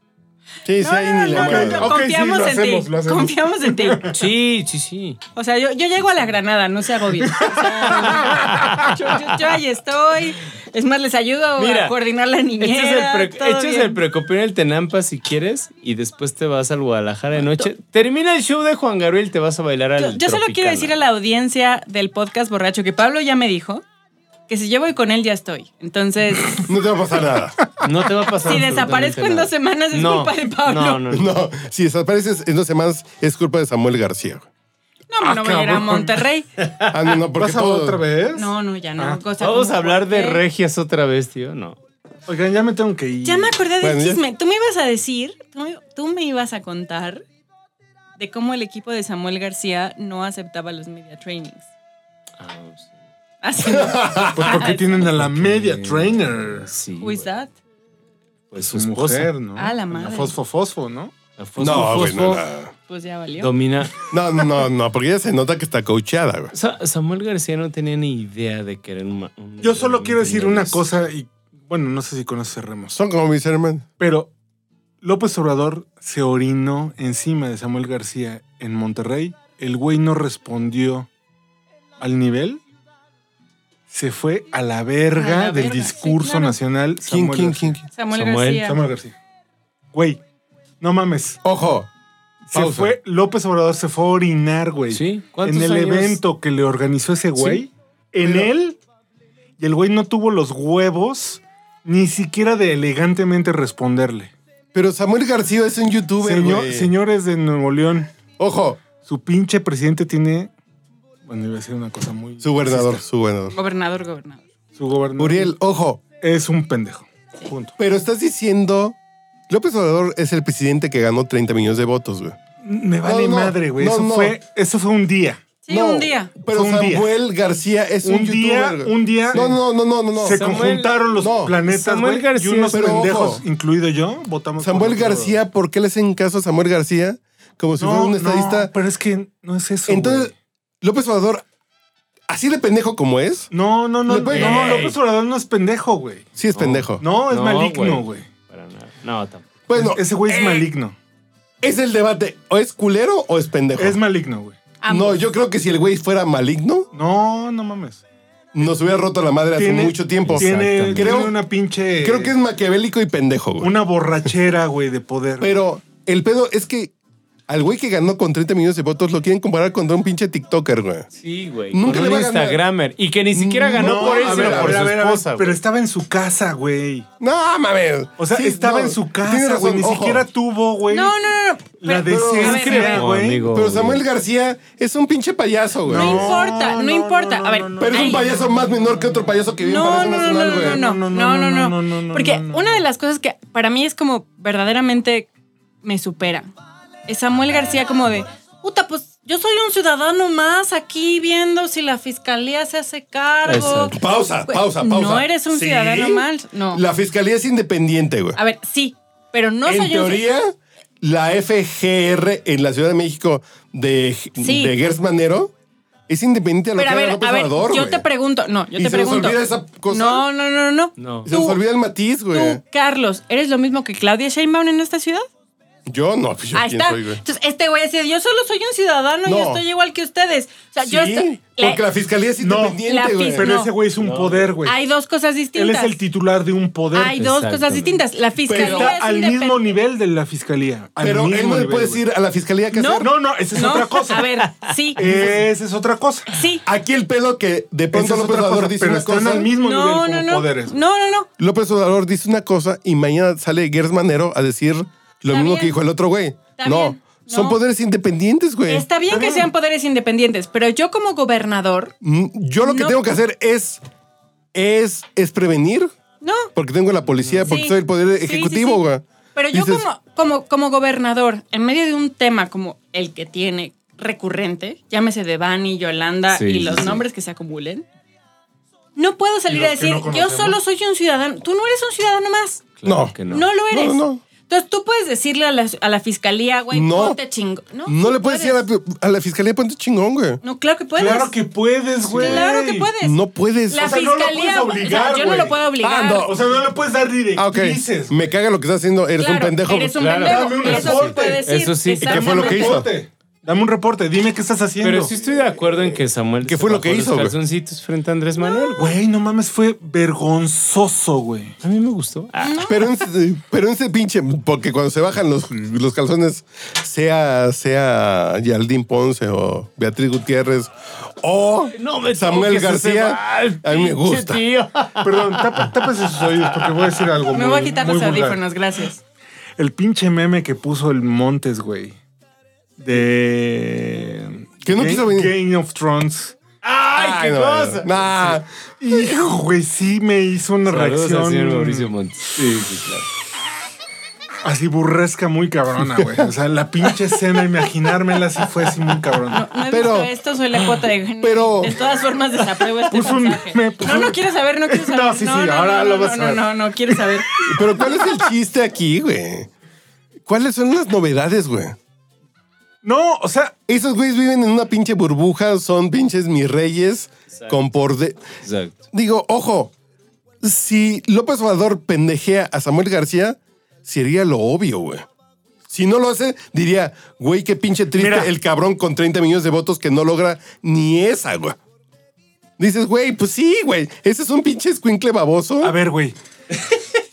Speaker 2: sí, ahí ni la
Speaker 1: no,
Speaker 2: madre.
Speaker 1: no, no. Ok, sí,
Speaker 4: Confiamos
Speaker 1: lo
Speaker 4: en
Speaker 1: hacemos, lo
Speaker 4: ti.
Speaker 1: hacemos.
Speaker 4: Confiamos en ti.
Speaker 2: *laughs*
Speaker 3: Sí, sí, sí.
Speaker 4: O sea, yo, yo llego a la granada, no se agobien. O sea, yo, yo- yo ahí estoy. Es más, les ayudo a
Speaker 3: Mira,
Speaker 4: coordinar la
Speaker 3: Echas
Speaker 4: niñera.
Speaker 3: Este el, pre
Speaker 4: todo
Speaker 3: echas
Speaker 4: bien.
Speaker 3: el precopio en el Tenampa si quieres y después te vas al Guadalajara de noche. Termina el show de Juan Gabriel y te vas a bailar al
Speaker 4: Yo, yo solo quiero
Speaker 3: Tropicana.
Speaker 4: decir a la audiencia del podcast borracho que Pablo ya me dijo que si yo voy con él ya estoy.
Speaker 3: *laughs*
Speaker 4: Entonces,
Speaker 2: No te va a pasar nada.
Speaker 3: No te va a pasar
Speaker 4: *laughs* si
Speaker 3: absolutamente
Speaker 4: desaparezco en
Speaker 3: nada.
Speaker 4: dos semanas es
Speaker 3: No,
Speaker 4: culpa de Pablo.
Speaker 3: No, no, no.
Speaker 2: *laughs* No, si desapareces en dos semanas es culpa de Samuel García. güey.
Speaker 4: No, no voy a ir
Speaker 3: *laughs*
Speaker 4: a Monterrey.
Speaker 2: Ah, no, no, porque
Speaker 1: ¿Vas a
Speaker 2: todo-
Speaker 1: otra vez?
Speaker 4: No, no, ya no. cosa
Speaker 3: Ah, Vamos
Speaker 4: como
Speaker 3: a hablar de
Speaker 4: por qué.
Speaker 3: regias otra vez, tío. No.
Speaker 1: Oigan, ya me tengo que ir.
Speaker 4: Ya me acordé del
Speaker 2: Bueno, ya.
Speaker 4: chisme. Tú me ibas a decir, tú me, tú me ibas a contar de cómo el equipo de Samuel García no aceptaba los media trainings. *laughs*
Speaker 3: Ah,
Speaker 4: Así no.
Speaker 1: Pues
Speaker 4: *laughs*
Speaker 1: porque tienen a la media trainer.
Speaker 3: Sí.
Speaker 4: Who is that?
Speaker 3: Pues
Speaker 1: Su mujer, ¿no?
Speaker 4: Ah, la madre.
Speaker 1: Fosfo Fosfo, ¿no?
Speaker 2: No, güey, no,
Speaker 4: Pues ya valió.
Speaker 3: Domina.
Speaker 2: no, no, no, no, porque ya se nota que está coachada, güey.
Speaker 3: Sa- Samuel García no tenía ni idea de que era un. ma- un-
Speaker 1: Yo solo
Speaker 3: un-
Speaker 1: quiero decir
Speaker 3: un-
Speaker 1: una cosa y, bueno, no sé si con eso cerremos.
Speaker 2: Son como mis hermanos.
Speaker 1: Pero López Obrador se orinó encima de Samuel García en Monterrey. El güey no respondió al nivel. Se fue a la verga
Speaker 4: A la
Speaker 1: del
Speaker 4: verga, sí,
Speaker 1: discurso
Speaker 4: claro.
Speaker 1: nacional.
Speaker 2: ¿Quién,
Speaker 1: Samuel
Speaker 2: quién,
Speaker 1: García.
Speaker 2: quién? quién?
Speaker 4: Samuel,
Speaker 3: Samuel.
Speaker 4: García.
Speaker 1: Samuel García. Güey, no mames.
Speaker 2: Ojo,
Speaker 1: Se
Speaker 2: Pausa.
Speaker 1: fue, López Obrador se fue a orinar, güey.
Speaker 3: Sí. ¿Cuántos
Speaker 1: En el
Speaker 3: años?
Speaker 1: evento que le organizó ese güey. En él. Y el güey no tuvo los huevos ni siquiera de elegantemente responderle.
Speaker 2: pero Samuel García es un youtuber,
Speaker 1: Señor-
Speaker 2: güey.
Speaker 1: señores de Nuevo León,
Speaker 2: Ojo,
Speaker 1: su pinche presidente tiene. Bueno, iba a decir una cosa muy.
Speaker 2: su gobernador, su gobernador.
Speaker 4: Gobernador, gobernador.
Speaker 1: Su gobernador.
Speaker 2: Uriel, ojo,
Speaker 1: Es un pendejo. Punto.
Speaker 2: pero estás diciendo... López Obrador es el presidente que ganó 30 millones de votos, güey.
Speaker 1: Me vale
Speaker 2: no,
Speaker 1: madre, güey.
Speaker 2: no,
Speaker 1: eso,
Speaker 2: no.
Speaker 1: fue, eso fue un día.
Speaker 4: Sí,
Speaker 2: No,
Speaker 4: un día.
Speaker 2: Pero
Speaker 1: Fue un día.
Speaker 2: Samuel García es un,
Speaker 1: Un día,
Speaker 2: youtuber. güey.
Speaker 1: un día.
Speaker 2: No, no, no, no, no, no.
Speaker 1: se
Speaker 3: Samuel-
Speaker 1: conjuntaron los
Speaker 2: no,
Speaker 1: planetas,
Speaker 3: Samuel
Speaker 1: güey. Y
Speaker 3: García
Speaker 1: unos
Speaker 2: es- pero
Speaker 1: pendejos,
Speaker 2: ojo.
Speaker 1: incluido yo, votamos por
Speaker 2: Samuel
Speaker 1: otro.
Speaker 2: García, ¿por qué le hacen caso a Samuel García? Como si
Speaker 1: No,
Speaker 2: fuera un
Speaker 1: no,
Speaker 2: estadista.
Speaker 1: pero es que no es eso.
Speaker 2: Entonces,
Speaker 1: güey.
Speaker 2: López Obrador, así de pendejo como es,
Speaker 1: No, no, no.
Speaker 2: Le puede-
Speaker 1: No, López Obrador no es pendejo, güey.
Speaker 2: sí es
Speaker 3: No.
Speaker 2: pendejo.
Speaker 1: No, es
Speaker 3: No,
Speaker 1: maligno, güey.
Speaker 3: Para nada. No, tampoco.
Speaker 2: Bueno, eh, es,
Speaker 1: Ese güey es maligno.
Speaker 2: el debate. ¿O es culero o es pendejo?
Speaker 1: Es maligno, güey.
Speaker 2: no, yo creo que si el güey fuera maligno,
Speaker 1: No, no mames.
Speaker 2: nos hubiera roto la madre hace
Speaker 1: Tiene-
Speaker 2: mucho tiempo.
Speaker 1: Tiene,
Speaker 2: Creo-
Speaker 1: tiene una pinche.
Speaker 2: Creo que es maquiavélico y pendejo, güey.
Speaker 1: Una borrachera, güey, de poder. güey.
Speaker 2: Pero el pedo es que al güey que ganó con 30 millones de votos lo quieren comparar con un pinche TikToker, güey.
Speaker 3: Sí, güey.
Speaker 2: Nunca le
Speaker 3: con un
Speaker 2: va a ganar.
Speaker 3: Instagramer. Y que ni siquiera ganó
Speaker 1: No,
Speaker 3: por él,
Speaker 1: a
Speaker 3: sino
Speaker 1: ver, a
Speaker 3: por
Speaker 1: ver,
Speaker 3: su
Speaker 1: a ver, a ver,
Speaker 3: esposa.
Speaker 1: Pero
Speaker 3: güey.
Speaker 1: estaba en su casa, güey.
Speaker 2: No mames.
Speaker 1: O sea,
Speaker 2: Sí,
Speaker 1: estaba
Speaker 2: no,
Speaker 1: en su
Speaker 2: tienes
Speaker 1: casa,
Speaker 2: razón,
Speaker 1: güey. Ni
Speaker 2: ojo.
Speaker 1: siquiera tuvo, güey.
Speaker 4: No, no, no. no.
Speaker 1: La
Speaker 4: Pero-
Speaker 1: decencia,
Speaker 4: a ver, a ver,
Speaker 1: güey.
Speaker 3: amigo,
Speaker 2: Pero
Speaker 3: güey.
Speaker 2: Samuel García es un pinche payaso, güey.
Speaker 4: No,
Speaker 1: No,
Speaker 4: importa, no,
Speaker 1: no, no,
Speaker 4: importa.
Speaker 1: no,
Speaker 4: a ver,
Speaker 1: no, no,
Speaker 2: Pero es un
Speaker 4: ay.
Speaker 2: payaso más menor que otro payaso que vive en
Speaker 4: No,
Speaker 2: Palacio
Speaker 4: no, no,
Speaker 2: Nacional, güey.
Speaker 4: no, no, no, no, no, no, no, no. Porque
Speaker 1: no, no.
Speaker 4: una de las cosas que para mí es como verdaderamente me supera Samuel García como de, puta, pues yo soy un ciudadano más aquí viendo si la fiscalía se hace cargo.
Speaker 3: Exacto.
Speaker 2: Pausa,
Speaker 4: Güey,
Speaker 2: pausa, pausa.
Speaker 4: No eres un
Speaker 2: ¿Sí?
Speaker 4: ciudadano más. No.
Speaker 2: La fiscalía es independiente, güey.
Speaker 4: A ver, sí, pero no
Speaker 2: en
Speaker 4: soy
Speaker 2: teoría, la FGR en la Ciudad de México de,
Speaker 4: Sí.
Speaker 2: de Gertz Manero es independiente de
Speaker 4: un.
Speaker 2: lo
Speaker 4: Pero a
Speaker 2: que era
Speaker 4: ver,
Speaker 2: López
Speaker 4: a ver,
Speaker 2: Obrador,
Speaker 4: yo
Speaker 2: güey.
Speaker 4: te pregunto. No, yo
Speaker 2: ¿Y
Speaker 4: te
Speaker 2: se nos
Speaker 4: pregunto.
Speaker 2: olvida esa cosa?
Speaker 4: No, no, no, no.
Speaker 3: No.
Speaker 2: Se nos
Speaker 4: tú-
Speaker 2: olvida el matiz, güey.
Speaker 4: Tú, Carlos, ¿eres lo mismo que Claudia Sheinbaum en esta ciudad?
Speaker 2: Yo no, pues yo
Speaker 4: Ahí
Speaker 2: quién
Speaker 4: está.
Speaker 2: soy, güey.
Speaker 4: Entonces, este güey decía, yo solo soy un ciudadano
Speaker 2: No.
Speaker 4: y estoy igual que ustedes. O sea, yo
Speaker 2: Sí,
Speaker 4: estoy... eh,
Speaker 2: porque la fiscalía es
Speaker 1: No.
Speaker 4: La
Speaker 2: independiente, güey.
Speaker 4: fis-
Speaker 1: Pero
Speaker 4: No.
Speaker 1: ese güey es un poder, güey.
Speaker 4: Hay dos cosas
Speaker 1: Él
Speaker 4: distintas.
Speaker 1: es el titular de un poder.
Speaker 4: Hay dos
Speaker 3: Exacto.
Speaker 4: cosas distintas. La
Speaker 1: que
Speaker 4: fiscalía
Speaker 1: está
Speaker 4: es
Speaker 1: al
Speaker 4: independ-
Speaker 1: mismo nivel de la fiscalía. al
Speaker 2: Pero él
Speaker 1: mismo
Speaker 2: no le
Speaker 1: nivel,
Speaker 2: puede
Speaker 1: güey.
Speaker 2: decir a la fiscalía qué hacer.
Speaker 1: No, no, esa es
Speaker 4: No,
Speaker 1: otra cosa. Eh,
Speaker 4: A ver,
Speaker 1: *laughs*
Speaker 4: sí,
Speaker 1: Esa es otra cosa.
Speaker 4: sí.
Speaker 2: Aquí el pedo que de
Speaker 1: Esa
Speaker 2: pronto
Speaker 1: es
Speaker 2: López
Speaker 1: otra
Speaker 2: Obrador
Speaker 1: cosa,
Speaker 2: dice
Speaker 1: pero
Speaker 2: una
Speaker 1: están
Speaker 2: cosa.
Speaker 1: al mismo nivel
Speaker 4: No, no,
Speaker 1: como
Speaker 4: no.
Speaker 1: poderes.
Speaker 4: No, no, no.
Speaker 2: López Obrador dice una cosa y mañana sale Gertz Manero a decir lo
Speaker 4: Está
Speaker 2: mismo
Speaker 4: bien.
Speaker 2: que dijo el otro güey.
Speaker 4: Está
Speaker 2: No,
Speaker 4: bien.
Speaker 2: son
Speaker 4: No.
Speaker 2: poderes independientes, güey.
Speaker 4: Está bien que sean poderes independientes, pero yo como gobernador,
Speaker 2: Mm, Yo lo que
Speaker 4: No.
Speaker 2: tengo que hacer es, es, es prevenir,
Speaker 4: no.
Speaker 2: porque tengo la policía, porque
Speaker 4: Sí.
Speaker 2: soy el poder
Speaker 4: Sí,
Speaker 2: ejecutivo,
Speaker 4: sí, sí.
Speaker 2: güey.
Speaker 4: Pero yo
Speaker 2: Dices,
Speaker 4: como, como, como gobernador, en medio de un tema como el que tiene recurrente, llámese de Bani, Yolanda
Speaker 3: Sí,
Speaker 4: y
Speaker 3: sí,
Speaker 4: los
Speaker 3: sí.
Speaker 4: nombres que se acumulen, no puedo salir
Speaker 1: los
Speaker 4: a
Speaker 1: que
Speaker 4: decir,
Speaker 1: no
Speaker 4: yo
Speaker 1: conocemos.
Speaker 4: solo soy un ciudadano. Tú no eres un ciudadano más.
Speaker 3: Claro
Speaker 2: No.
Speaker 3: que
Speaker 4: No,
Speaker 3: no.
Speaker 4: lo eres.
Speaker 2: No, no.
Speaker 4: Entonces tú puedes decirle a la, a la fiscalía, güey,
Speaker 2: No.
Speaker 4: ponte chingo. No,
Speaker 2: No
Speaker 4: sí
Speaker 2: le puedes decir a
Speaker 4: puedes.
Speaker 2: la, a la fiscalía, ponte chingón, güey.
Speaker 4: No, claro que puedes.
Speaker 1: Claro que puedes, güey.
Speaker 4: Claro que puedes.
Speaker 2: No puedes.
Speaker 4: La
Speaker 1: O sea, no lo
Speaker 4: fiscalía.
Speaker 1: puedes obligar,
Speaker 4: o sea, yo no
Speaker 1: güey.
Speaker 4: lo puedo obligar.
Speaker 2: Ah, no.
Speaker 1: O sea, no le puedes dar
Speaker 2: Ah, ok.
Speaker 1: directrices.
Speaker 2: Me caga lo que estás haciendo. Eres un
Speaker 4: Claro,
Speaker 2: pendejo.
Speaker 4: Eres un
Speaker 3: Claro.
Speaker 1: Dame
Speaker 4: pendejo.
Speaker 1: un
Speaker 4: Eso sí
Speaker 1: reporte.
Speaker 4: puede decir.
Speaker 3: Eso sí. ¿Y
Speaker 2: qué fue lo
Speaker 1: Dame
Speaker 2: que
Speaker 4: exactamente.
Speaker 1: un
Speaker 2: hizo?
Speaker 1: reporte. Dame un reporte. Dime qué estás haciendo.
Speaker 3: Pero sí estoy de acuerdo en que Samuel.
Speaker 2: ¿Qué
Speaker 3: se
Speaker 2: fue lo
Speaker 3: bajó
Speaker 2: que
Speaker 3: los
Speaker 2: hizo, güey?
Speaker 3: calzoncitos frente a Andrés Manuel. güey.
Speaker 1: Güey, no mames, fue vergonzoso, güey.
Speaker 3: A mí me gustó. Ah,
Speaker 2: Pero en, pero en ese pinche, porque cuando se bajan los, los calzones, sea, sea Yaldín Ponce o Beatriz Gutiérrez o Samuel
Speaker 3: toques ese
Speaker 2: García,
Speaker 3: mal,
Speaker 2: a mí me
Speaker 3: pinche
Speaker 2: gusta.
Speaker 3: tío.
Speaker 1: Perdón, tapa- tápese sus oídos porque voy a decir algo.
Speaker 4: Me
Speaker 1: muy-
Speaker 4: voy a quitar
Speaker 1: muy
Speaker 4: los
Speaker 1: vulgar.
Speaker 4: audífonos, gracias.
Speaker 1: El pinche meme que puso el Montes, güey. De.
Speaker 2: Que no
Speaker 1: Ga-
Speaker 2: quiso venir.
Speaker 1: Game of Thrones.
Speaker 2: ¡Ay, qué cosa! Nah,
Speaker 1: Hijo, güey, sí me hizo una
Speaker 3: Saludos al señor Mauricio
Speaker 1: reacción
Speaker 3: Montes. Sí, sí, claro.
Speaker 1: así burresca muy cabrona, güey. O sea, la pinche escena, imaginármela así fue así muy cabrona.
Speaker 4: No he
Speaker 2: Pero-
Speaker 4: visto Ah, esto, soy la cuota de
Speaker 2: pero-
Speaker 4: De todas formas, desapruebo este
Speaker 1: Puso un
Speaker 4: mensaje.
Speaker 1: meme, puso
Speaker 4: No, no
Speaker 1: un-
Speaker 4: quiero saber, no quiero
Speaker 1: *laughs* No,
Speaker 4: saber.
Speaker 1: sí, sí, ahora
Speaker 4: no,
Speaker 1: lo vas a
Speaker 4: no,
Speaker 1: ver.
Speaker 4: No, no, no, quiero saber.
Speaker 2: pero ¿cuál es el chiste aquí, güey? ¿Cuáles son las novedades, güey?
Speaker 1: No, o sea,
Speaker 2: Esos güeyes viven en una pinche burbuja, son pinches mis reyes con por de-
Speaker 3: Exacto.
Speaker 2: Digo, ojo, si López Obrador pendejea a Samuel García, sería lo obvio, güey. Si no lo hace, diría, güey, qué pinche triste
Speaker 1: Mira.
Speaker 2: el cabrón con 30 millones de votos que no logra ni esa, güey. Dices, güey, pues sí, güey. Ese es un pinche escuincle baboso.
Speaker 1: a ver, güey.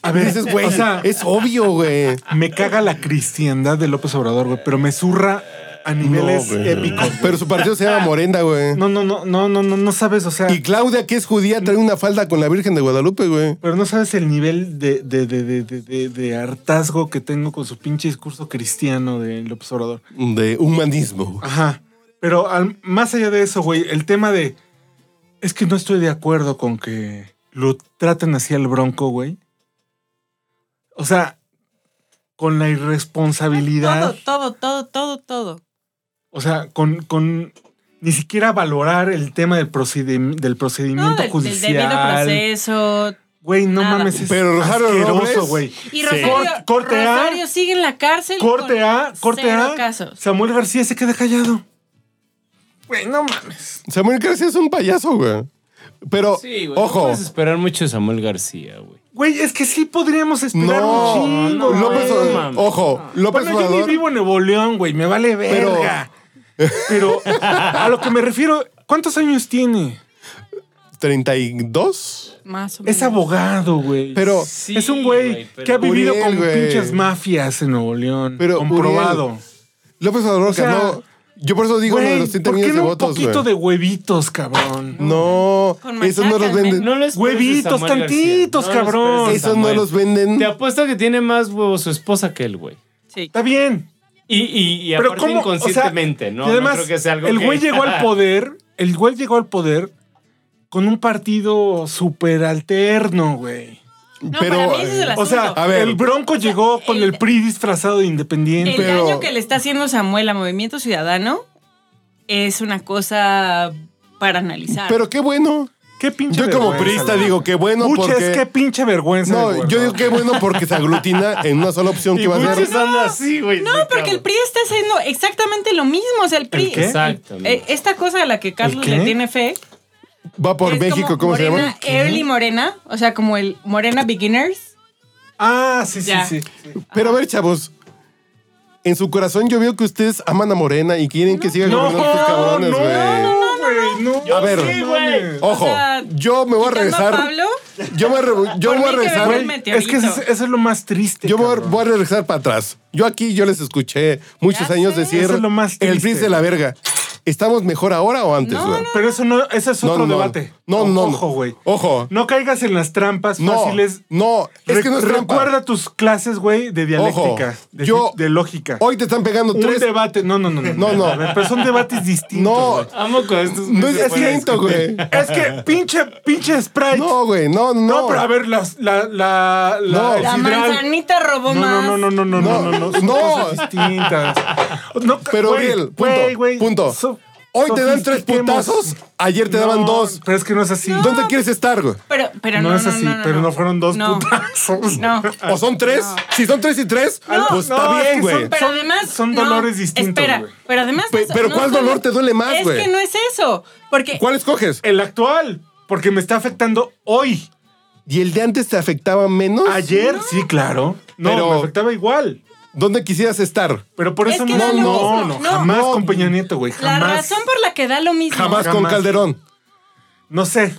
Speaker 1: A ver,
Speaker 2: Dices, güey,
Speaker 1: o sea,
Speaker 2: es obvio, güey.
Speaker 1: me caga la cristiandad de López Obrador, güey, pero me zurra a niveles
Speaker 2: No, güey.
Speaker 1: épicos. güey.
Speaker 2: Pero su partido se llama Morenda, güey.
Speaker 1: No, no, no, no, no, no, no sabes, o sea.
Speaker 2: Y Claudia, que es judía, trae una falda con la Virgen de Guadalupe, güey.
Speaker 1: Pero no sabes el nivel de, de, de, de, de, de- de hartazgo que tengo con su pinche discurso cristiano del observador.
Speaker 2: De humanismo.
Speaker 1: Ajá. Pero al- más allá de eso, güey, el tema de. Es que no estoy de acuerdo con que lo traten así al bronco, güey. O sea, con la irresponsabilidad.
Speaker 4: Todo, todo, todo, todo, todo.
Speaker 1: O sea, con. con ni siquiera valorar el tema del, procedi- del
Speaker 4: No,
Speaker 1: procedimiento
Speaker 4: del, del debido
Speaker 1: judicial.
Speaker 4: proceso.
Speaker 1: Güey, no
Speaker 4: Nada.
Speaker 1: mames, es
Speaker 2: Pero Rosario
Speaker 1: asqueroso,
Speaker 2: Robles-
Speaker 1: güey.
Speaker 4: Y Rosario,
Speaker 1: Cort- corte A.
Speaker 4: Rosario sigue en la *laughs* cárcel.
Speaker 1: Corte
Speaker 4: con
Speaker 1: A, corte
Speaker 4: cero
Speaker 1: A.
Speaker 4: casos.
Speaker 1: Samuel García se queda callado. Güey, no mames.
Speaker 2: Samuel García es un payaso, güey. Pero,
Speaker 3: Sí, güey. No
Speaker 2: ojo.
Speaker 3: puedes esperar mucho de Samuel García, güey.
Speaker 1: Güey, es que sí podríamos esperar
Speaker 2: No,
Speaker 1: un chingo.
Speaker 3: no,
Speaker 1: güey.
Speaker 2: López
Speaker 3: no,
Speaker 2: Obrador-
Speaker 3: mames.
Speaker 2: ojo, López
Speaker 1: Bueno, yo ni
Speaker 2: Obrador.
Speaker 1: vivo en Nuevo León, güey, me vale
Speaker 2: Pero-
Speaker 1: verga.
Speaker 2: *laughs*
Speaker 1: Pero a lo que me refiero, ¿cuántos años tiene?
Speaker 2: 32.
Speaker 4: Más o menos.
Speaker 1: Es abogado, güey.
Speaker 2: Pero,
Speaker 3: Sí,
Speaker 1: es un güey
Speaker 3: pero-
Speaker 1: que ha vivido
Speaker 2: Uriel,
Speaker 1: con
Speaker 2: güey.
Speaker 1: pinches mafias en Nuevo León.
Speaker 2: Pero,
Speaker 1: comprobado.
Speaker 2: Uriel, López Obrador
Speaker 1: sea,
Speaker 2: ganó. Yo por eso digo lo de los
Speaker 1: Güey,
Speaker 2: 30
Speaker 1: ¿por qué
Speaker 2: millones de
Speaker 1: no un
Speaker 2: votos,
Speaker 1: poquito
Speaker 2: güey.
Speaker 1: de huevitos, cabrón?
Speaker 2: No,
Speaker 4: Con
Speaker 2: esos no
Speaker 4: machaca,
Speaker 2: los venden.
Speaker 3: No lo esperes de
Speaker 1: Huevitos
Speaker 3: Samuel García.
Speaker 1: tantitos,
Speaker 3: No lo esperes de
Speaker 1: cabrón.
Speaker 2: esos
Speaker 3: Samuel.
Speaker 2: no los venden.
Speaker 3: Te apuesto que tiene más huevos su esposa que él, güey.
Speaker 4: Sí.
Speaker 1: Está bien,
Speaker 3: Y, y, y
Speaker 1: Pero
Speaker 3: aparte
Speaker 1: cómo, O sea,
Speaker 3: inconscientemente, ¿no?
Speaker 1: Y además,
Speaker 3: No creo que sea algo
Speaker 1: el
Speaker 3: que-
Speaker 1: güey llegó
Speaker 3: *laughs*
Speaker 1: al poder, el güey llegó al poder con un partido súper alterno, güey.
Speaker 4: No,
Speaker 2: pero,
Speaker 4: para mí ese es el
Speaker 1: O sea,
Speaker 4: asunto.
Speaker 2: a ver.
Speaker 1: el Bronco llegó con el PRI disfrazado de independiente.
Speaker 4: El
Speaker 2: pero-
Speaker 4: daño que le está haciendo Samuel a Movimiento Ciudadano es una cosa para analizar.
Speaker 2: pero qué bueno.
Speaker 1: Qué pinche
Speaker 2: Yo como
Speaker 1: vergüenza,
Speaker 2: priista
Speaker 1: güey.
Speaker 2: digo qué bueno
Speaker 1: Puches,
Speaker 2: porque...
Speaker 1: qué pinche vergüenza. del
Speaker 2: No,
Speaker 1: gobernador.
Speaker 2: yo digo qué bueno porque se aglutina en una sola opción
Speaker 1: Y
Speaker 2: que va a ser...
Speaker 1: Puches anda así, güey.
Speaker 4: no, porque el PRI está haciendo exactamente lo mismo. O sea, el PRI.
Speaker 1: qué?
Speaker 3: Exactamente.
Speaker 4: eh, Esta cosa a la que Carlos
Speaker 1: qué?
Speaker 4: le tiene fe.
Speaker 2: Va por
Speaker 4: es
Speaker 2: México,
Speaker 4: como
Speaker 2: ¿cómo se
Speaker 4: Morena,
Speaker 2: llama?
Speaker 4: Early Morena. O sea, como el Morena Beginners.
Speaker 1: Ah, sí, sí,
Speaker 4: Ya.
Speaker 1: sí. sí.
Speaker 2: Pero a ver, chavos. En su corazón yo veo que ustedes aman a Morena y quieren que siga
Speaker 1: No,
Speaker 2: gobernando estos
Speaker 1: no,
Speaker 2: cabrones, güey.
Speaker 1: no, güey. No,
Speaker 2: A ver.
Speaker 1: sí, güey.
Speaker 2: Ojo,
Speaker 4: O sea,
Speaker 2: yo me voy a
Speaker 4: Quitando a
Speaker 2: regresar.
Speaker 4: Pablo.
Speaker 2: Yo me, re- yo
Speaker 4: Por
Speaker 2: voy a
Speaker 4: mí que venga
Speaker 2: regresar.
Speaker 4: el
Speaker 1: Es que eso, es- eso es lo más triste.
Speaker 2: Yo voy a,
Speaker 1: cabrón.
Speaker 2: voy a regresar para atrás. Yo aquí yo les escuché muchos
Speaker 4: Ya
Speaker 2: años
Speaker 4: sé.
Speaker 2: decir
Speaker 1: Eso es lo más
Speaker 2: el
Speaker 1: triste.
Speaker 2: príncipe de la verga. ¿Estamos mejor ahora o antes?
Speaker 4: No,
Speaker 2: güey?
Speaker 4: no,
Speaker 1: Pero eso no, ese es
Speaker 2: No,
Speaker 1: otro
Speaker 2: no.
Speaker 1: debate.
Speaker 2: No, no,
Speaker 1: Ojo,
Speaker 2: no.
Speaker 1: güey.
Speaker 2: Ojo.
Speaker 1: No caigas en las trampas
Speaker 2: No,
Speaker 1: fáciles.
Speaker 2: no, es que no es
Speaker 1: Re-
Speaker 2: trampa.
Speaker 1: Recuerda tus clases, güey, de dialéctica,
Speaker 2: Ojo,
Speaker 1: de,
Speaker 2: yo-
Speaker 1: de lógica.
Speaker 2: Hoy te están pegando
Speaker 1: un
Speaker 2: tres.
Speaker 1: debate. No, no, no. No,
Speaker 2: No, no.
Speaker 1: A ver, Pero son
Speaker 2: *laughs*
Speaker 1: debates distintos.
Speaker 2: No,
Speaker 1: güey.
Speaker 3: Amo con estos.
Speaker 2: no es
Speaker 1: Es que- *laughs*
Speaker 2: distinto, güey.
Speaker 1: Es que pinche, pinche Sprite.
Speaker 2: No, güey, no, no.
Speaker 1: No, pero a ver, las- la, la, la,
Speaker 2: No.
Speaker 4: La
Speaker 1: sidral.
Speaker 4: manzanita robó
Speaker 1: No,
Speaker 4: más.
Speaker 1: no, no, no, no, no, no, no, son
Speaker 2: No.
Speaker 1: cosas distintas. No, ca-
Speaker 2: Pero,
Speaker 1: güey,
Speaker 2: Miguel, punto,
Speaker 1: güey, güey,
Speaker 2: punto.
Speaker 1: so-
Speaker 2: Hoy te dan tres
Speaker 1: sofistiquemos.
Speaker 2: putazos, ayer te daban
Speaker 1: No,
Speaker 2: dos.
Speaker 1: Pero es que no es así.
Speaker 2: ¿Dónde quieres estar, güey?
Speaker 4: Pero, pero no,
Speaker 1: No es así, pero no fueron dos
Speaker 4: No.
Speaker 1: putazos.
Speaker 4: No.
Speaker 2: ¿O son tres? Si son tres y tres, pues
Speaker 1: No,
Speaker 2: está
Speaker 1: es
Speaker 2: bien,
Speaker 1: que
Speaker 2: güey.
Speaker 1: son-
Speaker 4: Pero además.
Speaker 1: son
Speaker 4: no,
Speaker 1: dolores distintos,
Speaker 4: Espera,
Speaker 1: güey.
Speaker 4: pero además.
Speaker 2: Pe-
Speaker 4: eso
Speaker 2: pero
Speaker 4: no
Speaker 2: ¿cuál
Speaker 4: solo-
Speaker 2: dolor te duele más, güey?
Speaker 4: Es que no es eso. Porque.
Speaker 2: ¿Cuál escoges?
Speaker 1: *laughs* El actual, porque me está afectando hoy.
Speaker 2: ¿Y el de antes te afectaba menos?
Speaker 1: Ayer, sí, claro. No,
Speaker 2: Pues Pero-
Speaker 1: me afectaba igual.
Speaker 2: ¿Dónde quisieras estar?
Speaker 1: Pero por
Speaker 4: Es
Speaker 1: eso
Speaker 4: que
Speaker 1: no, no,
Speaker 4: da lo
Speaker 1: no,
Speaker 4: mismo. No.
Speaker 1: jamás
Speaker 2: No.
Speaker 1: con Peña Nieto, güey,
Speaker 4: La
Speaker 1: jamás.
Speaker 4: razón por la que da lo mismo.
Speaker 2: Jamás, con
Speaker 1: jamás.
Speaker 2: Calderón.
Speaker 1: No sé.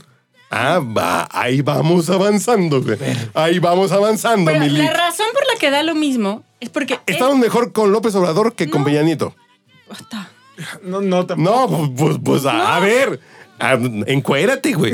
Speaker 2: Ah, va, ahí vamos avanzando, güey. Ahí vamos avanzando,
Speaker 4: Pero
Speaker 2: Mili.
Speaker 4: la razón por la que da lo mismo es porque. es-
Speaker 2: Estamos mejor con López Obrador que con Peñanito.
Speaker 4: Basta.
Speaker 1: No, no, tampoco.
Speaker 2: No, pues, pues, pues, a, a ver. a- encuérate, güey.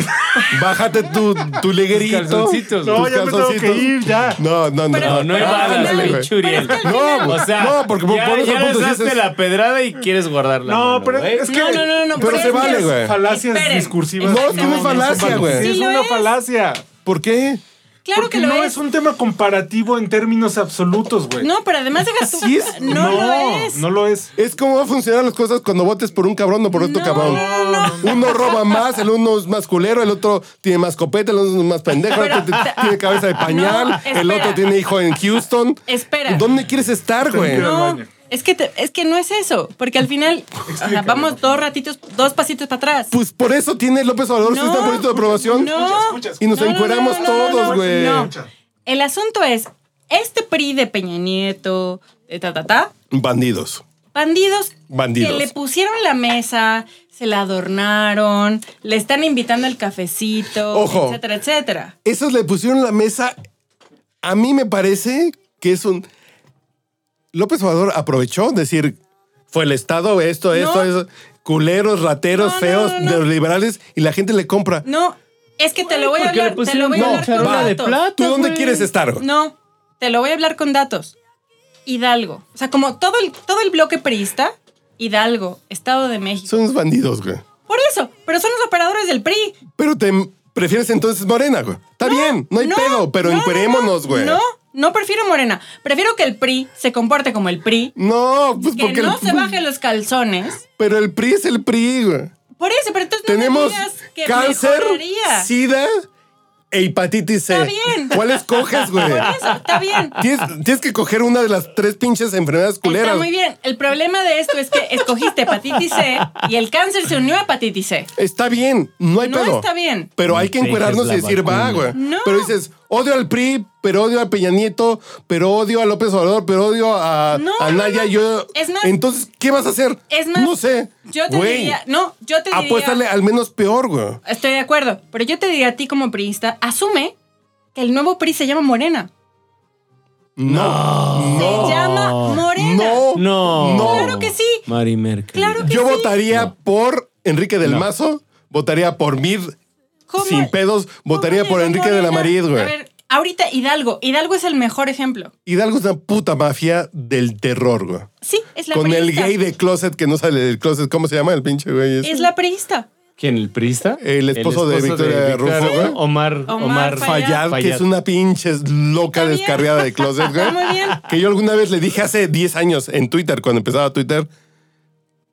Speaker 2: Bájate tu, tu leguerito.
Speaker 3: calzoncitos.
Speaker 1: No,
Speaker 2: tus
Speaker 1: ya me tengo que
Speaker 2: calzoncitos.
Speaker 1: ir, ya.
Speaker 2: No, no, no.
Speaker 4: Pero-
Speaker 3: No, no
Speaker 4: Pero
Speaker 3: evadas,
Speaker 4: ándale,
Speaker 2: güey.
Speaker 3: Churiel.
Speaker 4: Pero es que al
Speaker 2: No,
Speaker 4: final-
Speaker 2: o sea, no, porque por-
Speaker 3: ya,
Speaker 2: por eso
Speaker 3: ya
Speaker 2: tampoco
Speaker 3: lanzaste
Speaker 2: dices-
Speaker 3: la pedrada y quieres guardarla.
Speaker 1: No, pero es que.
Speaker 4: No, no, no, no.
Speaker 2: Pero
Speaker 4: es
Speaker 2: se
Speaker 4: que-
Speaker 2: vale, güey.
Speaker 1: Falacias
Speaker 4: Esperen.
Speaker 1: discursivas.
Speaker 2: No, es que
Speaker 4: Exactamente.
Speaker 2: no es falacia, güey.
Speaker 1: Sí, es
Speaker 4: Sí lo
Speaker 1: una
Speaker 4: es.
Speaker 1: falacia.
Speaker 2: ¿Por qué?
Speaker 4: Claro
Speaker 1: Porque
Speaker 4: que lo
Speaker 1: no
Speaker 4: es.
Speaker 1: es un tema comparativo en términos absolutos, güey.
Speaker 4: No, pero además deja tú.
Speaker 2: Así es.
Speaker 4: No, lo es.
Speaker 1: No lo es.
Speaker 2: Es como van a funcionar las cosas cuando votes por un cabrón o por otro
Speaker 4: No,
Speaker 2: cabrón. Uno roba más, el uno es más culero, el otro tiene más copeta, el otro es más pendejo, el
Speaker 4: Pero-
Speaker 2: otro te- tiene cabeza de
Speaker 4: No,
Speaker 2: pañal, el
Speaker 4: espera.
Speaker 2: otro tiene hijo en Houston.
Speaker 4: Espera.
Speaker 2: ¿Dónde quieres estar, güey?
Speaker 1: Pero al
Speaker 4: No,
Speaker 1: baño.
Speaker 4: es que, te- es que no es eso. Porque al final, ajá, vamos dos ratitos, dos pasitos para atrás.
Speaker 2: Pues por eso tiene López Obrador
Speaker 4: No,
Speaker 2: su bonito de aprobación.
Speaker 4: no.
Speaker 2: Y nos
Speaker 4: No, no,
Speaker 2: encueramos
Speaker 4: no, no, no,
Speaker 2: todos,
Speaker 4: no,
Speaker 2: güey.
Speaker 4: no. El asunto es, este PRI de Peña Nieto, de ta, ta, ta,
Speaker 2: Bandidos.
Speaker 4: bandidos,
Speaker 2: Bandidos.
Speaker 4: que le pusieron la mesa, se la adornaron, le están invitando al cafecito,
Speaker 2: Ojo.
Speaker 4: etcétera, etcétera.
Speaker 2: Esos le pusieron la mesa. A mí me parece que es un. López Obrador aprovechó decir: fue el Estado, esto, esto, eso. Culeros, rateros,
Speaker 4: No, no,
Speaker 2: feos,
Speaker 4: no, no.
Speaker 2: neoliberales, y la gente le compra.
Speaker 4: No, es que te lo voy a
Speaker 3: ¿por qué le
Speaker 4: hablar, te lo
Speaker 3: pusieron
Speaker 4: voy a
Speaker 2: una
Speaker 4: hablar con
Speaker 2: charola
Speaker 3: de
Speaker 4: datos.
Speaker 3: plata?
Speaker 2: ¿Tú
Speaker 3: No,
Speaker 2: dónde
Speaker 3: güey.
Speaker 2: quieres estar? güey?
Speaker 4: No, te lo voy a hablar con datos. Hidalgo. O sea, como todo el, todo el bloque priista, Hidalgo, Estado de México.
Speaker 2: Son unos bandidos, güey.
Speaker 4: Por eso, pero son los operadores del PRI.
Speaker 2: Pero te prefieres entonces Morena, güey. Está bien, no hay pedo, pero
Speaker 4: no, no,
Speaker 2: encuerémonos,
Speaker 4: no,
Speaker 2: güey.
Speaker 4: No, no prefiero Morena. Prefiero que el PRI se comporte como el PRI,
Speaker 2: No, pues
Speaker 4: que
Speaker 2: porque.
Speaker 4: no
Speaker 2: el-
Speaker 4: se baje los calzones.
Speaker 2: Pero el PRI es el PRI, güey.
Speaker 4: Por eso, pero entonces no me
Speaker 2: Tenemos
Speaker 4: digas que
Speaker 2: cáncer,
Speaker 4: mejoraría.
Speaker 2: sida e hepatitis C.
Speaker 4: Está bien.
Speaker 2: ¿Cuál escoges, güey?
Speaker 4: *laughs* Por eso, está bien.
Speaker 2: *laughs* Tienes, tienes que coger una de las tres pinches enfermedades culeras.
Speaker 4: Está muy bien. El problema de esto es que escogiste hepatitis C y el cáncer se unió a hepatitis C.
Speaker 2: Está bien, no hay
Speaker 4: No
Speaker 2: pedo.
Speaker 4: está bien.
Speaker 2: Pero hay que
Speaker 3: Dejes
Speaker 2: encuerarnos y
Speaker 3: la
Speaker 2: decir, va,
Speaker 3: vacuna.
Speaker 2: güey.
Speaker 4: No.
Speaker 2: Pero dices, odio al PRI, pero odio a Peña Nieto, pero odio a López Obrador, pero odio a,
Speaker 4: No,
Speaker 2: a
Speaker 4: no,
Speaker 2: Naya.
Speaker 4: no.
Speaker 2: Yo...
Speaker 4: Es más-
Speaker 2: Entonces, ¿qué vas a hacer?
Speaker 4: Es más,
Speaker 2: no sé.
Speaker 4: Yo te
Speaker 2: Güey,
Speaker 4: diría, no, yo te diría.
Speaker 2: Apuéstale al menos peor, güey.
Speaker 4: Estoy de acuerdo, pero yo te diría a ti como priista, asume que el nuevo PRI se llama Morena.
Speaker 2: No.
Speaker 4: Se
Speaker 2: No.
Speaker 4: llama Morena.
Speaker 2: No.
Speaker 3: No.
Speaker 2: No.
Speaker 4: Claro que sí.
Speaker 3: Mari Merkel.
Speaker 4: Claro que
Speaker 2: Yo
Speaker 4: sí.
Speaker 2: votaría por Enrique del Mazo, votaría por Mid
Speaker 4: ¿Cómo-
Speaker 2: sin pedos,
Speaker 4: cómo
Speaker 2: votaría
Speaker 4: llegó
Speaker 2: por Enrique de la
Speaker 4: Morena?
Speaker 2: Madrid,
Speaker 4: A
Speaker 2: güey.
Speaker 4: ver, ahorita Hidalgo. Hidalgo es el mejor ejemplo.
Speaker 2: Hidalgo es una puta mafia del terror, güey.
Speaker 4: Sí, es la
Speaker 2: Con el
Speaker 4: priista.
Speaker 2: gay de closet que no sale del closet, ¿cómo se llama el pinche güey? ese?
Speaker 4: Es la priista.
Speaker 3: ¿Quién? ¿El priista?
Speaker 2: El esposo de Victoria Rufo, güey.
Speaker 3: Omar,
Speaker 4: Omar
Speaker 3: Omar
Speaker 4: Fayad.
Speaker 2: Fayad, que es una pinche loca
Speaker 4: Está bien.
Speaker 2: descarriada de closet, güey.
Speaker 4: Está muy bien.
Speaker 2: Que yo alguna vez le dije hace 10 años en Twitter, cuando empezaba Twitter,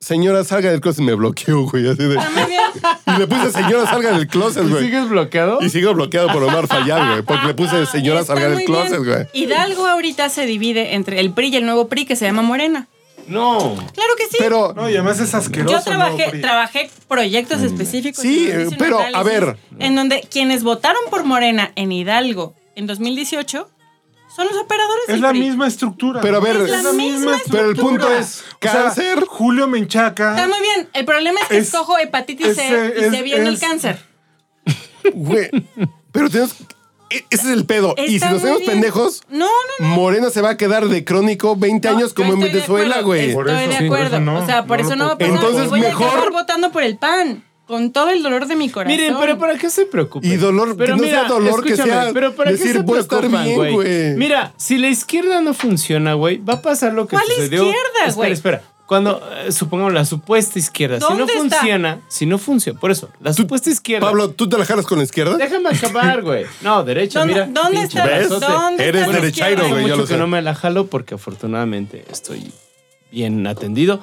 Speaker 2: señora, salga del closet. Y me bloqueó, güey, así de...
Speaker 4: Muy bien.
Speaker 2: *laughs* Y le puse, señora, salga del closet,
Speaker 3: ¿Y
Speaker 2: güey.
Speaker 3: sigues bloqueado?
Speaker 2: Y sigo bloqueado por Omar Fayad, güey. Porque le puse, señora,
Speaker 4: Está
Speaker 2: salga
Speaker 4: muy
Speaker 2: del closet,
Speaker 4: bien.
Speaker 2: güey.
Speaker 4: Hidalgo ahorita se divide entre el PRI y el nuevo PRI que se llama Morena.
Speaker 3: No.
Speaker 4: Claro que sí.
Speaker 2: Pero,
Speaker 1: No, y además es asqueroso.
Speaker 4: Yo trabajé,
Speaker 1: ¿no, Pri? Mm.
Speaker 4: trabajé proyectos específicos.
Speaker 2: Sí,
Speaker 4: en donde hice
Speaker 2: pero,
Speaker 4: un
Speaker 2: a ver.
Speaker 4: En donde quienes votaron por Morena en Hidalgo en 2018 son los operadores
Speaker 1: Es
Speaker 4: del
Speaker 1: la
Speaker 4: PRI.
Speaker 1: misma estructura.
Speaker 2: Pero a ver,
Speaker 4: Es la misma
Speaker 2: pero el
Speaker 4: estructura.
Speaker 2: punto es,
Speaker 1: O sea,
Speaker 2: cáncer...
Speaker 1: Julio Menchaca.
Speaker 4: Está muy bien. El problema es que
Speaker 1: Es-
Speaker 4: escojo hepatitis C
Speaker 1: ese
Speaker 4: y se
Speaker 1: es-
Speaker 4: viene el
Speaker 1: es-
Speaker 4: cáncer.
Speaker 2: Güey, pero tenemos. e- Ese es el pedo. y si
Speaker 4: Está
Speaker 2: nos
Speaker 4: muy
Speaker 2: hacemos
Speaker 4: bien.
Speaker 2: pendejos,
Speaker 4: No, no, no.
Speaker 2: Morena se va a quedar de crónico 20
Speaker 4: No,
Speaker 2: años
Speaker 4: yo
Speaker 2: como en
Speaker 4: estoy de
Speaker 2: Venezuela,
Speaker 4: acuerdo,
Speaker 2: güey.
Speaker 1: Por
Speaker 4: Estoy
Speaker 1: eso,
Speaker 4: de
Speaker 1: sí, por eso
Speaker 4: acuerdo.
Speaker 1: no,
Speaker 4: o sea, por
Speaker 1: no
Speaker 4: eso
Speaker 1: lo
Speaker 4: no va a
Speaker 1: puedo-
Speaker 4: pasar.
Speaker 2: Entonces,
Speaker 4: Y voy
Speaker 2: mejor-
Speaker 4: a acabar votando por el PAN. Con todo el dolor de mi corazón.
Speaker 3: Miren, pero ¿para qué se preocupan?
Speaker 2: Y dolor, que no sea dolor, que
Speaker 3: escúchame,
Speaker 2: sea
Speaker 3: pero ¿para
Speaker 2: decir,
Speaker 3: qué se
Speaker 2: voy a estar
Speaker 3: preocupan,
Speaker 2: bien, güey?
Speaker 3: Mira, si la izquierda no funciona, güey, va a pasar lo que
Speaker 4: ¿Cuál
Speaker 3: sucedió.
Speaker 4: izquierda,
Speaker 3: Espera,
Speaker 4: güey?
Speaker 3: Espera, Cuando, eh, supongamos, la supuesta izquierda, si no
Speaker 4: ¿Dónde está?
Speaker 3: funciona, si no funciona, por eso, la supuesta izquierda.
Speaker 2: Pablo, ¿tú te la jalas con la izquierda?
Speaker 3: Déjame acabar, güey. No, derecha,
Speaker 4: ¿Dónde,
Speaker 3: mira.
Speaker 4: dónde
Speaker 3: pinche
Speaker 4: está?
Speaker 3: brazote.
Speaker 4: ¿Dónde
Speaker 2: Eres
Speaker 4: está la
Speaker 2: derechairo,
Speaker 4: izquierda?
Speaker 3: Hace
Speaker 2: güey, yo
Speaker 3: mucho
Speaker 2: lo
Speaker 3: que
Speaker 2: sé.
Speaker 3: no me la jalo porque afortunadamente estoy bien atendido.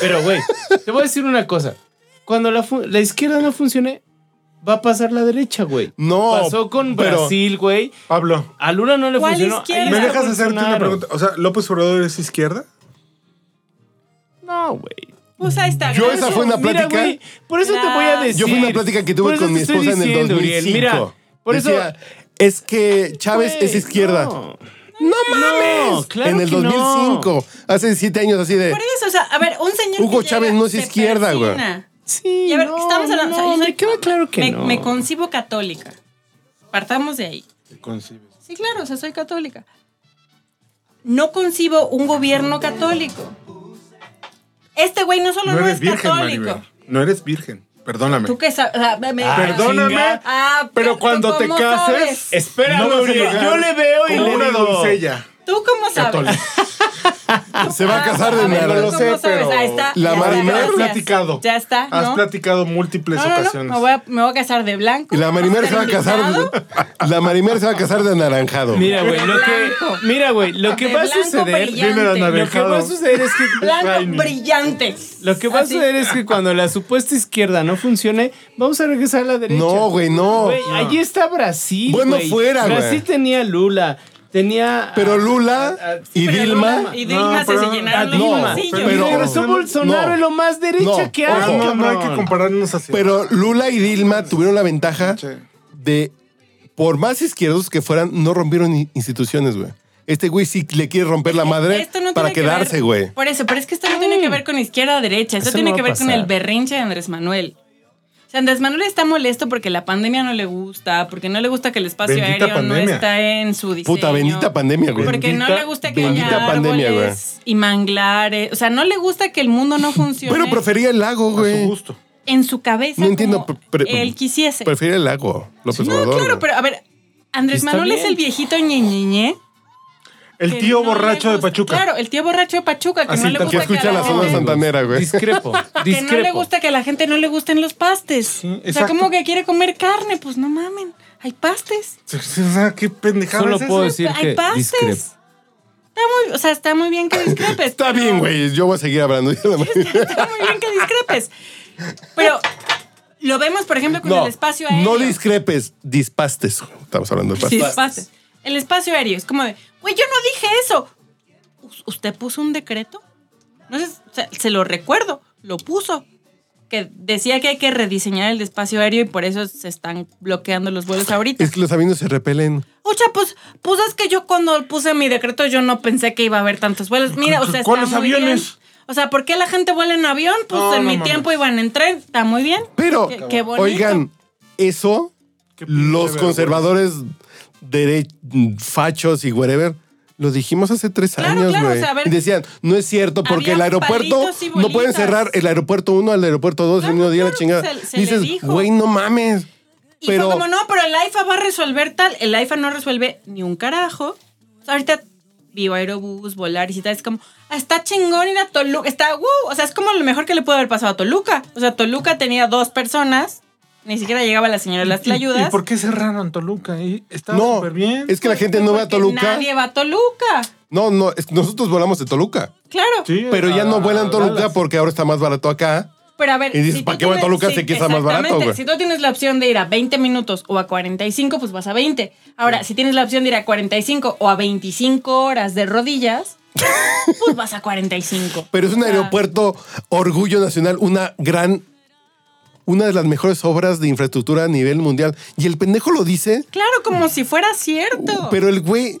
Speaker 3: Pero, güey, te voy a decir una cosa. Cuando la, fu- la izquierda no funcione, va a pasar la derecha, güey.
Speaker 2: No,
Speaker 3: Pasó con
Speaker 2: pero-
Speaker 3: Brasil, güey.
Speaker 1: Pablo,
Speaker 3: A Luna no le
Speaker 4: ¿Cuál
Speaker 3: funcionó.
Speaker 4: izquierda?
Speaker 3: ahí
Speaker 1: ¿me
Speaker 3: está
Speaker 1: dejas hacerte una
Speaker 3: Bolsonaro.
Speaker 1: pregunta? O sea, ¿López Obrador es izquierda?
Speaker 3: No, güey.
Speaker 4: Pues ahí está.
Speaker 2: Yo esa
Speaker 4: gracias.
Speaker 2: fue una
Speaker 3: Mira,
Speaker 2: plática-
Speaker 3: güey, por eso te voy a decir.
Speaker 2: Yo fui a una plática que
Speaker 3: Por
Speaker 2: tuve
Speaker 3: eso
Speaker 2: con
Speaker 3: te
Speaker 2: mi
Speaker 3: estoy
Speaker 2: esposa en el
Speaker 3: diciendo,
Speaker 2: 2005.
Speaker 3: Uriel, mira, por eso.
Speaker 2: Decía, es que Chávez
Speaker 3: güey,
Speaker 2: es izquierda.
Speaker 3: no.
Speaker 2: No mames.
Speaker 3: claro
Speaker 2: en el
Speaker 3: que no.
Speaker 2: 2005, hace 7 años así de
Speaker 4: Por eso, o sea, a ver, un señor.
Speaker 2: Hugo
Speaker 4: que
Speaker 2: Chávez
Speaker 4: llega,
Speaker 2: no es
Speaker 4: se
Speaker 2: izquierda, güey.
Speaker 4: persina.
Speaker 3: Sí.
Speaker 4: Y a ver,
Speaker 3: no,
Speaker 4: estamos hablando. o sea,
Speaker 3: No,
Speaker 4: yo soy-
Speaker 3: me queda claro que
Speaker 4: me,
Speaker 3: no.
Speaker 4: me concibo católica. Partamos de ahí.
Speaker 1: Te concibes.
Speaker 4: Sí, claro, o sea, soy católica. No concibo un gobierno católico. Este güey no solo
Speaker 1: No
Speaker 4: no,
Speaker 1: eres
Speaker 4: es
Speaker 1: virgen,
Speaker 4: católico.
Speaker 1: Maribel. No eres virgen. Perdóname.
Speaker 4: Tú que sabes. o sea, me- me-
Speaker 3: Ah,
Speaker 1: Perdóname,
Speaker 3: chinga.
Speaker 4: Ah,
Speaker 1: pero
Speaker 4: ¿tú
Speaker 1: cuando te
Speaker 4: cómo
Speaker 1: cases,
Speaker 4: sabes?
Speaker 3: Espera,
Speaker 1: no vas a
Speaker 3: Uriel,
Speaker 1: llegar
Speaker 3: yo le veo y
Speaker 1: como
Speaker 3: le
Speaker 1: una
Speaker 3: digo-
Speaker 1: doncella
Speaker 4: ¿Tú cómo sabes?
Speaker 1: católica. *laughs*
Speaker 2: se va a casar
Speaker 4: Ah,
Speaker 1: No
Speaker 2: de
Speaker 4: ver,
Speaker 2: naranja.
Speaker 1: lo
Speaker 4: ¿cómo
Speaker 1: sé,
Speaker 4: sabes?
Speaker 1: pero
Speaker 4: Ahí está,
Speaker 2: la
Speaker 4: ya
Speaker 2: Marimar-
Speaker 4: está,
Speaker 1: has
Speaker 4: gracias.
Speaker 1: platicado.
Speaker 4: Ya está,
Speaker 1: Has
Speaker 4: ¿no?
Speaker 1: platicado múltiples
Speaker 4: No, no, no,
Speaker 1: ocasiones.
Speaker 4: me voy, a, me voy a casar de blanco.
Speaker 2: Y la Marimer se va a casar
Speaker 4: indignado.
Speaker 2: de, *laughs* la Marimer se va a casar de anaranjado.
Speaker 3: Mira, güey, lo que,
Speaker 4: Blanco.
Speaker 3: mira, güey, lo que
Speaker 4: De
Speaker 3: va a
Speaker 4: blanco
Speaker 3: suceder.
Speaker 4: brillante.
Speaker 1: Viene la
Speaker 3: Lo que va a suceder es que.
Speaker 4: Blanco brillante.
Speaker 3: Lo que va a
Speaker 4: Así.
Speaker 3: suceder es que cuando la supuesta izquierda no funcione, vamos a regresar a la derecha.
Speaker 2: No, güey, no.
Speaker 3: Güey, Allí está Brasil.
Speaker 2: Bueno,
Speaker 3: güey.
Speaker 2: fuera, güey.
Speaker 3: Brasil tenía Lula, tenía.
Speaker 2: Pero Lula
Speaker 3: ah,
Speaker 2: y
Speaker 4: Pero
Speaker 2: Dilma-
Speaker 4: Lula Y Dilma
Speaker 1: No,
Speaker 4: se,
Speaker 1: pero-
Speaker 4: llenaron los
Speaker 2: no,
Speaker 4: bolsillos.
Speaker 3: pero,
Speaker 2: pero-
Speaker 3: regresó Bolsonaro
Speaker 2: no,
Speaker 3: es lo más derecha
Speaker 2: no,
Speaker 3: que
Speaker 1: Ah,
Speaker 3: hay.
Speaker 2: ojo.
Speaker 1: no, no hay que
Speaker 3: cabrón.
Speaker 1: compararnos así.
Speaker 2: Pero Lula y Dilma tuvieron la ventaja
Speaker 1: Sí.
Speaker 2: de, por más izquierdos que fueran, no rompieron i- instituciones, güey. Este güey sí le quiere romper la madre
Speaker 4: Esto no
Speaker 2: para
Speaker 4: tiene que ver-
Speaker 2: quedarse, güey. Mm.
Speaker 4: Por eso, pero es que esto no tiene que ver con izquierda o derecha. Esto
Speaker 3: Eso
Speaker 4: tiene
Speaker 3: no
Speaker 4: que
Speaker 3: va a
Speaker 4: ver con
Speaker 3: pasar.
Speaker 4: el berrinche de Andrés Manuel. O sea, Andrés Manuel está molesto porque la pandemia no le gusta, porque no le gusta que el espacio
Speaker 1: Bendita
Speaker 4: aéreo no
Speaker 1: pandemia.
Speaker 4: está en su diseño.
Speaker 2: Puta, bendita pandemia, güey.
Speaker 4: Porque no
Speaker 3: Bendita-
Speaker 4: le gusta que
Speaker 2: bendita
Speaker 4: haya
Speaker 2: pandemia, güey.
Speaker 4: árboles y manglares. O sea, no le gusta que el
Speaker 2: *laughs*
Speaker 4: mundo no funcione
Speaker 2: Pero prefería el lago,
Speaker 1: a su
Speaker 2: güey.
Speaker 1: gusto.
Speaker 4: en su cabeza
Speaker 2: No entiendo,
Speaker 4: como
Speaker 2: pre- pre-
Speaker 4: él quisiese.
Speaker 2: Prefería el lago, López
Speaker 4: No,
Speaker 2: Obrador,
Speaker 4: claro,
Speaker 2: güey.
Speaker 4: pero a ver, Andrés
Speaker 3: Está
Speaker 4: Manuel es
Speaker 3: bien.
Speaker 4: el viejito ñeñeñe.
Speaker 1: El
Speaker 4: que
Speaker 1: tío
Speaker 4: no le
Speaker 1: borracho de
Speaker 4: gusta-
Speaker 1: Pachuca.
Speaker 4: Claro, el tío borracho de Pachuca, que
Speaker 1: Así
Speaker 4: no le
Speaker 1: tal
Speaker 4: gusta
Speaker 2: Que
Speaker 1: cual.
Speaker 4: que
Speaker 2: escucha
Speaker 4: a la
Speaker 2: la zona
Speaker 4: gente-
Speaker 2: santanera, güey.
Speaker 3: Discrepo,
Speaker 4: *laughs* que
Speaker 3: discrepo.
Speaker 4: no le gusta que a la gente no le gusten los pastes. o sea,
Speaker 1: exacto.
Speaker 4: como que quiere comer carne, pues no mamen. Hay pastes.
Speaker 1: O sea, qué pendejada
Speaker 3: Solo
Speaker 1: es esa?
Speaker 3: puedo decir
Speaker 4: Hay
Speaker 3: que
Speaker 4: pastes.
Speaker 3: discrepo.
Speaker 4: Está muy, o sea, está muy bien que discrepes.
Speaker 2: Está
Speaker 4: pero-
Speaker 2: bien, güey. Yo voy a seguir hablando. *laughs*
Speaker 4: *laughs* Está muy bien que discrepes. Pero lo vemos, por ejemplo, con
Speaker 2: No,
Speaker 4: el espacio aéreo.
Speaker 2: no discrepes, dispastes. Estamos hablando de
Speaker 1: Pues
Speaker 2: pastes.
Speaker 4: Dispastes. El espacio aéreo es como de, güey, yo no dije eso. "U- ¿Usted puso un decreto? No sé, se, se lo recuerdo, lo puso. Que decía que hay que rediseñar el espacio aéreo y por eso se están bloqueando los vuelos ahorita.
Speaker 2: Es que los sabinos se repelen.
Speaker 4: Ocha, pues, pues es que yo cuando puse mi decreto yo no pensé que iba a haber tantos vuelos. Mira, o sea, está
Speaker 1: ¿Cuáles
Speaker 4: muy
Speaker 1: aviones?
Speaker 4: bien. O sea, ¿por qué la gente vuela en avión? Pues
Speaker 1: No,
Speaker 4: en
Speaker 1: no
Speaker 4: mi
Speaker 1: mames.
Speaker 4: tiempo iban en tren. Está muy bien.
Speaker 2: Pero,
Speaker 4: Qué- qué bonito.
Speaker 2: oigan, eso,
Speaker 1: Qué pinche
Speaker 2: los
Speaker 1: vergüenza.
Speaker 2: conservadores dere- fachos y whatever, lo dijimos hace tres
Speaker 4: Claro,
Speaker 2: años,
Speaker 4: claro,
Speaker 2: güey.
Speaker 4: o sea, a ver.
Speaker 2: y decían, no es cierto, porque
Speaker 4: Había
Speaker 2: el aeropuerto
Speaker 4: palitos y
Speaker 2: no pueden
Speaker 4: bolitas.
Speaker 2: cerrar el aeropuerto 1 al aeropuerto 2
Speaker 4: Claro,
Speaker 2: el mismo día la
Speaker 4: claro,
Speaker 2: chingada.
Speaker 4: se- se
Speaker 2: Y
Speaker 4: le
Speaker 2: dices,
Speaker 4: dijo.
Speaker 2: güey, no mames.
Speaker 4: Y
Speaker 2: Pero
Speaker 4: fue como, no, pero el AIFA va a resolver tal. El AIFA no resuelve ni un carajo. O sea, Ahorita Bioaerobús, Volaris y tal. Es como, ah, está chingón ir a Toluca. Está, wow. O sea, es como lo mejor que le pudo haber pasado a Toluca. O sea, Toluca tenía dos personas. Ni siquiera llegaba la señora de las
Speaker 1: ¿Y
Speaker 4: tlayudas.
Speaker 1: por qué cerraron Toluca? Y Estaba
Speaker 2: No,
Speaker 1: súper bien.
Speaker 2: es que la gente no va a
Speaker 4: Pues, Porque
Speaker 2: Toluca.
Speaker 4: Nadie va a Toluca.
Speaker 2: No, no, es- nosotros volamos de Toluca.
Speaker 4: Claro.
Speaker 1: Sí,
Speaker 2: Pero ya no
Speaker 1: a
Speaker 2: vuelan Toluca
Speaker 1: Dallas.
Speaker 2: porque ahora está más barato acá.
Speaker 4: Pero a ver.
Speaker 2: Y dices,
Speaker 4: tú
Speaker 2: ¿para qué voy a
Speaker 4: tienes-
Speaker 2: Toluca si aquí está más barato,
Speaker 4: exactamente.
Speaker 2: güey?
Speaker 4: Si tú tienes la opción de ir a 20 minutos o a 45, pues vas a 20. Ahora, si tienes la opción de ir a 45 o a 25 horas
Speaker 2: *laughs*
Speaker 4: de rodillas, pues vas a 45.
Speaker 2: Pero es un
Speaker 4: O sea,
Speaker 2: aeropuerto orgullo nacional, una gran, una de las mejores obras de infraestructura a nivel mundial. Y el pendejo lo dice,
Speaker 4: Claro, como si fuera cierto.
Speaker 2: Uh, pero el güey,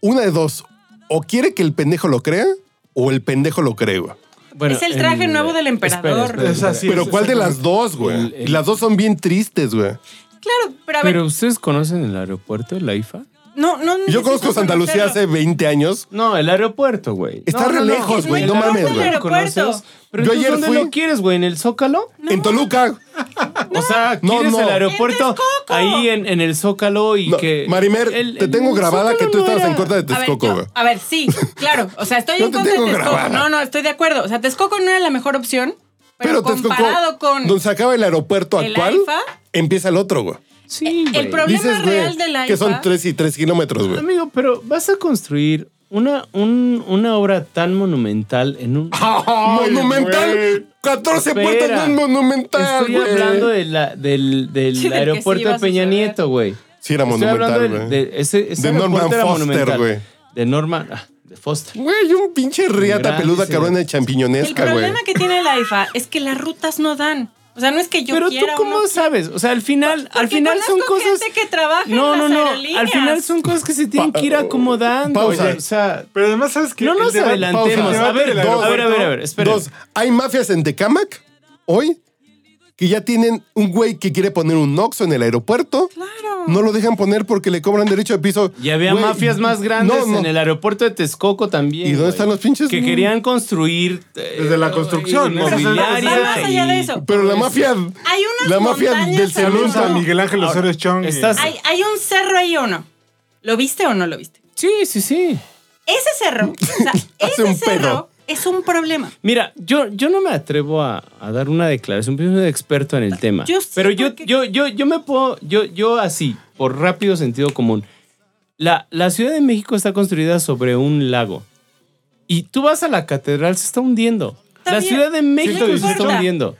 Speaker 2: una de dos, o quiere que el pendejo lo crea o el pendejo lo cree, güey.
Speaker 3: Bueno,
Speaker 4: Es el traje nuevo del emperador.
Speaker 1: Es así,
Speaker 2: Pero
Speaker 1: es
Speaker 2: ¿cuál de las
Speaker 1: exactamente.
Speaker 2: dos, güey?
Speaker 3: El- el-
Speaker 2: Las dos son bien tristes, güey.
Speaker 4: Pues claro, pero a ver.
Speaker 3: Pero ustedes conocen el aeropuerto, la IFA?
Speaker 4: no, no
Speaker 2: Yo
Speaker 4: necesito
Speaker 2: conozco Santa Lucía hace
Speaker 4: conocerlo.
Speaker 2: 20ente años.
Speaker 3: No, el aeropuerto, güey.
Speaker 2: Está
Speaker 3: No,
Speaker 2: re
Speaker 3: no, no.
Speaker 2: lejos,
Speaker 4: Es
Speaker 2: güey.
Speaker 4: muy
Speaker 2: No
Speaker 4: lejos
Speaker 2: mames,
Speaker 4: el
Speaker 2: güey.
Speaker 4: aeropuerto.
Speaker 3: ¿Conoces? Pero
Speaker 2: Yo
Speaker 3: entonces,
Speaker 2: ayer
Speaker 3: ¿dónde
Speaker 2: fui-
Speaker 3: lo quieres, güey? ¿En el Zócalo?
Speaker 2: En Toluca.
Speaker 3: o sea,
Speaker 2: No,
Speaker 3: ¿quieres
Speaker 2: no.
Speaker 3: el aeropuerto
Speaker 4: Texcoco.
Speaker 3: ahí en, en el Zócalo y
Speaker 2: No,
Speaker 3: que...
Speaker 2: Marimer,
Speaker 3: el-
Speaker 2: te
Speaker 3: el
Speaker 2: tengo grabada que
Speaker 3: Zócalo
Speaker 2: tú
Speaker 3: no
Speaker 2: estabas
Speaker 3: era-
Speaker 2: en contra de
Speaker 4: A ver, yo-
Speaker 2: Texcoco, güey.
Speaker 4: A ver, sí, claro. O
Speaker 2: *laughs*
Speaker 4: sea, estoy
Speaker 2: Yo
Speaker 4: en
Speaker 2: te
Speaker 4: contra de
Speaker 2: tengo
Speaker 4: Texcoco.
Speaker 2: grabada.
Speaker 4: No, no, estoy de acuerdo. O sea, Texcoco no era la mejor opción,
Speaker 2: Pero
Speaker 4: pero,
Speaker 2: Texcoco,
Speaker 4: comparado con
Speaker 2: donde se acaba el aeropuerto
Speaker 4: el
Speaker 2: actual,
Speaker 4: AIFA,
Speaker 2: empieza el otro, güey.
Speaker 3: Sí,
Speaker 4: el
Speaker 3: güey.
Speaker 4: problema
Speaker 2: Dices,
Speaker 4: real
Speaker 2: güey,
Speaker 4: de la
Speaker 2: que son
Speaker 4: IFA-
Speaker 2: 3 y 3 kilómetros, güey.
Speaker 3: Amigo, pero vas a construir una, un- una obra tan monumental en un...
Speaker 2: ¡Monumental! 14 puertas
Speaker 3: Espera.
Speaker 2: no es monumental,
Speaker 3: Estoy
Speaker 2: güey.
Speaker 3: hablando de la, del, del
Speaker 4: Sí, del que sí
Speaker 3: aeropuerto
Speaker 4: iba a
Speaker 3: de Peña
Speaker 4: suceder.
Speaker 3: Nieto, güey.
Speaker 2: Sí, era
Speaker 3: Estoy hablando
Speaker 2: monumental,
Speaker 3: del-
Speaker 2: güey.
Speaker 3: de, ese, ese
Speaker 2: De
Speaker 3: aeropuerto
Speaker 2: Norman
Speaker 3: era
Speaker 2: Foster,
Speaker 3: monumental.
Speaker 2: güey.
Speaker 3: De Norman... ah, de Foster.
Speaker 2: Güey, un pinche riata
Speaker 3: Grande
Speaker 2: peluda
Speaker 3: señor.
Speaker 2: cabrona de
Speaker 4: El
Speaker 2: champiñonesca, güey.
Speaker 4: problema que tiene la IFA es que las rutas no dan. O sea, no es que yo
Speaker 3: pero tú
Speaker 4: quiera o
Speaker 3: cómo
Speaker 4: no
Speaker 3: sabes, o sea, al final, al
Speaker 4: Porque
Speaker 3: final son
Speaker 4: conozco
Speaker 3: cosas
Speaker 4: gente que trabaja en
Speaker 3: No,
Speaker 4: las
Speaker 3: no, no,
Speaker 4: aerolíneas.
Speaker 3: al final son cosas que se tienen
Speaker 2: Pa-
Speaker 3: que ir acomodando.
Speaker 2: Pausa.
Speaker 3: O sea,
Speaker 1: Pero además, ¿sabes que
Speaker 3: no nos adelantemos.
Speaker 2: pausa.
Speaker 3: A ver,
Speaker 2: El
Speaker 3: a ver, a ver, a ver, esperen.
Speaker 2: Dos, hay mafias en Tecámac hoy que ya tienen un güey que quiere poner un Oxxo en el aeropuerto.
Speaker 4: Claro.
Speaker 2: No lo dejan poner porque le cobran derecho de piso.
Speaker 3: Y había
Speaker 2: Güey,
Speaker 3: mafias más grandes
Speaker 2: no, no.
Speaker 3: en el aeropuerto de Texcoco también.
Speaker 2: ¿Y dónde
Speaker 3: güey,
Speaker 2: están los pinches?
Speaker 3: Que querían construir. eh,
Speaker 1: Desde la construcción,
Speaker 3: eh,
Speaker 1: ¿no?
Speaker 3: Inmobiliaria.
Speaker 4: Va más allá de
Speaker 3: y-
Speaker 4: eso.
Speaker 2: Pero la mafia.
Speaker 4: Hay unas
Speaker 2: La mafia
Speaker 4: montañas
Speaker 2: del cemento.
Speaker 1: Saludos a
Speaker 4: No.
Speaker 1: Miguel Ángel
Speaker 3: Ahora,
Speaker 1: Osorio Chong. y-
Speaker 3: estás-
Speaker 4: Hay, hay un cerro ahí o no. ¿Lo viste o no lo viste?
Speaker 3: Sí, sí, sí.
Speaker 4: Ese cerro, o
Speaker 3: *laughs*
Speaker 4: sea,
Speaker 2: Hace
Speaker 4: ese
Speaker 2: un
Speaker 4: cerro
Speaker 2: pedo.
Speaker 4: es un problema.
Speaker 3: Mira, yo, yo no me atrevo a, a dar una declaración, yo soy un experto en el tema.
Speaker 4: Yo sí,
Speaker 3: pero yo,
Speaker 4: porque-
Speaker 3: yo, yo, yo me puedo, yo, yo así, por rápido sentido común. La, la Ciudad de México está construida sobre un lago. Y tú vas a la catedral, se está hundiendo.
Speaker 4: Está
Speaker 3: la
Speaker 4: bien,
Speaker 3: Ciudad de México se está
Speaker 4: importa.
Speaker 3: hundiendo.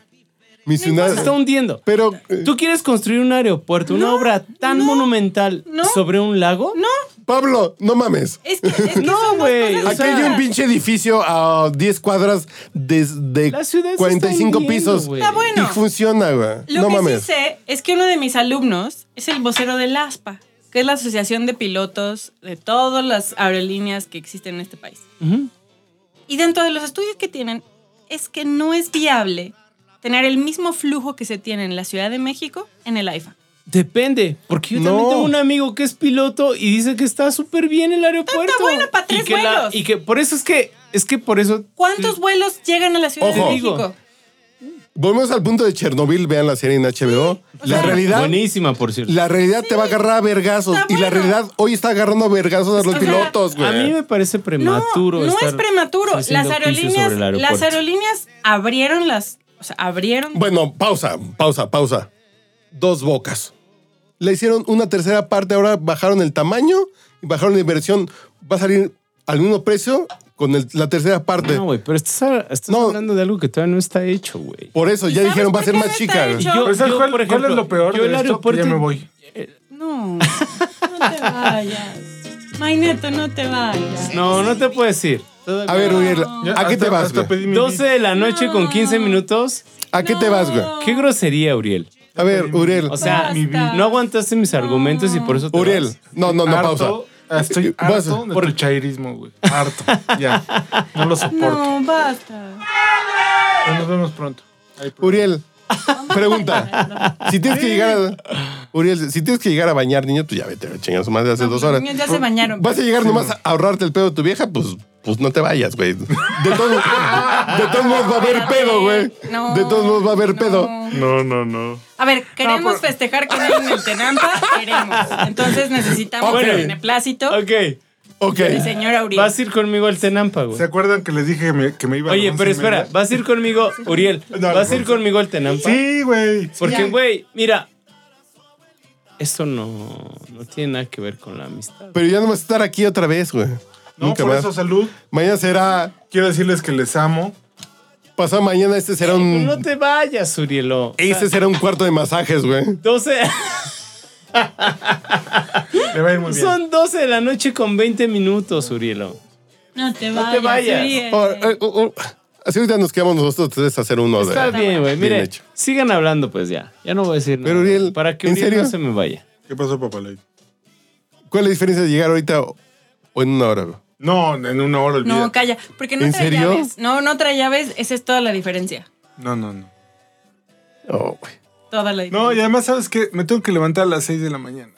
Speaker 2: Mi
Speaker 3: Se está
Speaker 2: ciudad.
Speaker 3: hundiendo.
Speaker 2: Pero. eh,
Speaker 3: ¿Tú quieres construir un aeropuerto, una obra tan monumental
Speaker 4: no.
Speaker 3: sobre un lago?
Speaker 4: No,
Speaker 2: Pablo, no mames.
Speaker 4: es que, es
Speaker 3: *laughs*
Speaker 4: que
Speaker 3: No,
Speaker 4: son dos
Speaker 3: güey,
Speaker 4: cosas
Speaker 3: o
Speaker 2: Aquí
Speaker 3: sea-
Speaker 2: hay un pinche edificio a 10 cuadras desde
Speaker 3: La ciudad se
Speaker 2: 45
Speaker 3: está hundiendo,
Speaker 2: pisos.
Speaker 3: güey.
Speaker 4: Está bueno.
Speaker 2: Y funciona, güey.
Speaker 4: Lo
Speaker 2: no
Speaker 4: que
Speaker 2: mames.
Speaker 4: sí sé es que uno de mis alumnos es el vocero del ASPA, que es la asociación de pilotos de todas las aerolíneas que existen en este país.
Speaker 3: Ujú.
Speaker 4: Y dentro de los estudios que tienen, es que no es viable tener el mismo flujo que se tiene en la Ciudad de México en el AIFA.
Speaker 3: Depende, porque yo también
Speaker 2: No.
Speaker 3: tengo un amigo que es piloto y dice que está súper bien el aeropuerto.
Speaker 4: bueno pa' tres
Speaker 3: y que la-
Speaker 4: vuelos.
Speaker 3: y que por eso es que, es que por eso...
Speaker 4: ¿Cuántos vuelos llegan a la Ciudad
Speaker 2: Ojo.
Speaker 4: de México?
Speaker 2: Volvemos al punto de Chernobyl, vean la serie en HBO. la realidad,
Speaker 3: Buenísima, por cierto.
Speaker 2: la realidad te va a agarrar a vergazos.
Speaker 4: Está
Speaker 2: Y la
Speaker 4: bueno.
Speaker 2: realidad hoy está agarrando a vergazos a los
Speaker 4: O sea,
Speaker 2: pilotos,
Speaker 3: A mí
Speaker 2: güey.
Speaker 3: me parece
Speaker 4: No,
Speaker 3: prematuro.
Speaker 4: no es
Speaker 3: estar
Speaker 4: prematuro. Las
Speaker 3: haciendo juicios
Speaker 4: aerolíneas,
Speaker 3: sobre el aeropuerto.
Speaker 4: las aerolíneas abrieron las... O sea, abrieron...
Speaker 2: Bueno, pausa, pausa, pausa. Dos bocas. Le hicieron una tercera parte, ahora bajaron el tamaño y bajaron la inversión. Va a salir al mismo precio con el- la tercera parte.
Speaker 3: No, güey, pero estás, estás
Speaker 2: No.
Speaker 3: hablando de algo que todavía no está hecho, güey.
Speaker 2: Por eso ya dijeron va a
Speaker 4: por
Speaker 2: ser
Speaker 4: qué
Speaker 2: más
Speaker 4: no está
Speaker 2: chica.
Speaker 4: hecho?
Speaker 3: Yo-
Speaker 1: Pero ¿sabes
Speaker 3: yo,
Speaker 1: cuál,
Speaker 3: por
Speaker 1: cuál es
Speaker 3: ejemplo,
Speaker 1: lo peor
Speaker 3: yo
Speaker 1: de
Speaker 3: el
Speaker 1: esto? Que
Speaker 3: aeropuerto-
Speaker 1: ya me voy.
Speaker 4: No, no te vayas. May Neto, no te vayas.
Speaker 3: No, no te puedes ir. Todavía-
Speaker 2: A ver, Uriel,
Speaker 1: Ya,
Speaker 2: ¿a qué
Speaker 1: hasta-
Speaker 2: te vas,
Speaker 1: hasta
Speaker 2: güey?
Speaker 1: pedí mi
Speaker 3: 12 de la noche con 15 minutos.
Speaker 2: ¿A qué te vas, güey?
Speaker 3: Qué grosería, Uriel.
Speaker 2: A ver, Uriel.
Speaker 3: O sea,
Speaker 4: Mi vida.
Speaker 3: no aguantaste mis argumentos y por eso te
Speaker 2: Uriel.
Speaker 3: vas.
Speaker 2: No, no, no, pausa.
Speaker 1: harto, Estoy
Speaker 2: *laughs* Vas-
Speaker 1: harto de
Speaker 3: por-
Speaker 1: tu chairismo, güey. Harto. Ya. No lo soporto.
Speaker 4: No, basta.
Speaker 1: Pero Nos vemos pronto. Ahí, por-
Speaker 2: Uriel,
Speaker 4: *laughs*
Speaker 2: pregunta. Si tienes que llegar a. Uriel, si tienes que llegar a bañar niños, pues ya vete, chingas, más de hace dos horas.
Speaker 4: Los niños pues, ya se bañaron.
Speaker 2: Vas a llegar nomás a ahorrarte el pedo de tu vieja, pues, pues no te vayas, güey. De todos, de todos modos va a haber pedo, güey.
Speaker 4: No,
Speaker 2: De todos modos va a haber
Speaker 4: no.
Speaker 2: pedo.
Speaker 1: No, no, no.
Speaker 4: A ver, queremos festejar con él en el Tenampa, queremos. Entonces necesitamos
Speaker 2: Ok.
Speaker 4: el beneplácito.
Speaker 3: Ok.
Speaker 2: Ok, Ok.
Speaker 4: El señor Auriel.
Speaker 3: Vas a ir conmigo al Tenampa, güey.
Speaker 1: ¿Se acuerdan que les dije que me, que me iba a
Speaker 3: Oye, pero espera, vas a ir conmigo, Uriel.
Speaker 2: *laughs*
Speaker 1: No,
Speaker 3: Vas a ir
Speaker 1: no.
Speaker 3: conmigo al Tenampa.
Speaker 1: Sí, güey.
Speaker 3: Porque, güey, mira, esto no, no tiene nada que ver con la amistad.
Speaker 2: Pero ya no vas a estar aquí otra vez, güey.
Speaker 1: No,
Speaker 2: Nunca
Speaker 1: por
Speaker 2: más.
Speaker 1: eso, salud.
Speaker 2: Mañana será.
Speaker 1: Quiero decirles que les amo.
Speaker 2: Pasado mañana, este será un.
Speaker 3: No te vayas, Urielo. O sea,
Speaker 2: Este será un cuarto de masajes, güey.
Speaker 3: 12,
Speaker 1: Le va a ir muy bien.
Speaker 3: son 12 de la noche con 20 minutos, Urielo.
Speaker 4: No te
Speaker 3: No te
Speaker 4: vayas.
Speaker 3: vayas.
Speaker 4: Uriel.
Speaker 2: Ahora, eh, oh, oh. Así ahorita nos quedamos nosotros tres a hacer uno de.
Speaker 3: Está bien, güey.
Speaker 2: Bien
Speaker 3: Mire,
Speaker 2: hecho.
Speaker 3: sigan hablando, pues ya. Ya no voy a decir nada.
Speaker 2: Pero, Uriel,
Speaker 3: para que
Speaker 2: ¿en
Speaker 3: Uriel no
Speaker 2: serio?
Speaker 3: se me vaya.
Speaker 1: ¿Qué pasó, papá? Ley?
Speaker 2: ¿Cuál es la diferencia de llegar ahorita o o en una hora? güey?
Speaker 1: No, en una hora olvida.
Speaker 4: No, calla. Porque no
Speaker 2: ¿En
Speaker 4: trae
Speaker 2: serio?
Speaker 4: llaves. No, no trae llaves. Esa es toda la diferencia.
Speaker 1: No, no, no.
Speaker 2: Oh, güey.
Speaker 4: Toda la diferencia.
Speaker 1: No, y además, ¿sabes qué? Me tengo que levantar a las 6 de la mañana.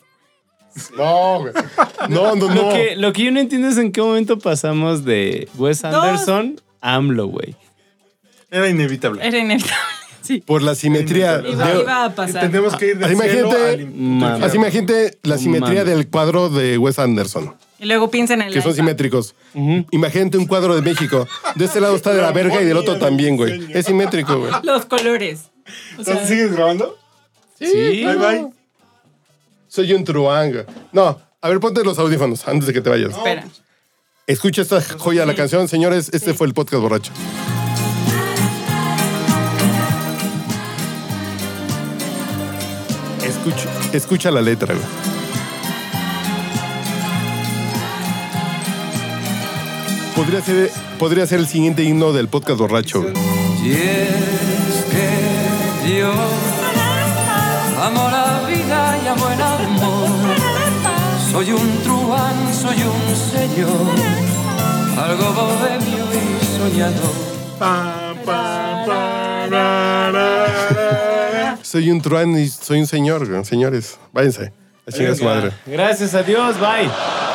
Speaker 2: No, güey. No, no,
Speaker 3: Lo,
Speaker 2: no.
Speaker 3: que, lo que yo no entiendo es en qué momento pasamos de Wes Anderson a AMLO, güey.
Speaker 1: Era inevitable.
Speaker 4: Era inevitable. Sí.
Speaker 2: Por la simetría.
Speaker 1: Iba-
Speaker 4: Iba,
Speaker 2: de-
Speaker 4: iba a pasar.
Speaker 1: Tenemos que ir de
Speaker 2: Ah, Imagínate-
Speaker 1: cielo al in-
Speaker 3: Madre.
Speaker 2: Así imagínate la
Speaker 3: No
Speaker 2: simetría
Speaker 3: mames.
Speaker 2: del cuadro de Wes Anderson,
Speaker 4: Y luego piensa en el.
Speaker 2: que son
Speaker 4: iPad.
Speaker 2: simétricos. Imagínate un cuadro de México. De este lado está de la verga y del otro también, güey. Es simétrico, güey.
Speaker 4: Los colores. O sea,
Speaker 1: Entonces, ¿sigues grabando?
Speaker 3: Sí.
Speaker 1: Bye, bye.
Speaker 2: Soy un truanga. No, a ver, ponte los audífonos antes de que te vayas.
Speaker 4: espera.
Speaker 2: Escucha esta joya de la canción, señores. Este fue el podcast borracho. Escucha, escucha la letra, güey. Podría ser, podría ser el siguiente himno del podcast borracho. güey.
Speaker 8: Y es que yo amo la vida y amo el amor. Soy un truán, soy un señor, algo bohemio y soñador.
Speaker 1: Pam, pam, pam, ra, ra, ra, ra.
Speaker 2: Soy un truán y soy un señor, güey. señores. Váyanse. A chingar a su madre.
Speaker 3: Gracias a Dios, bye.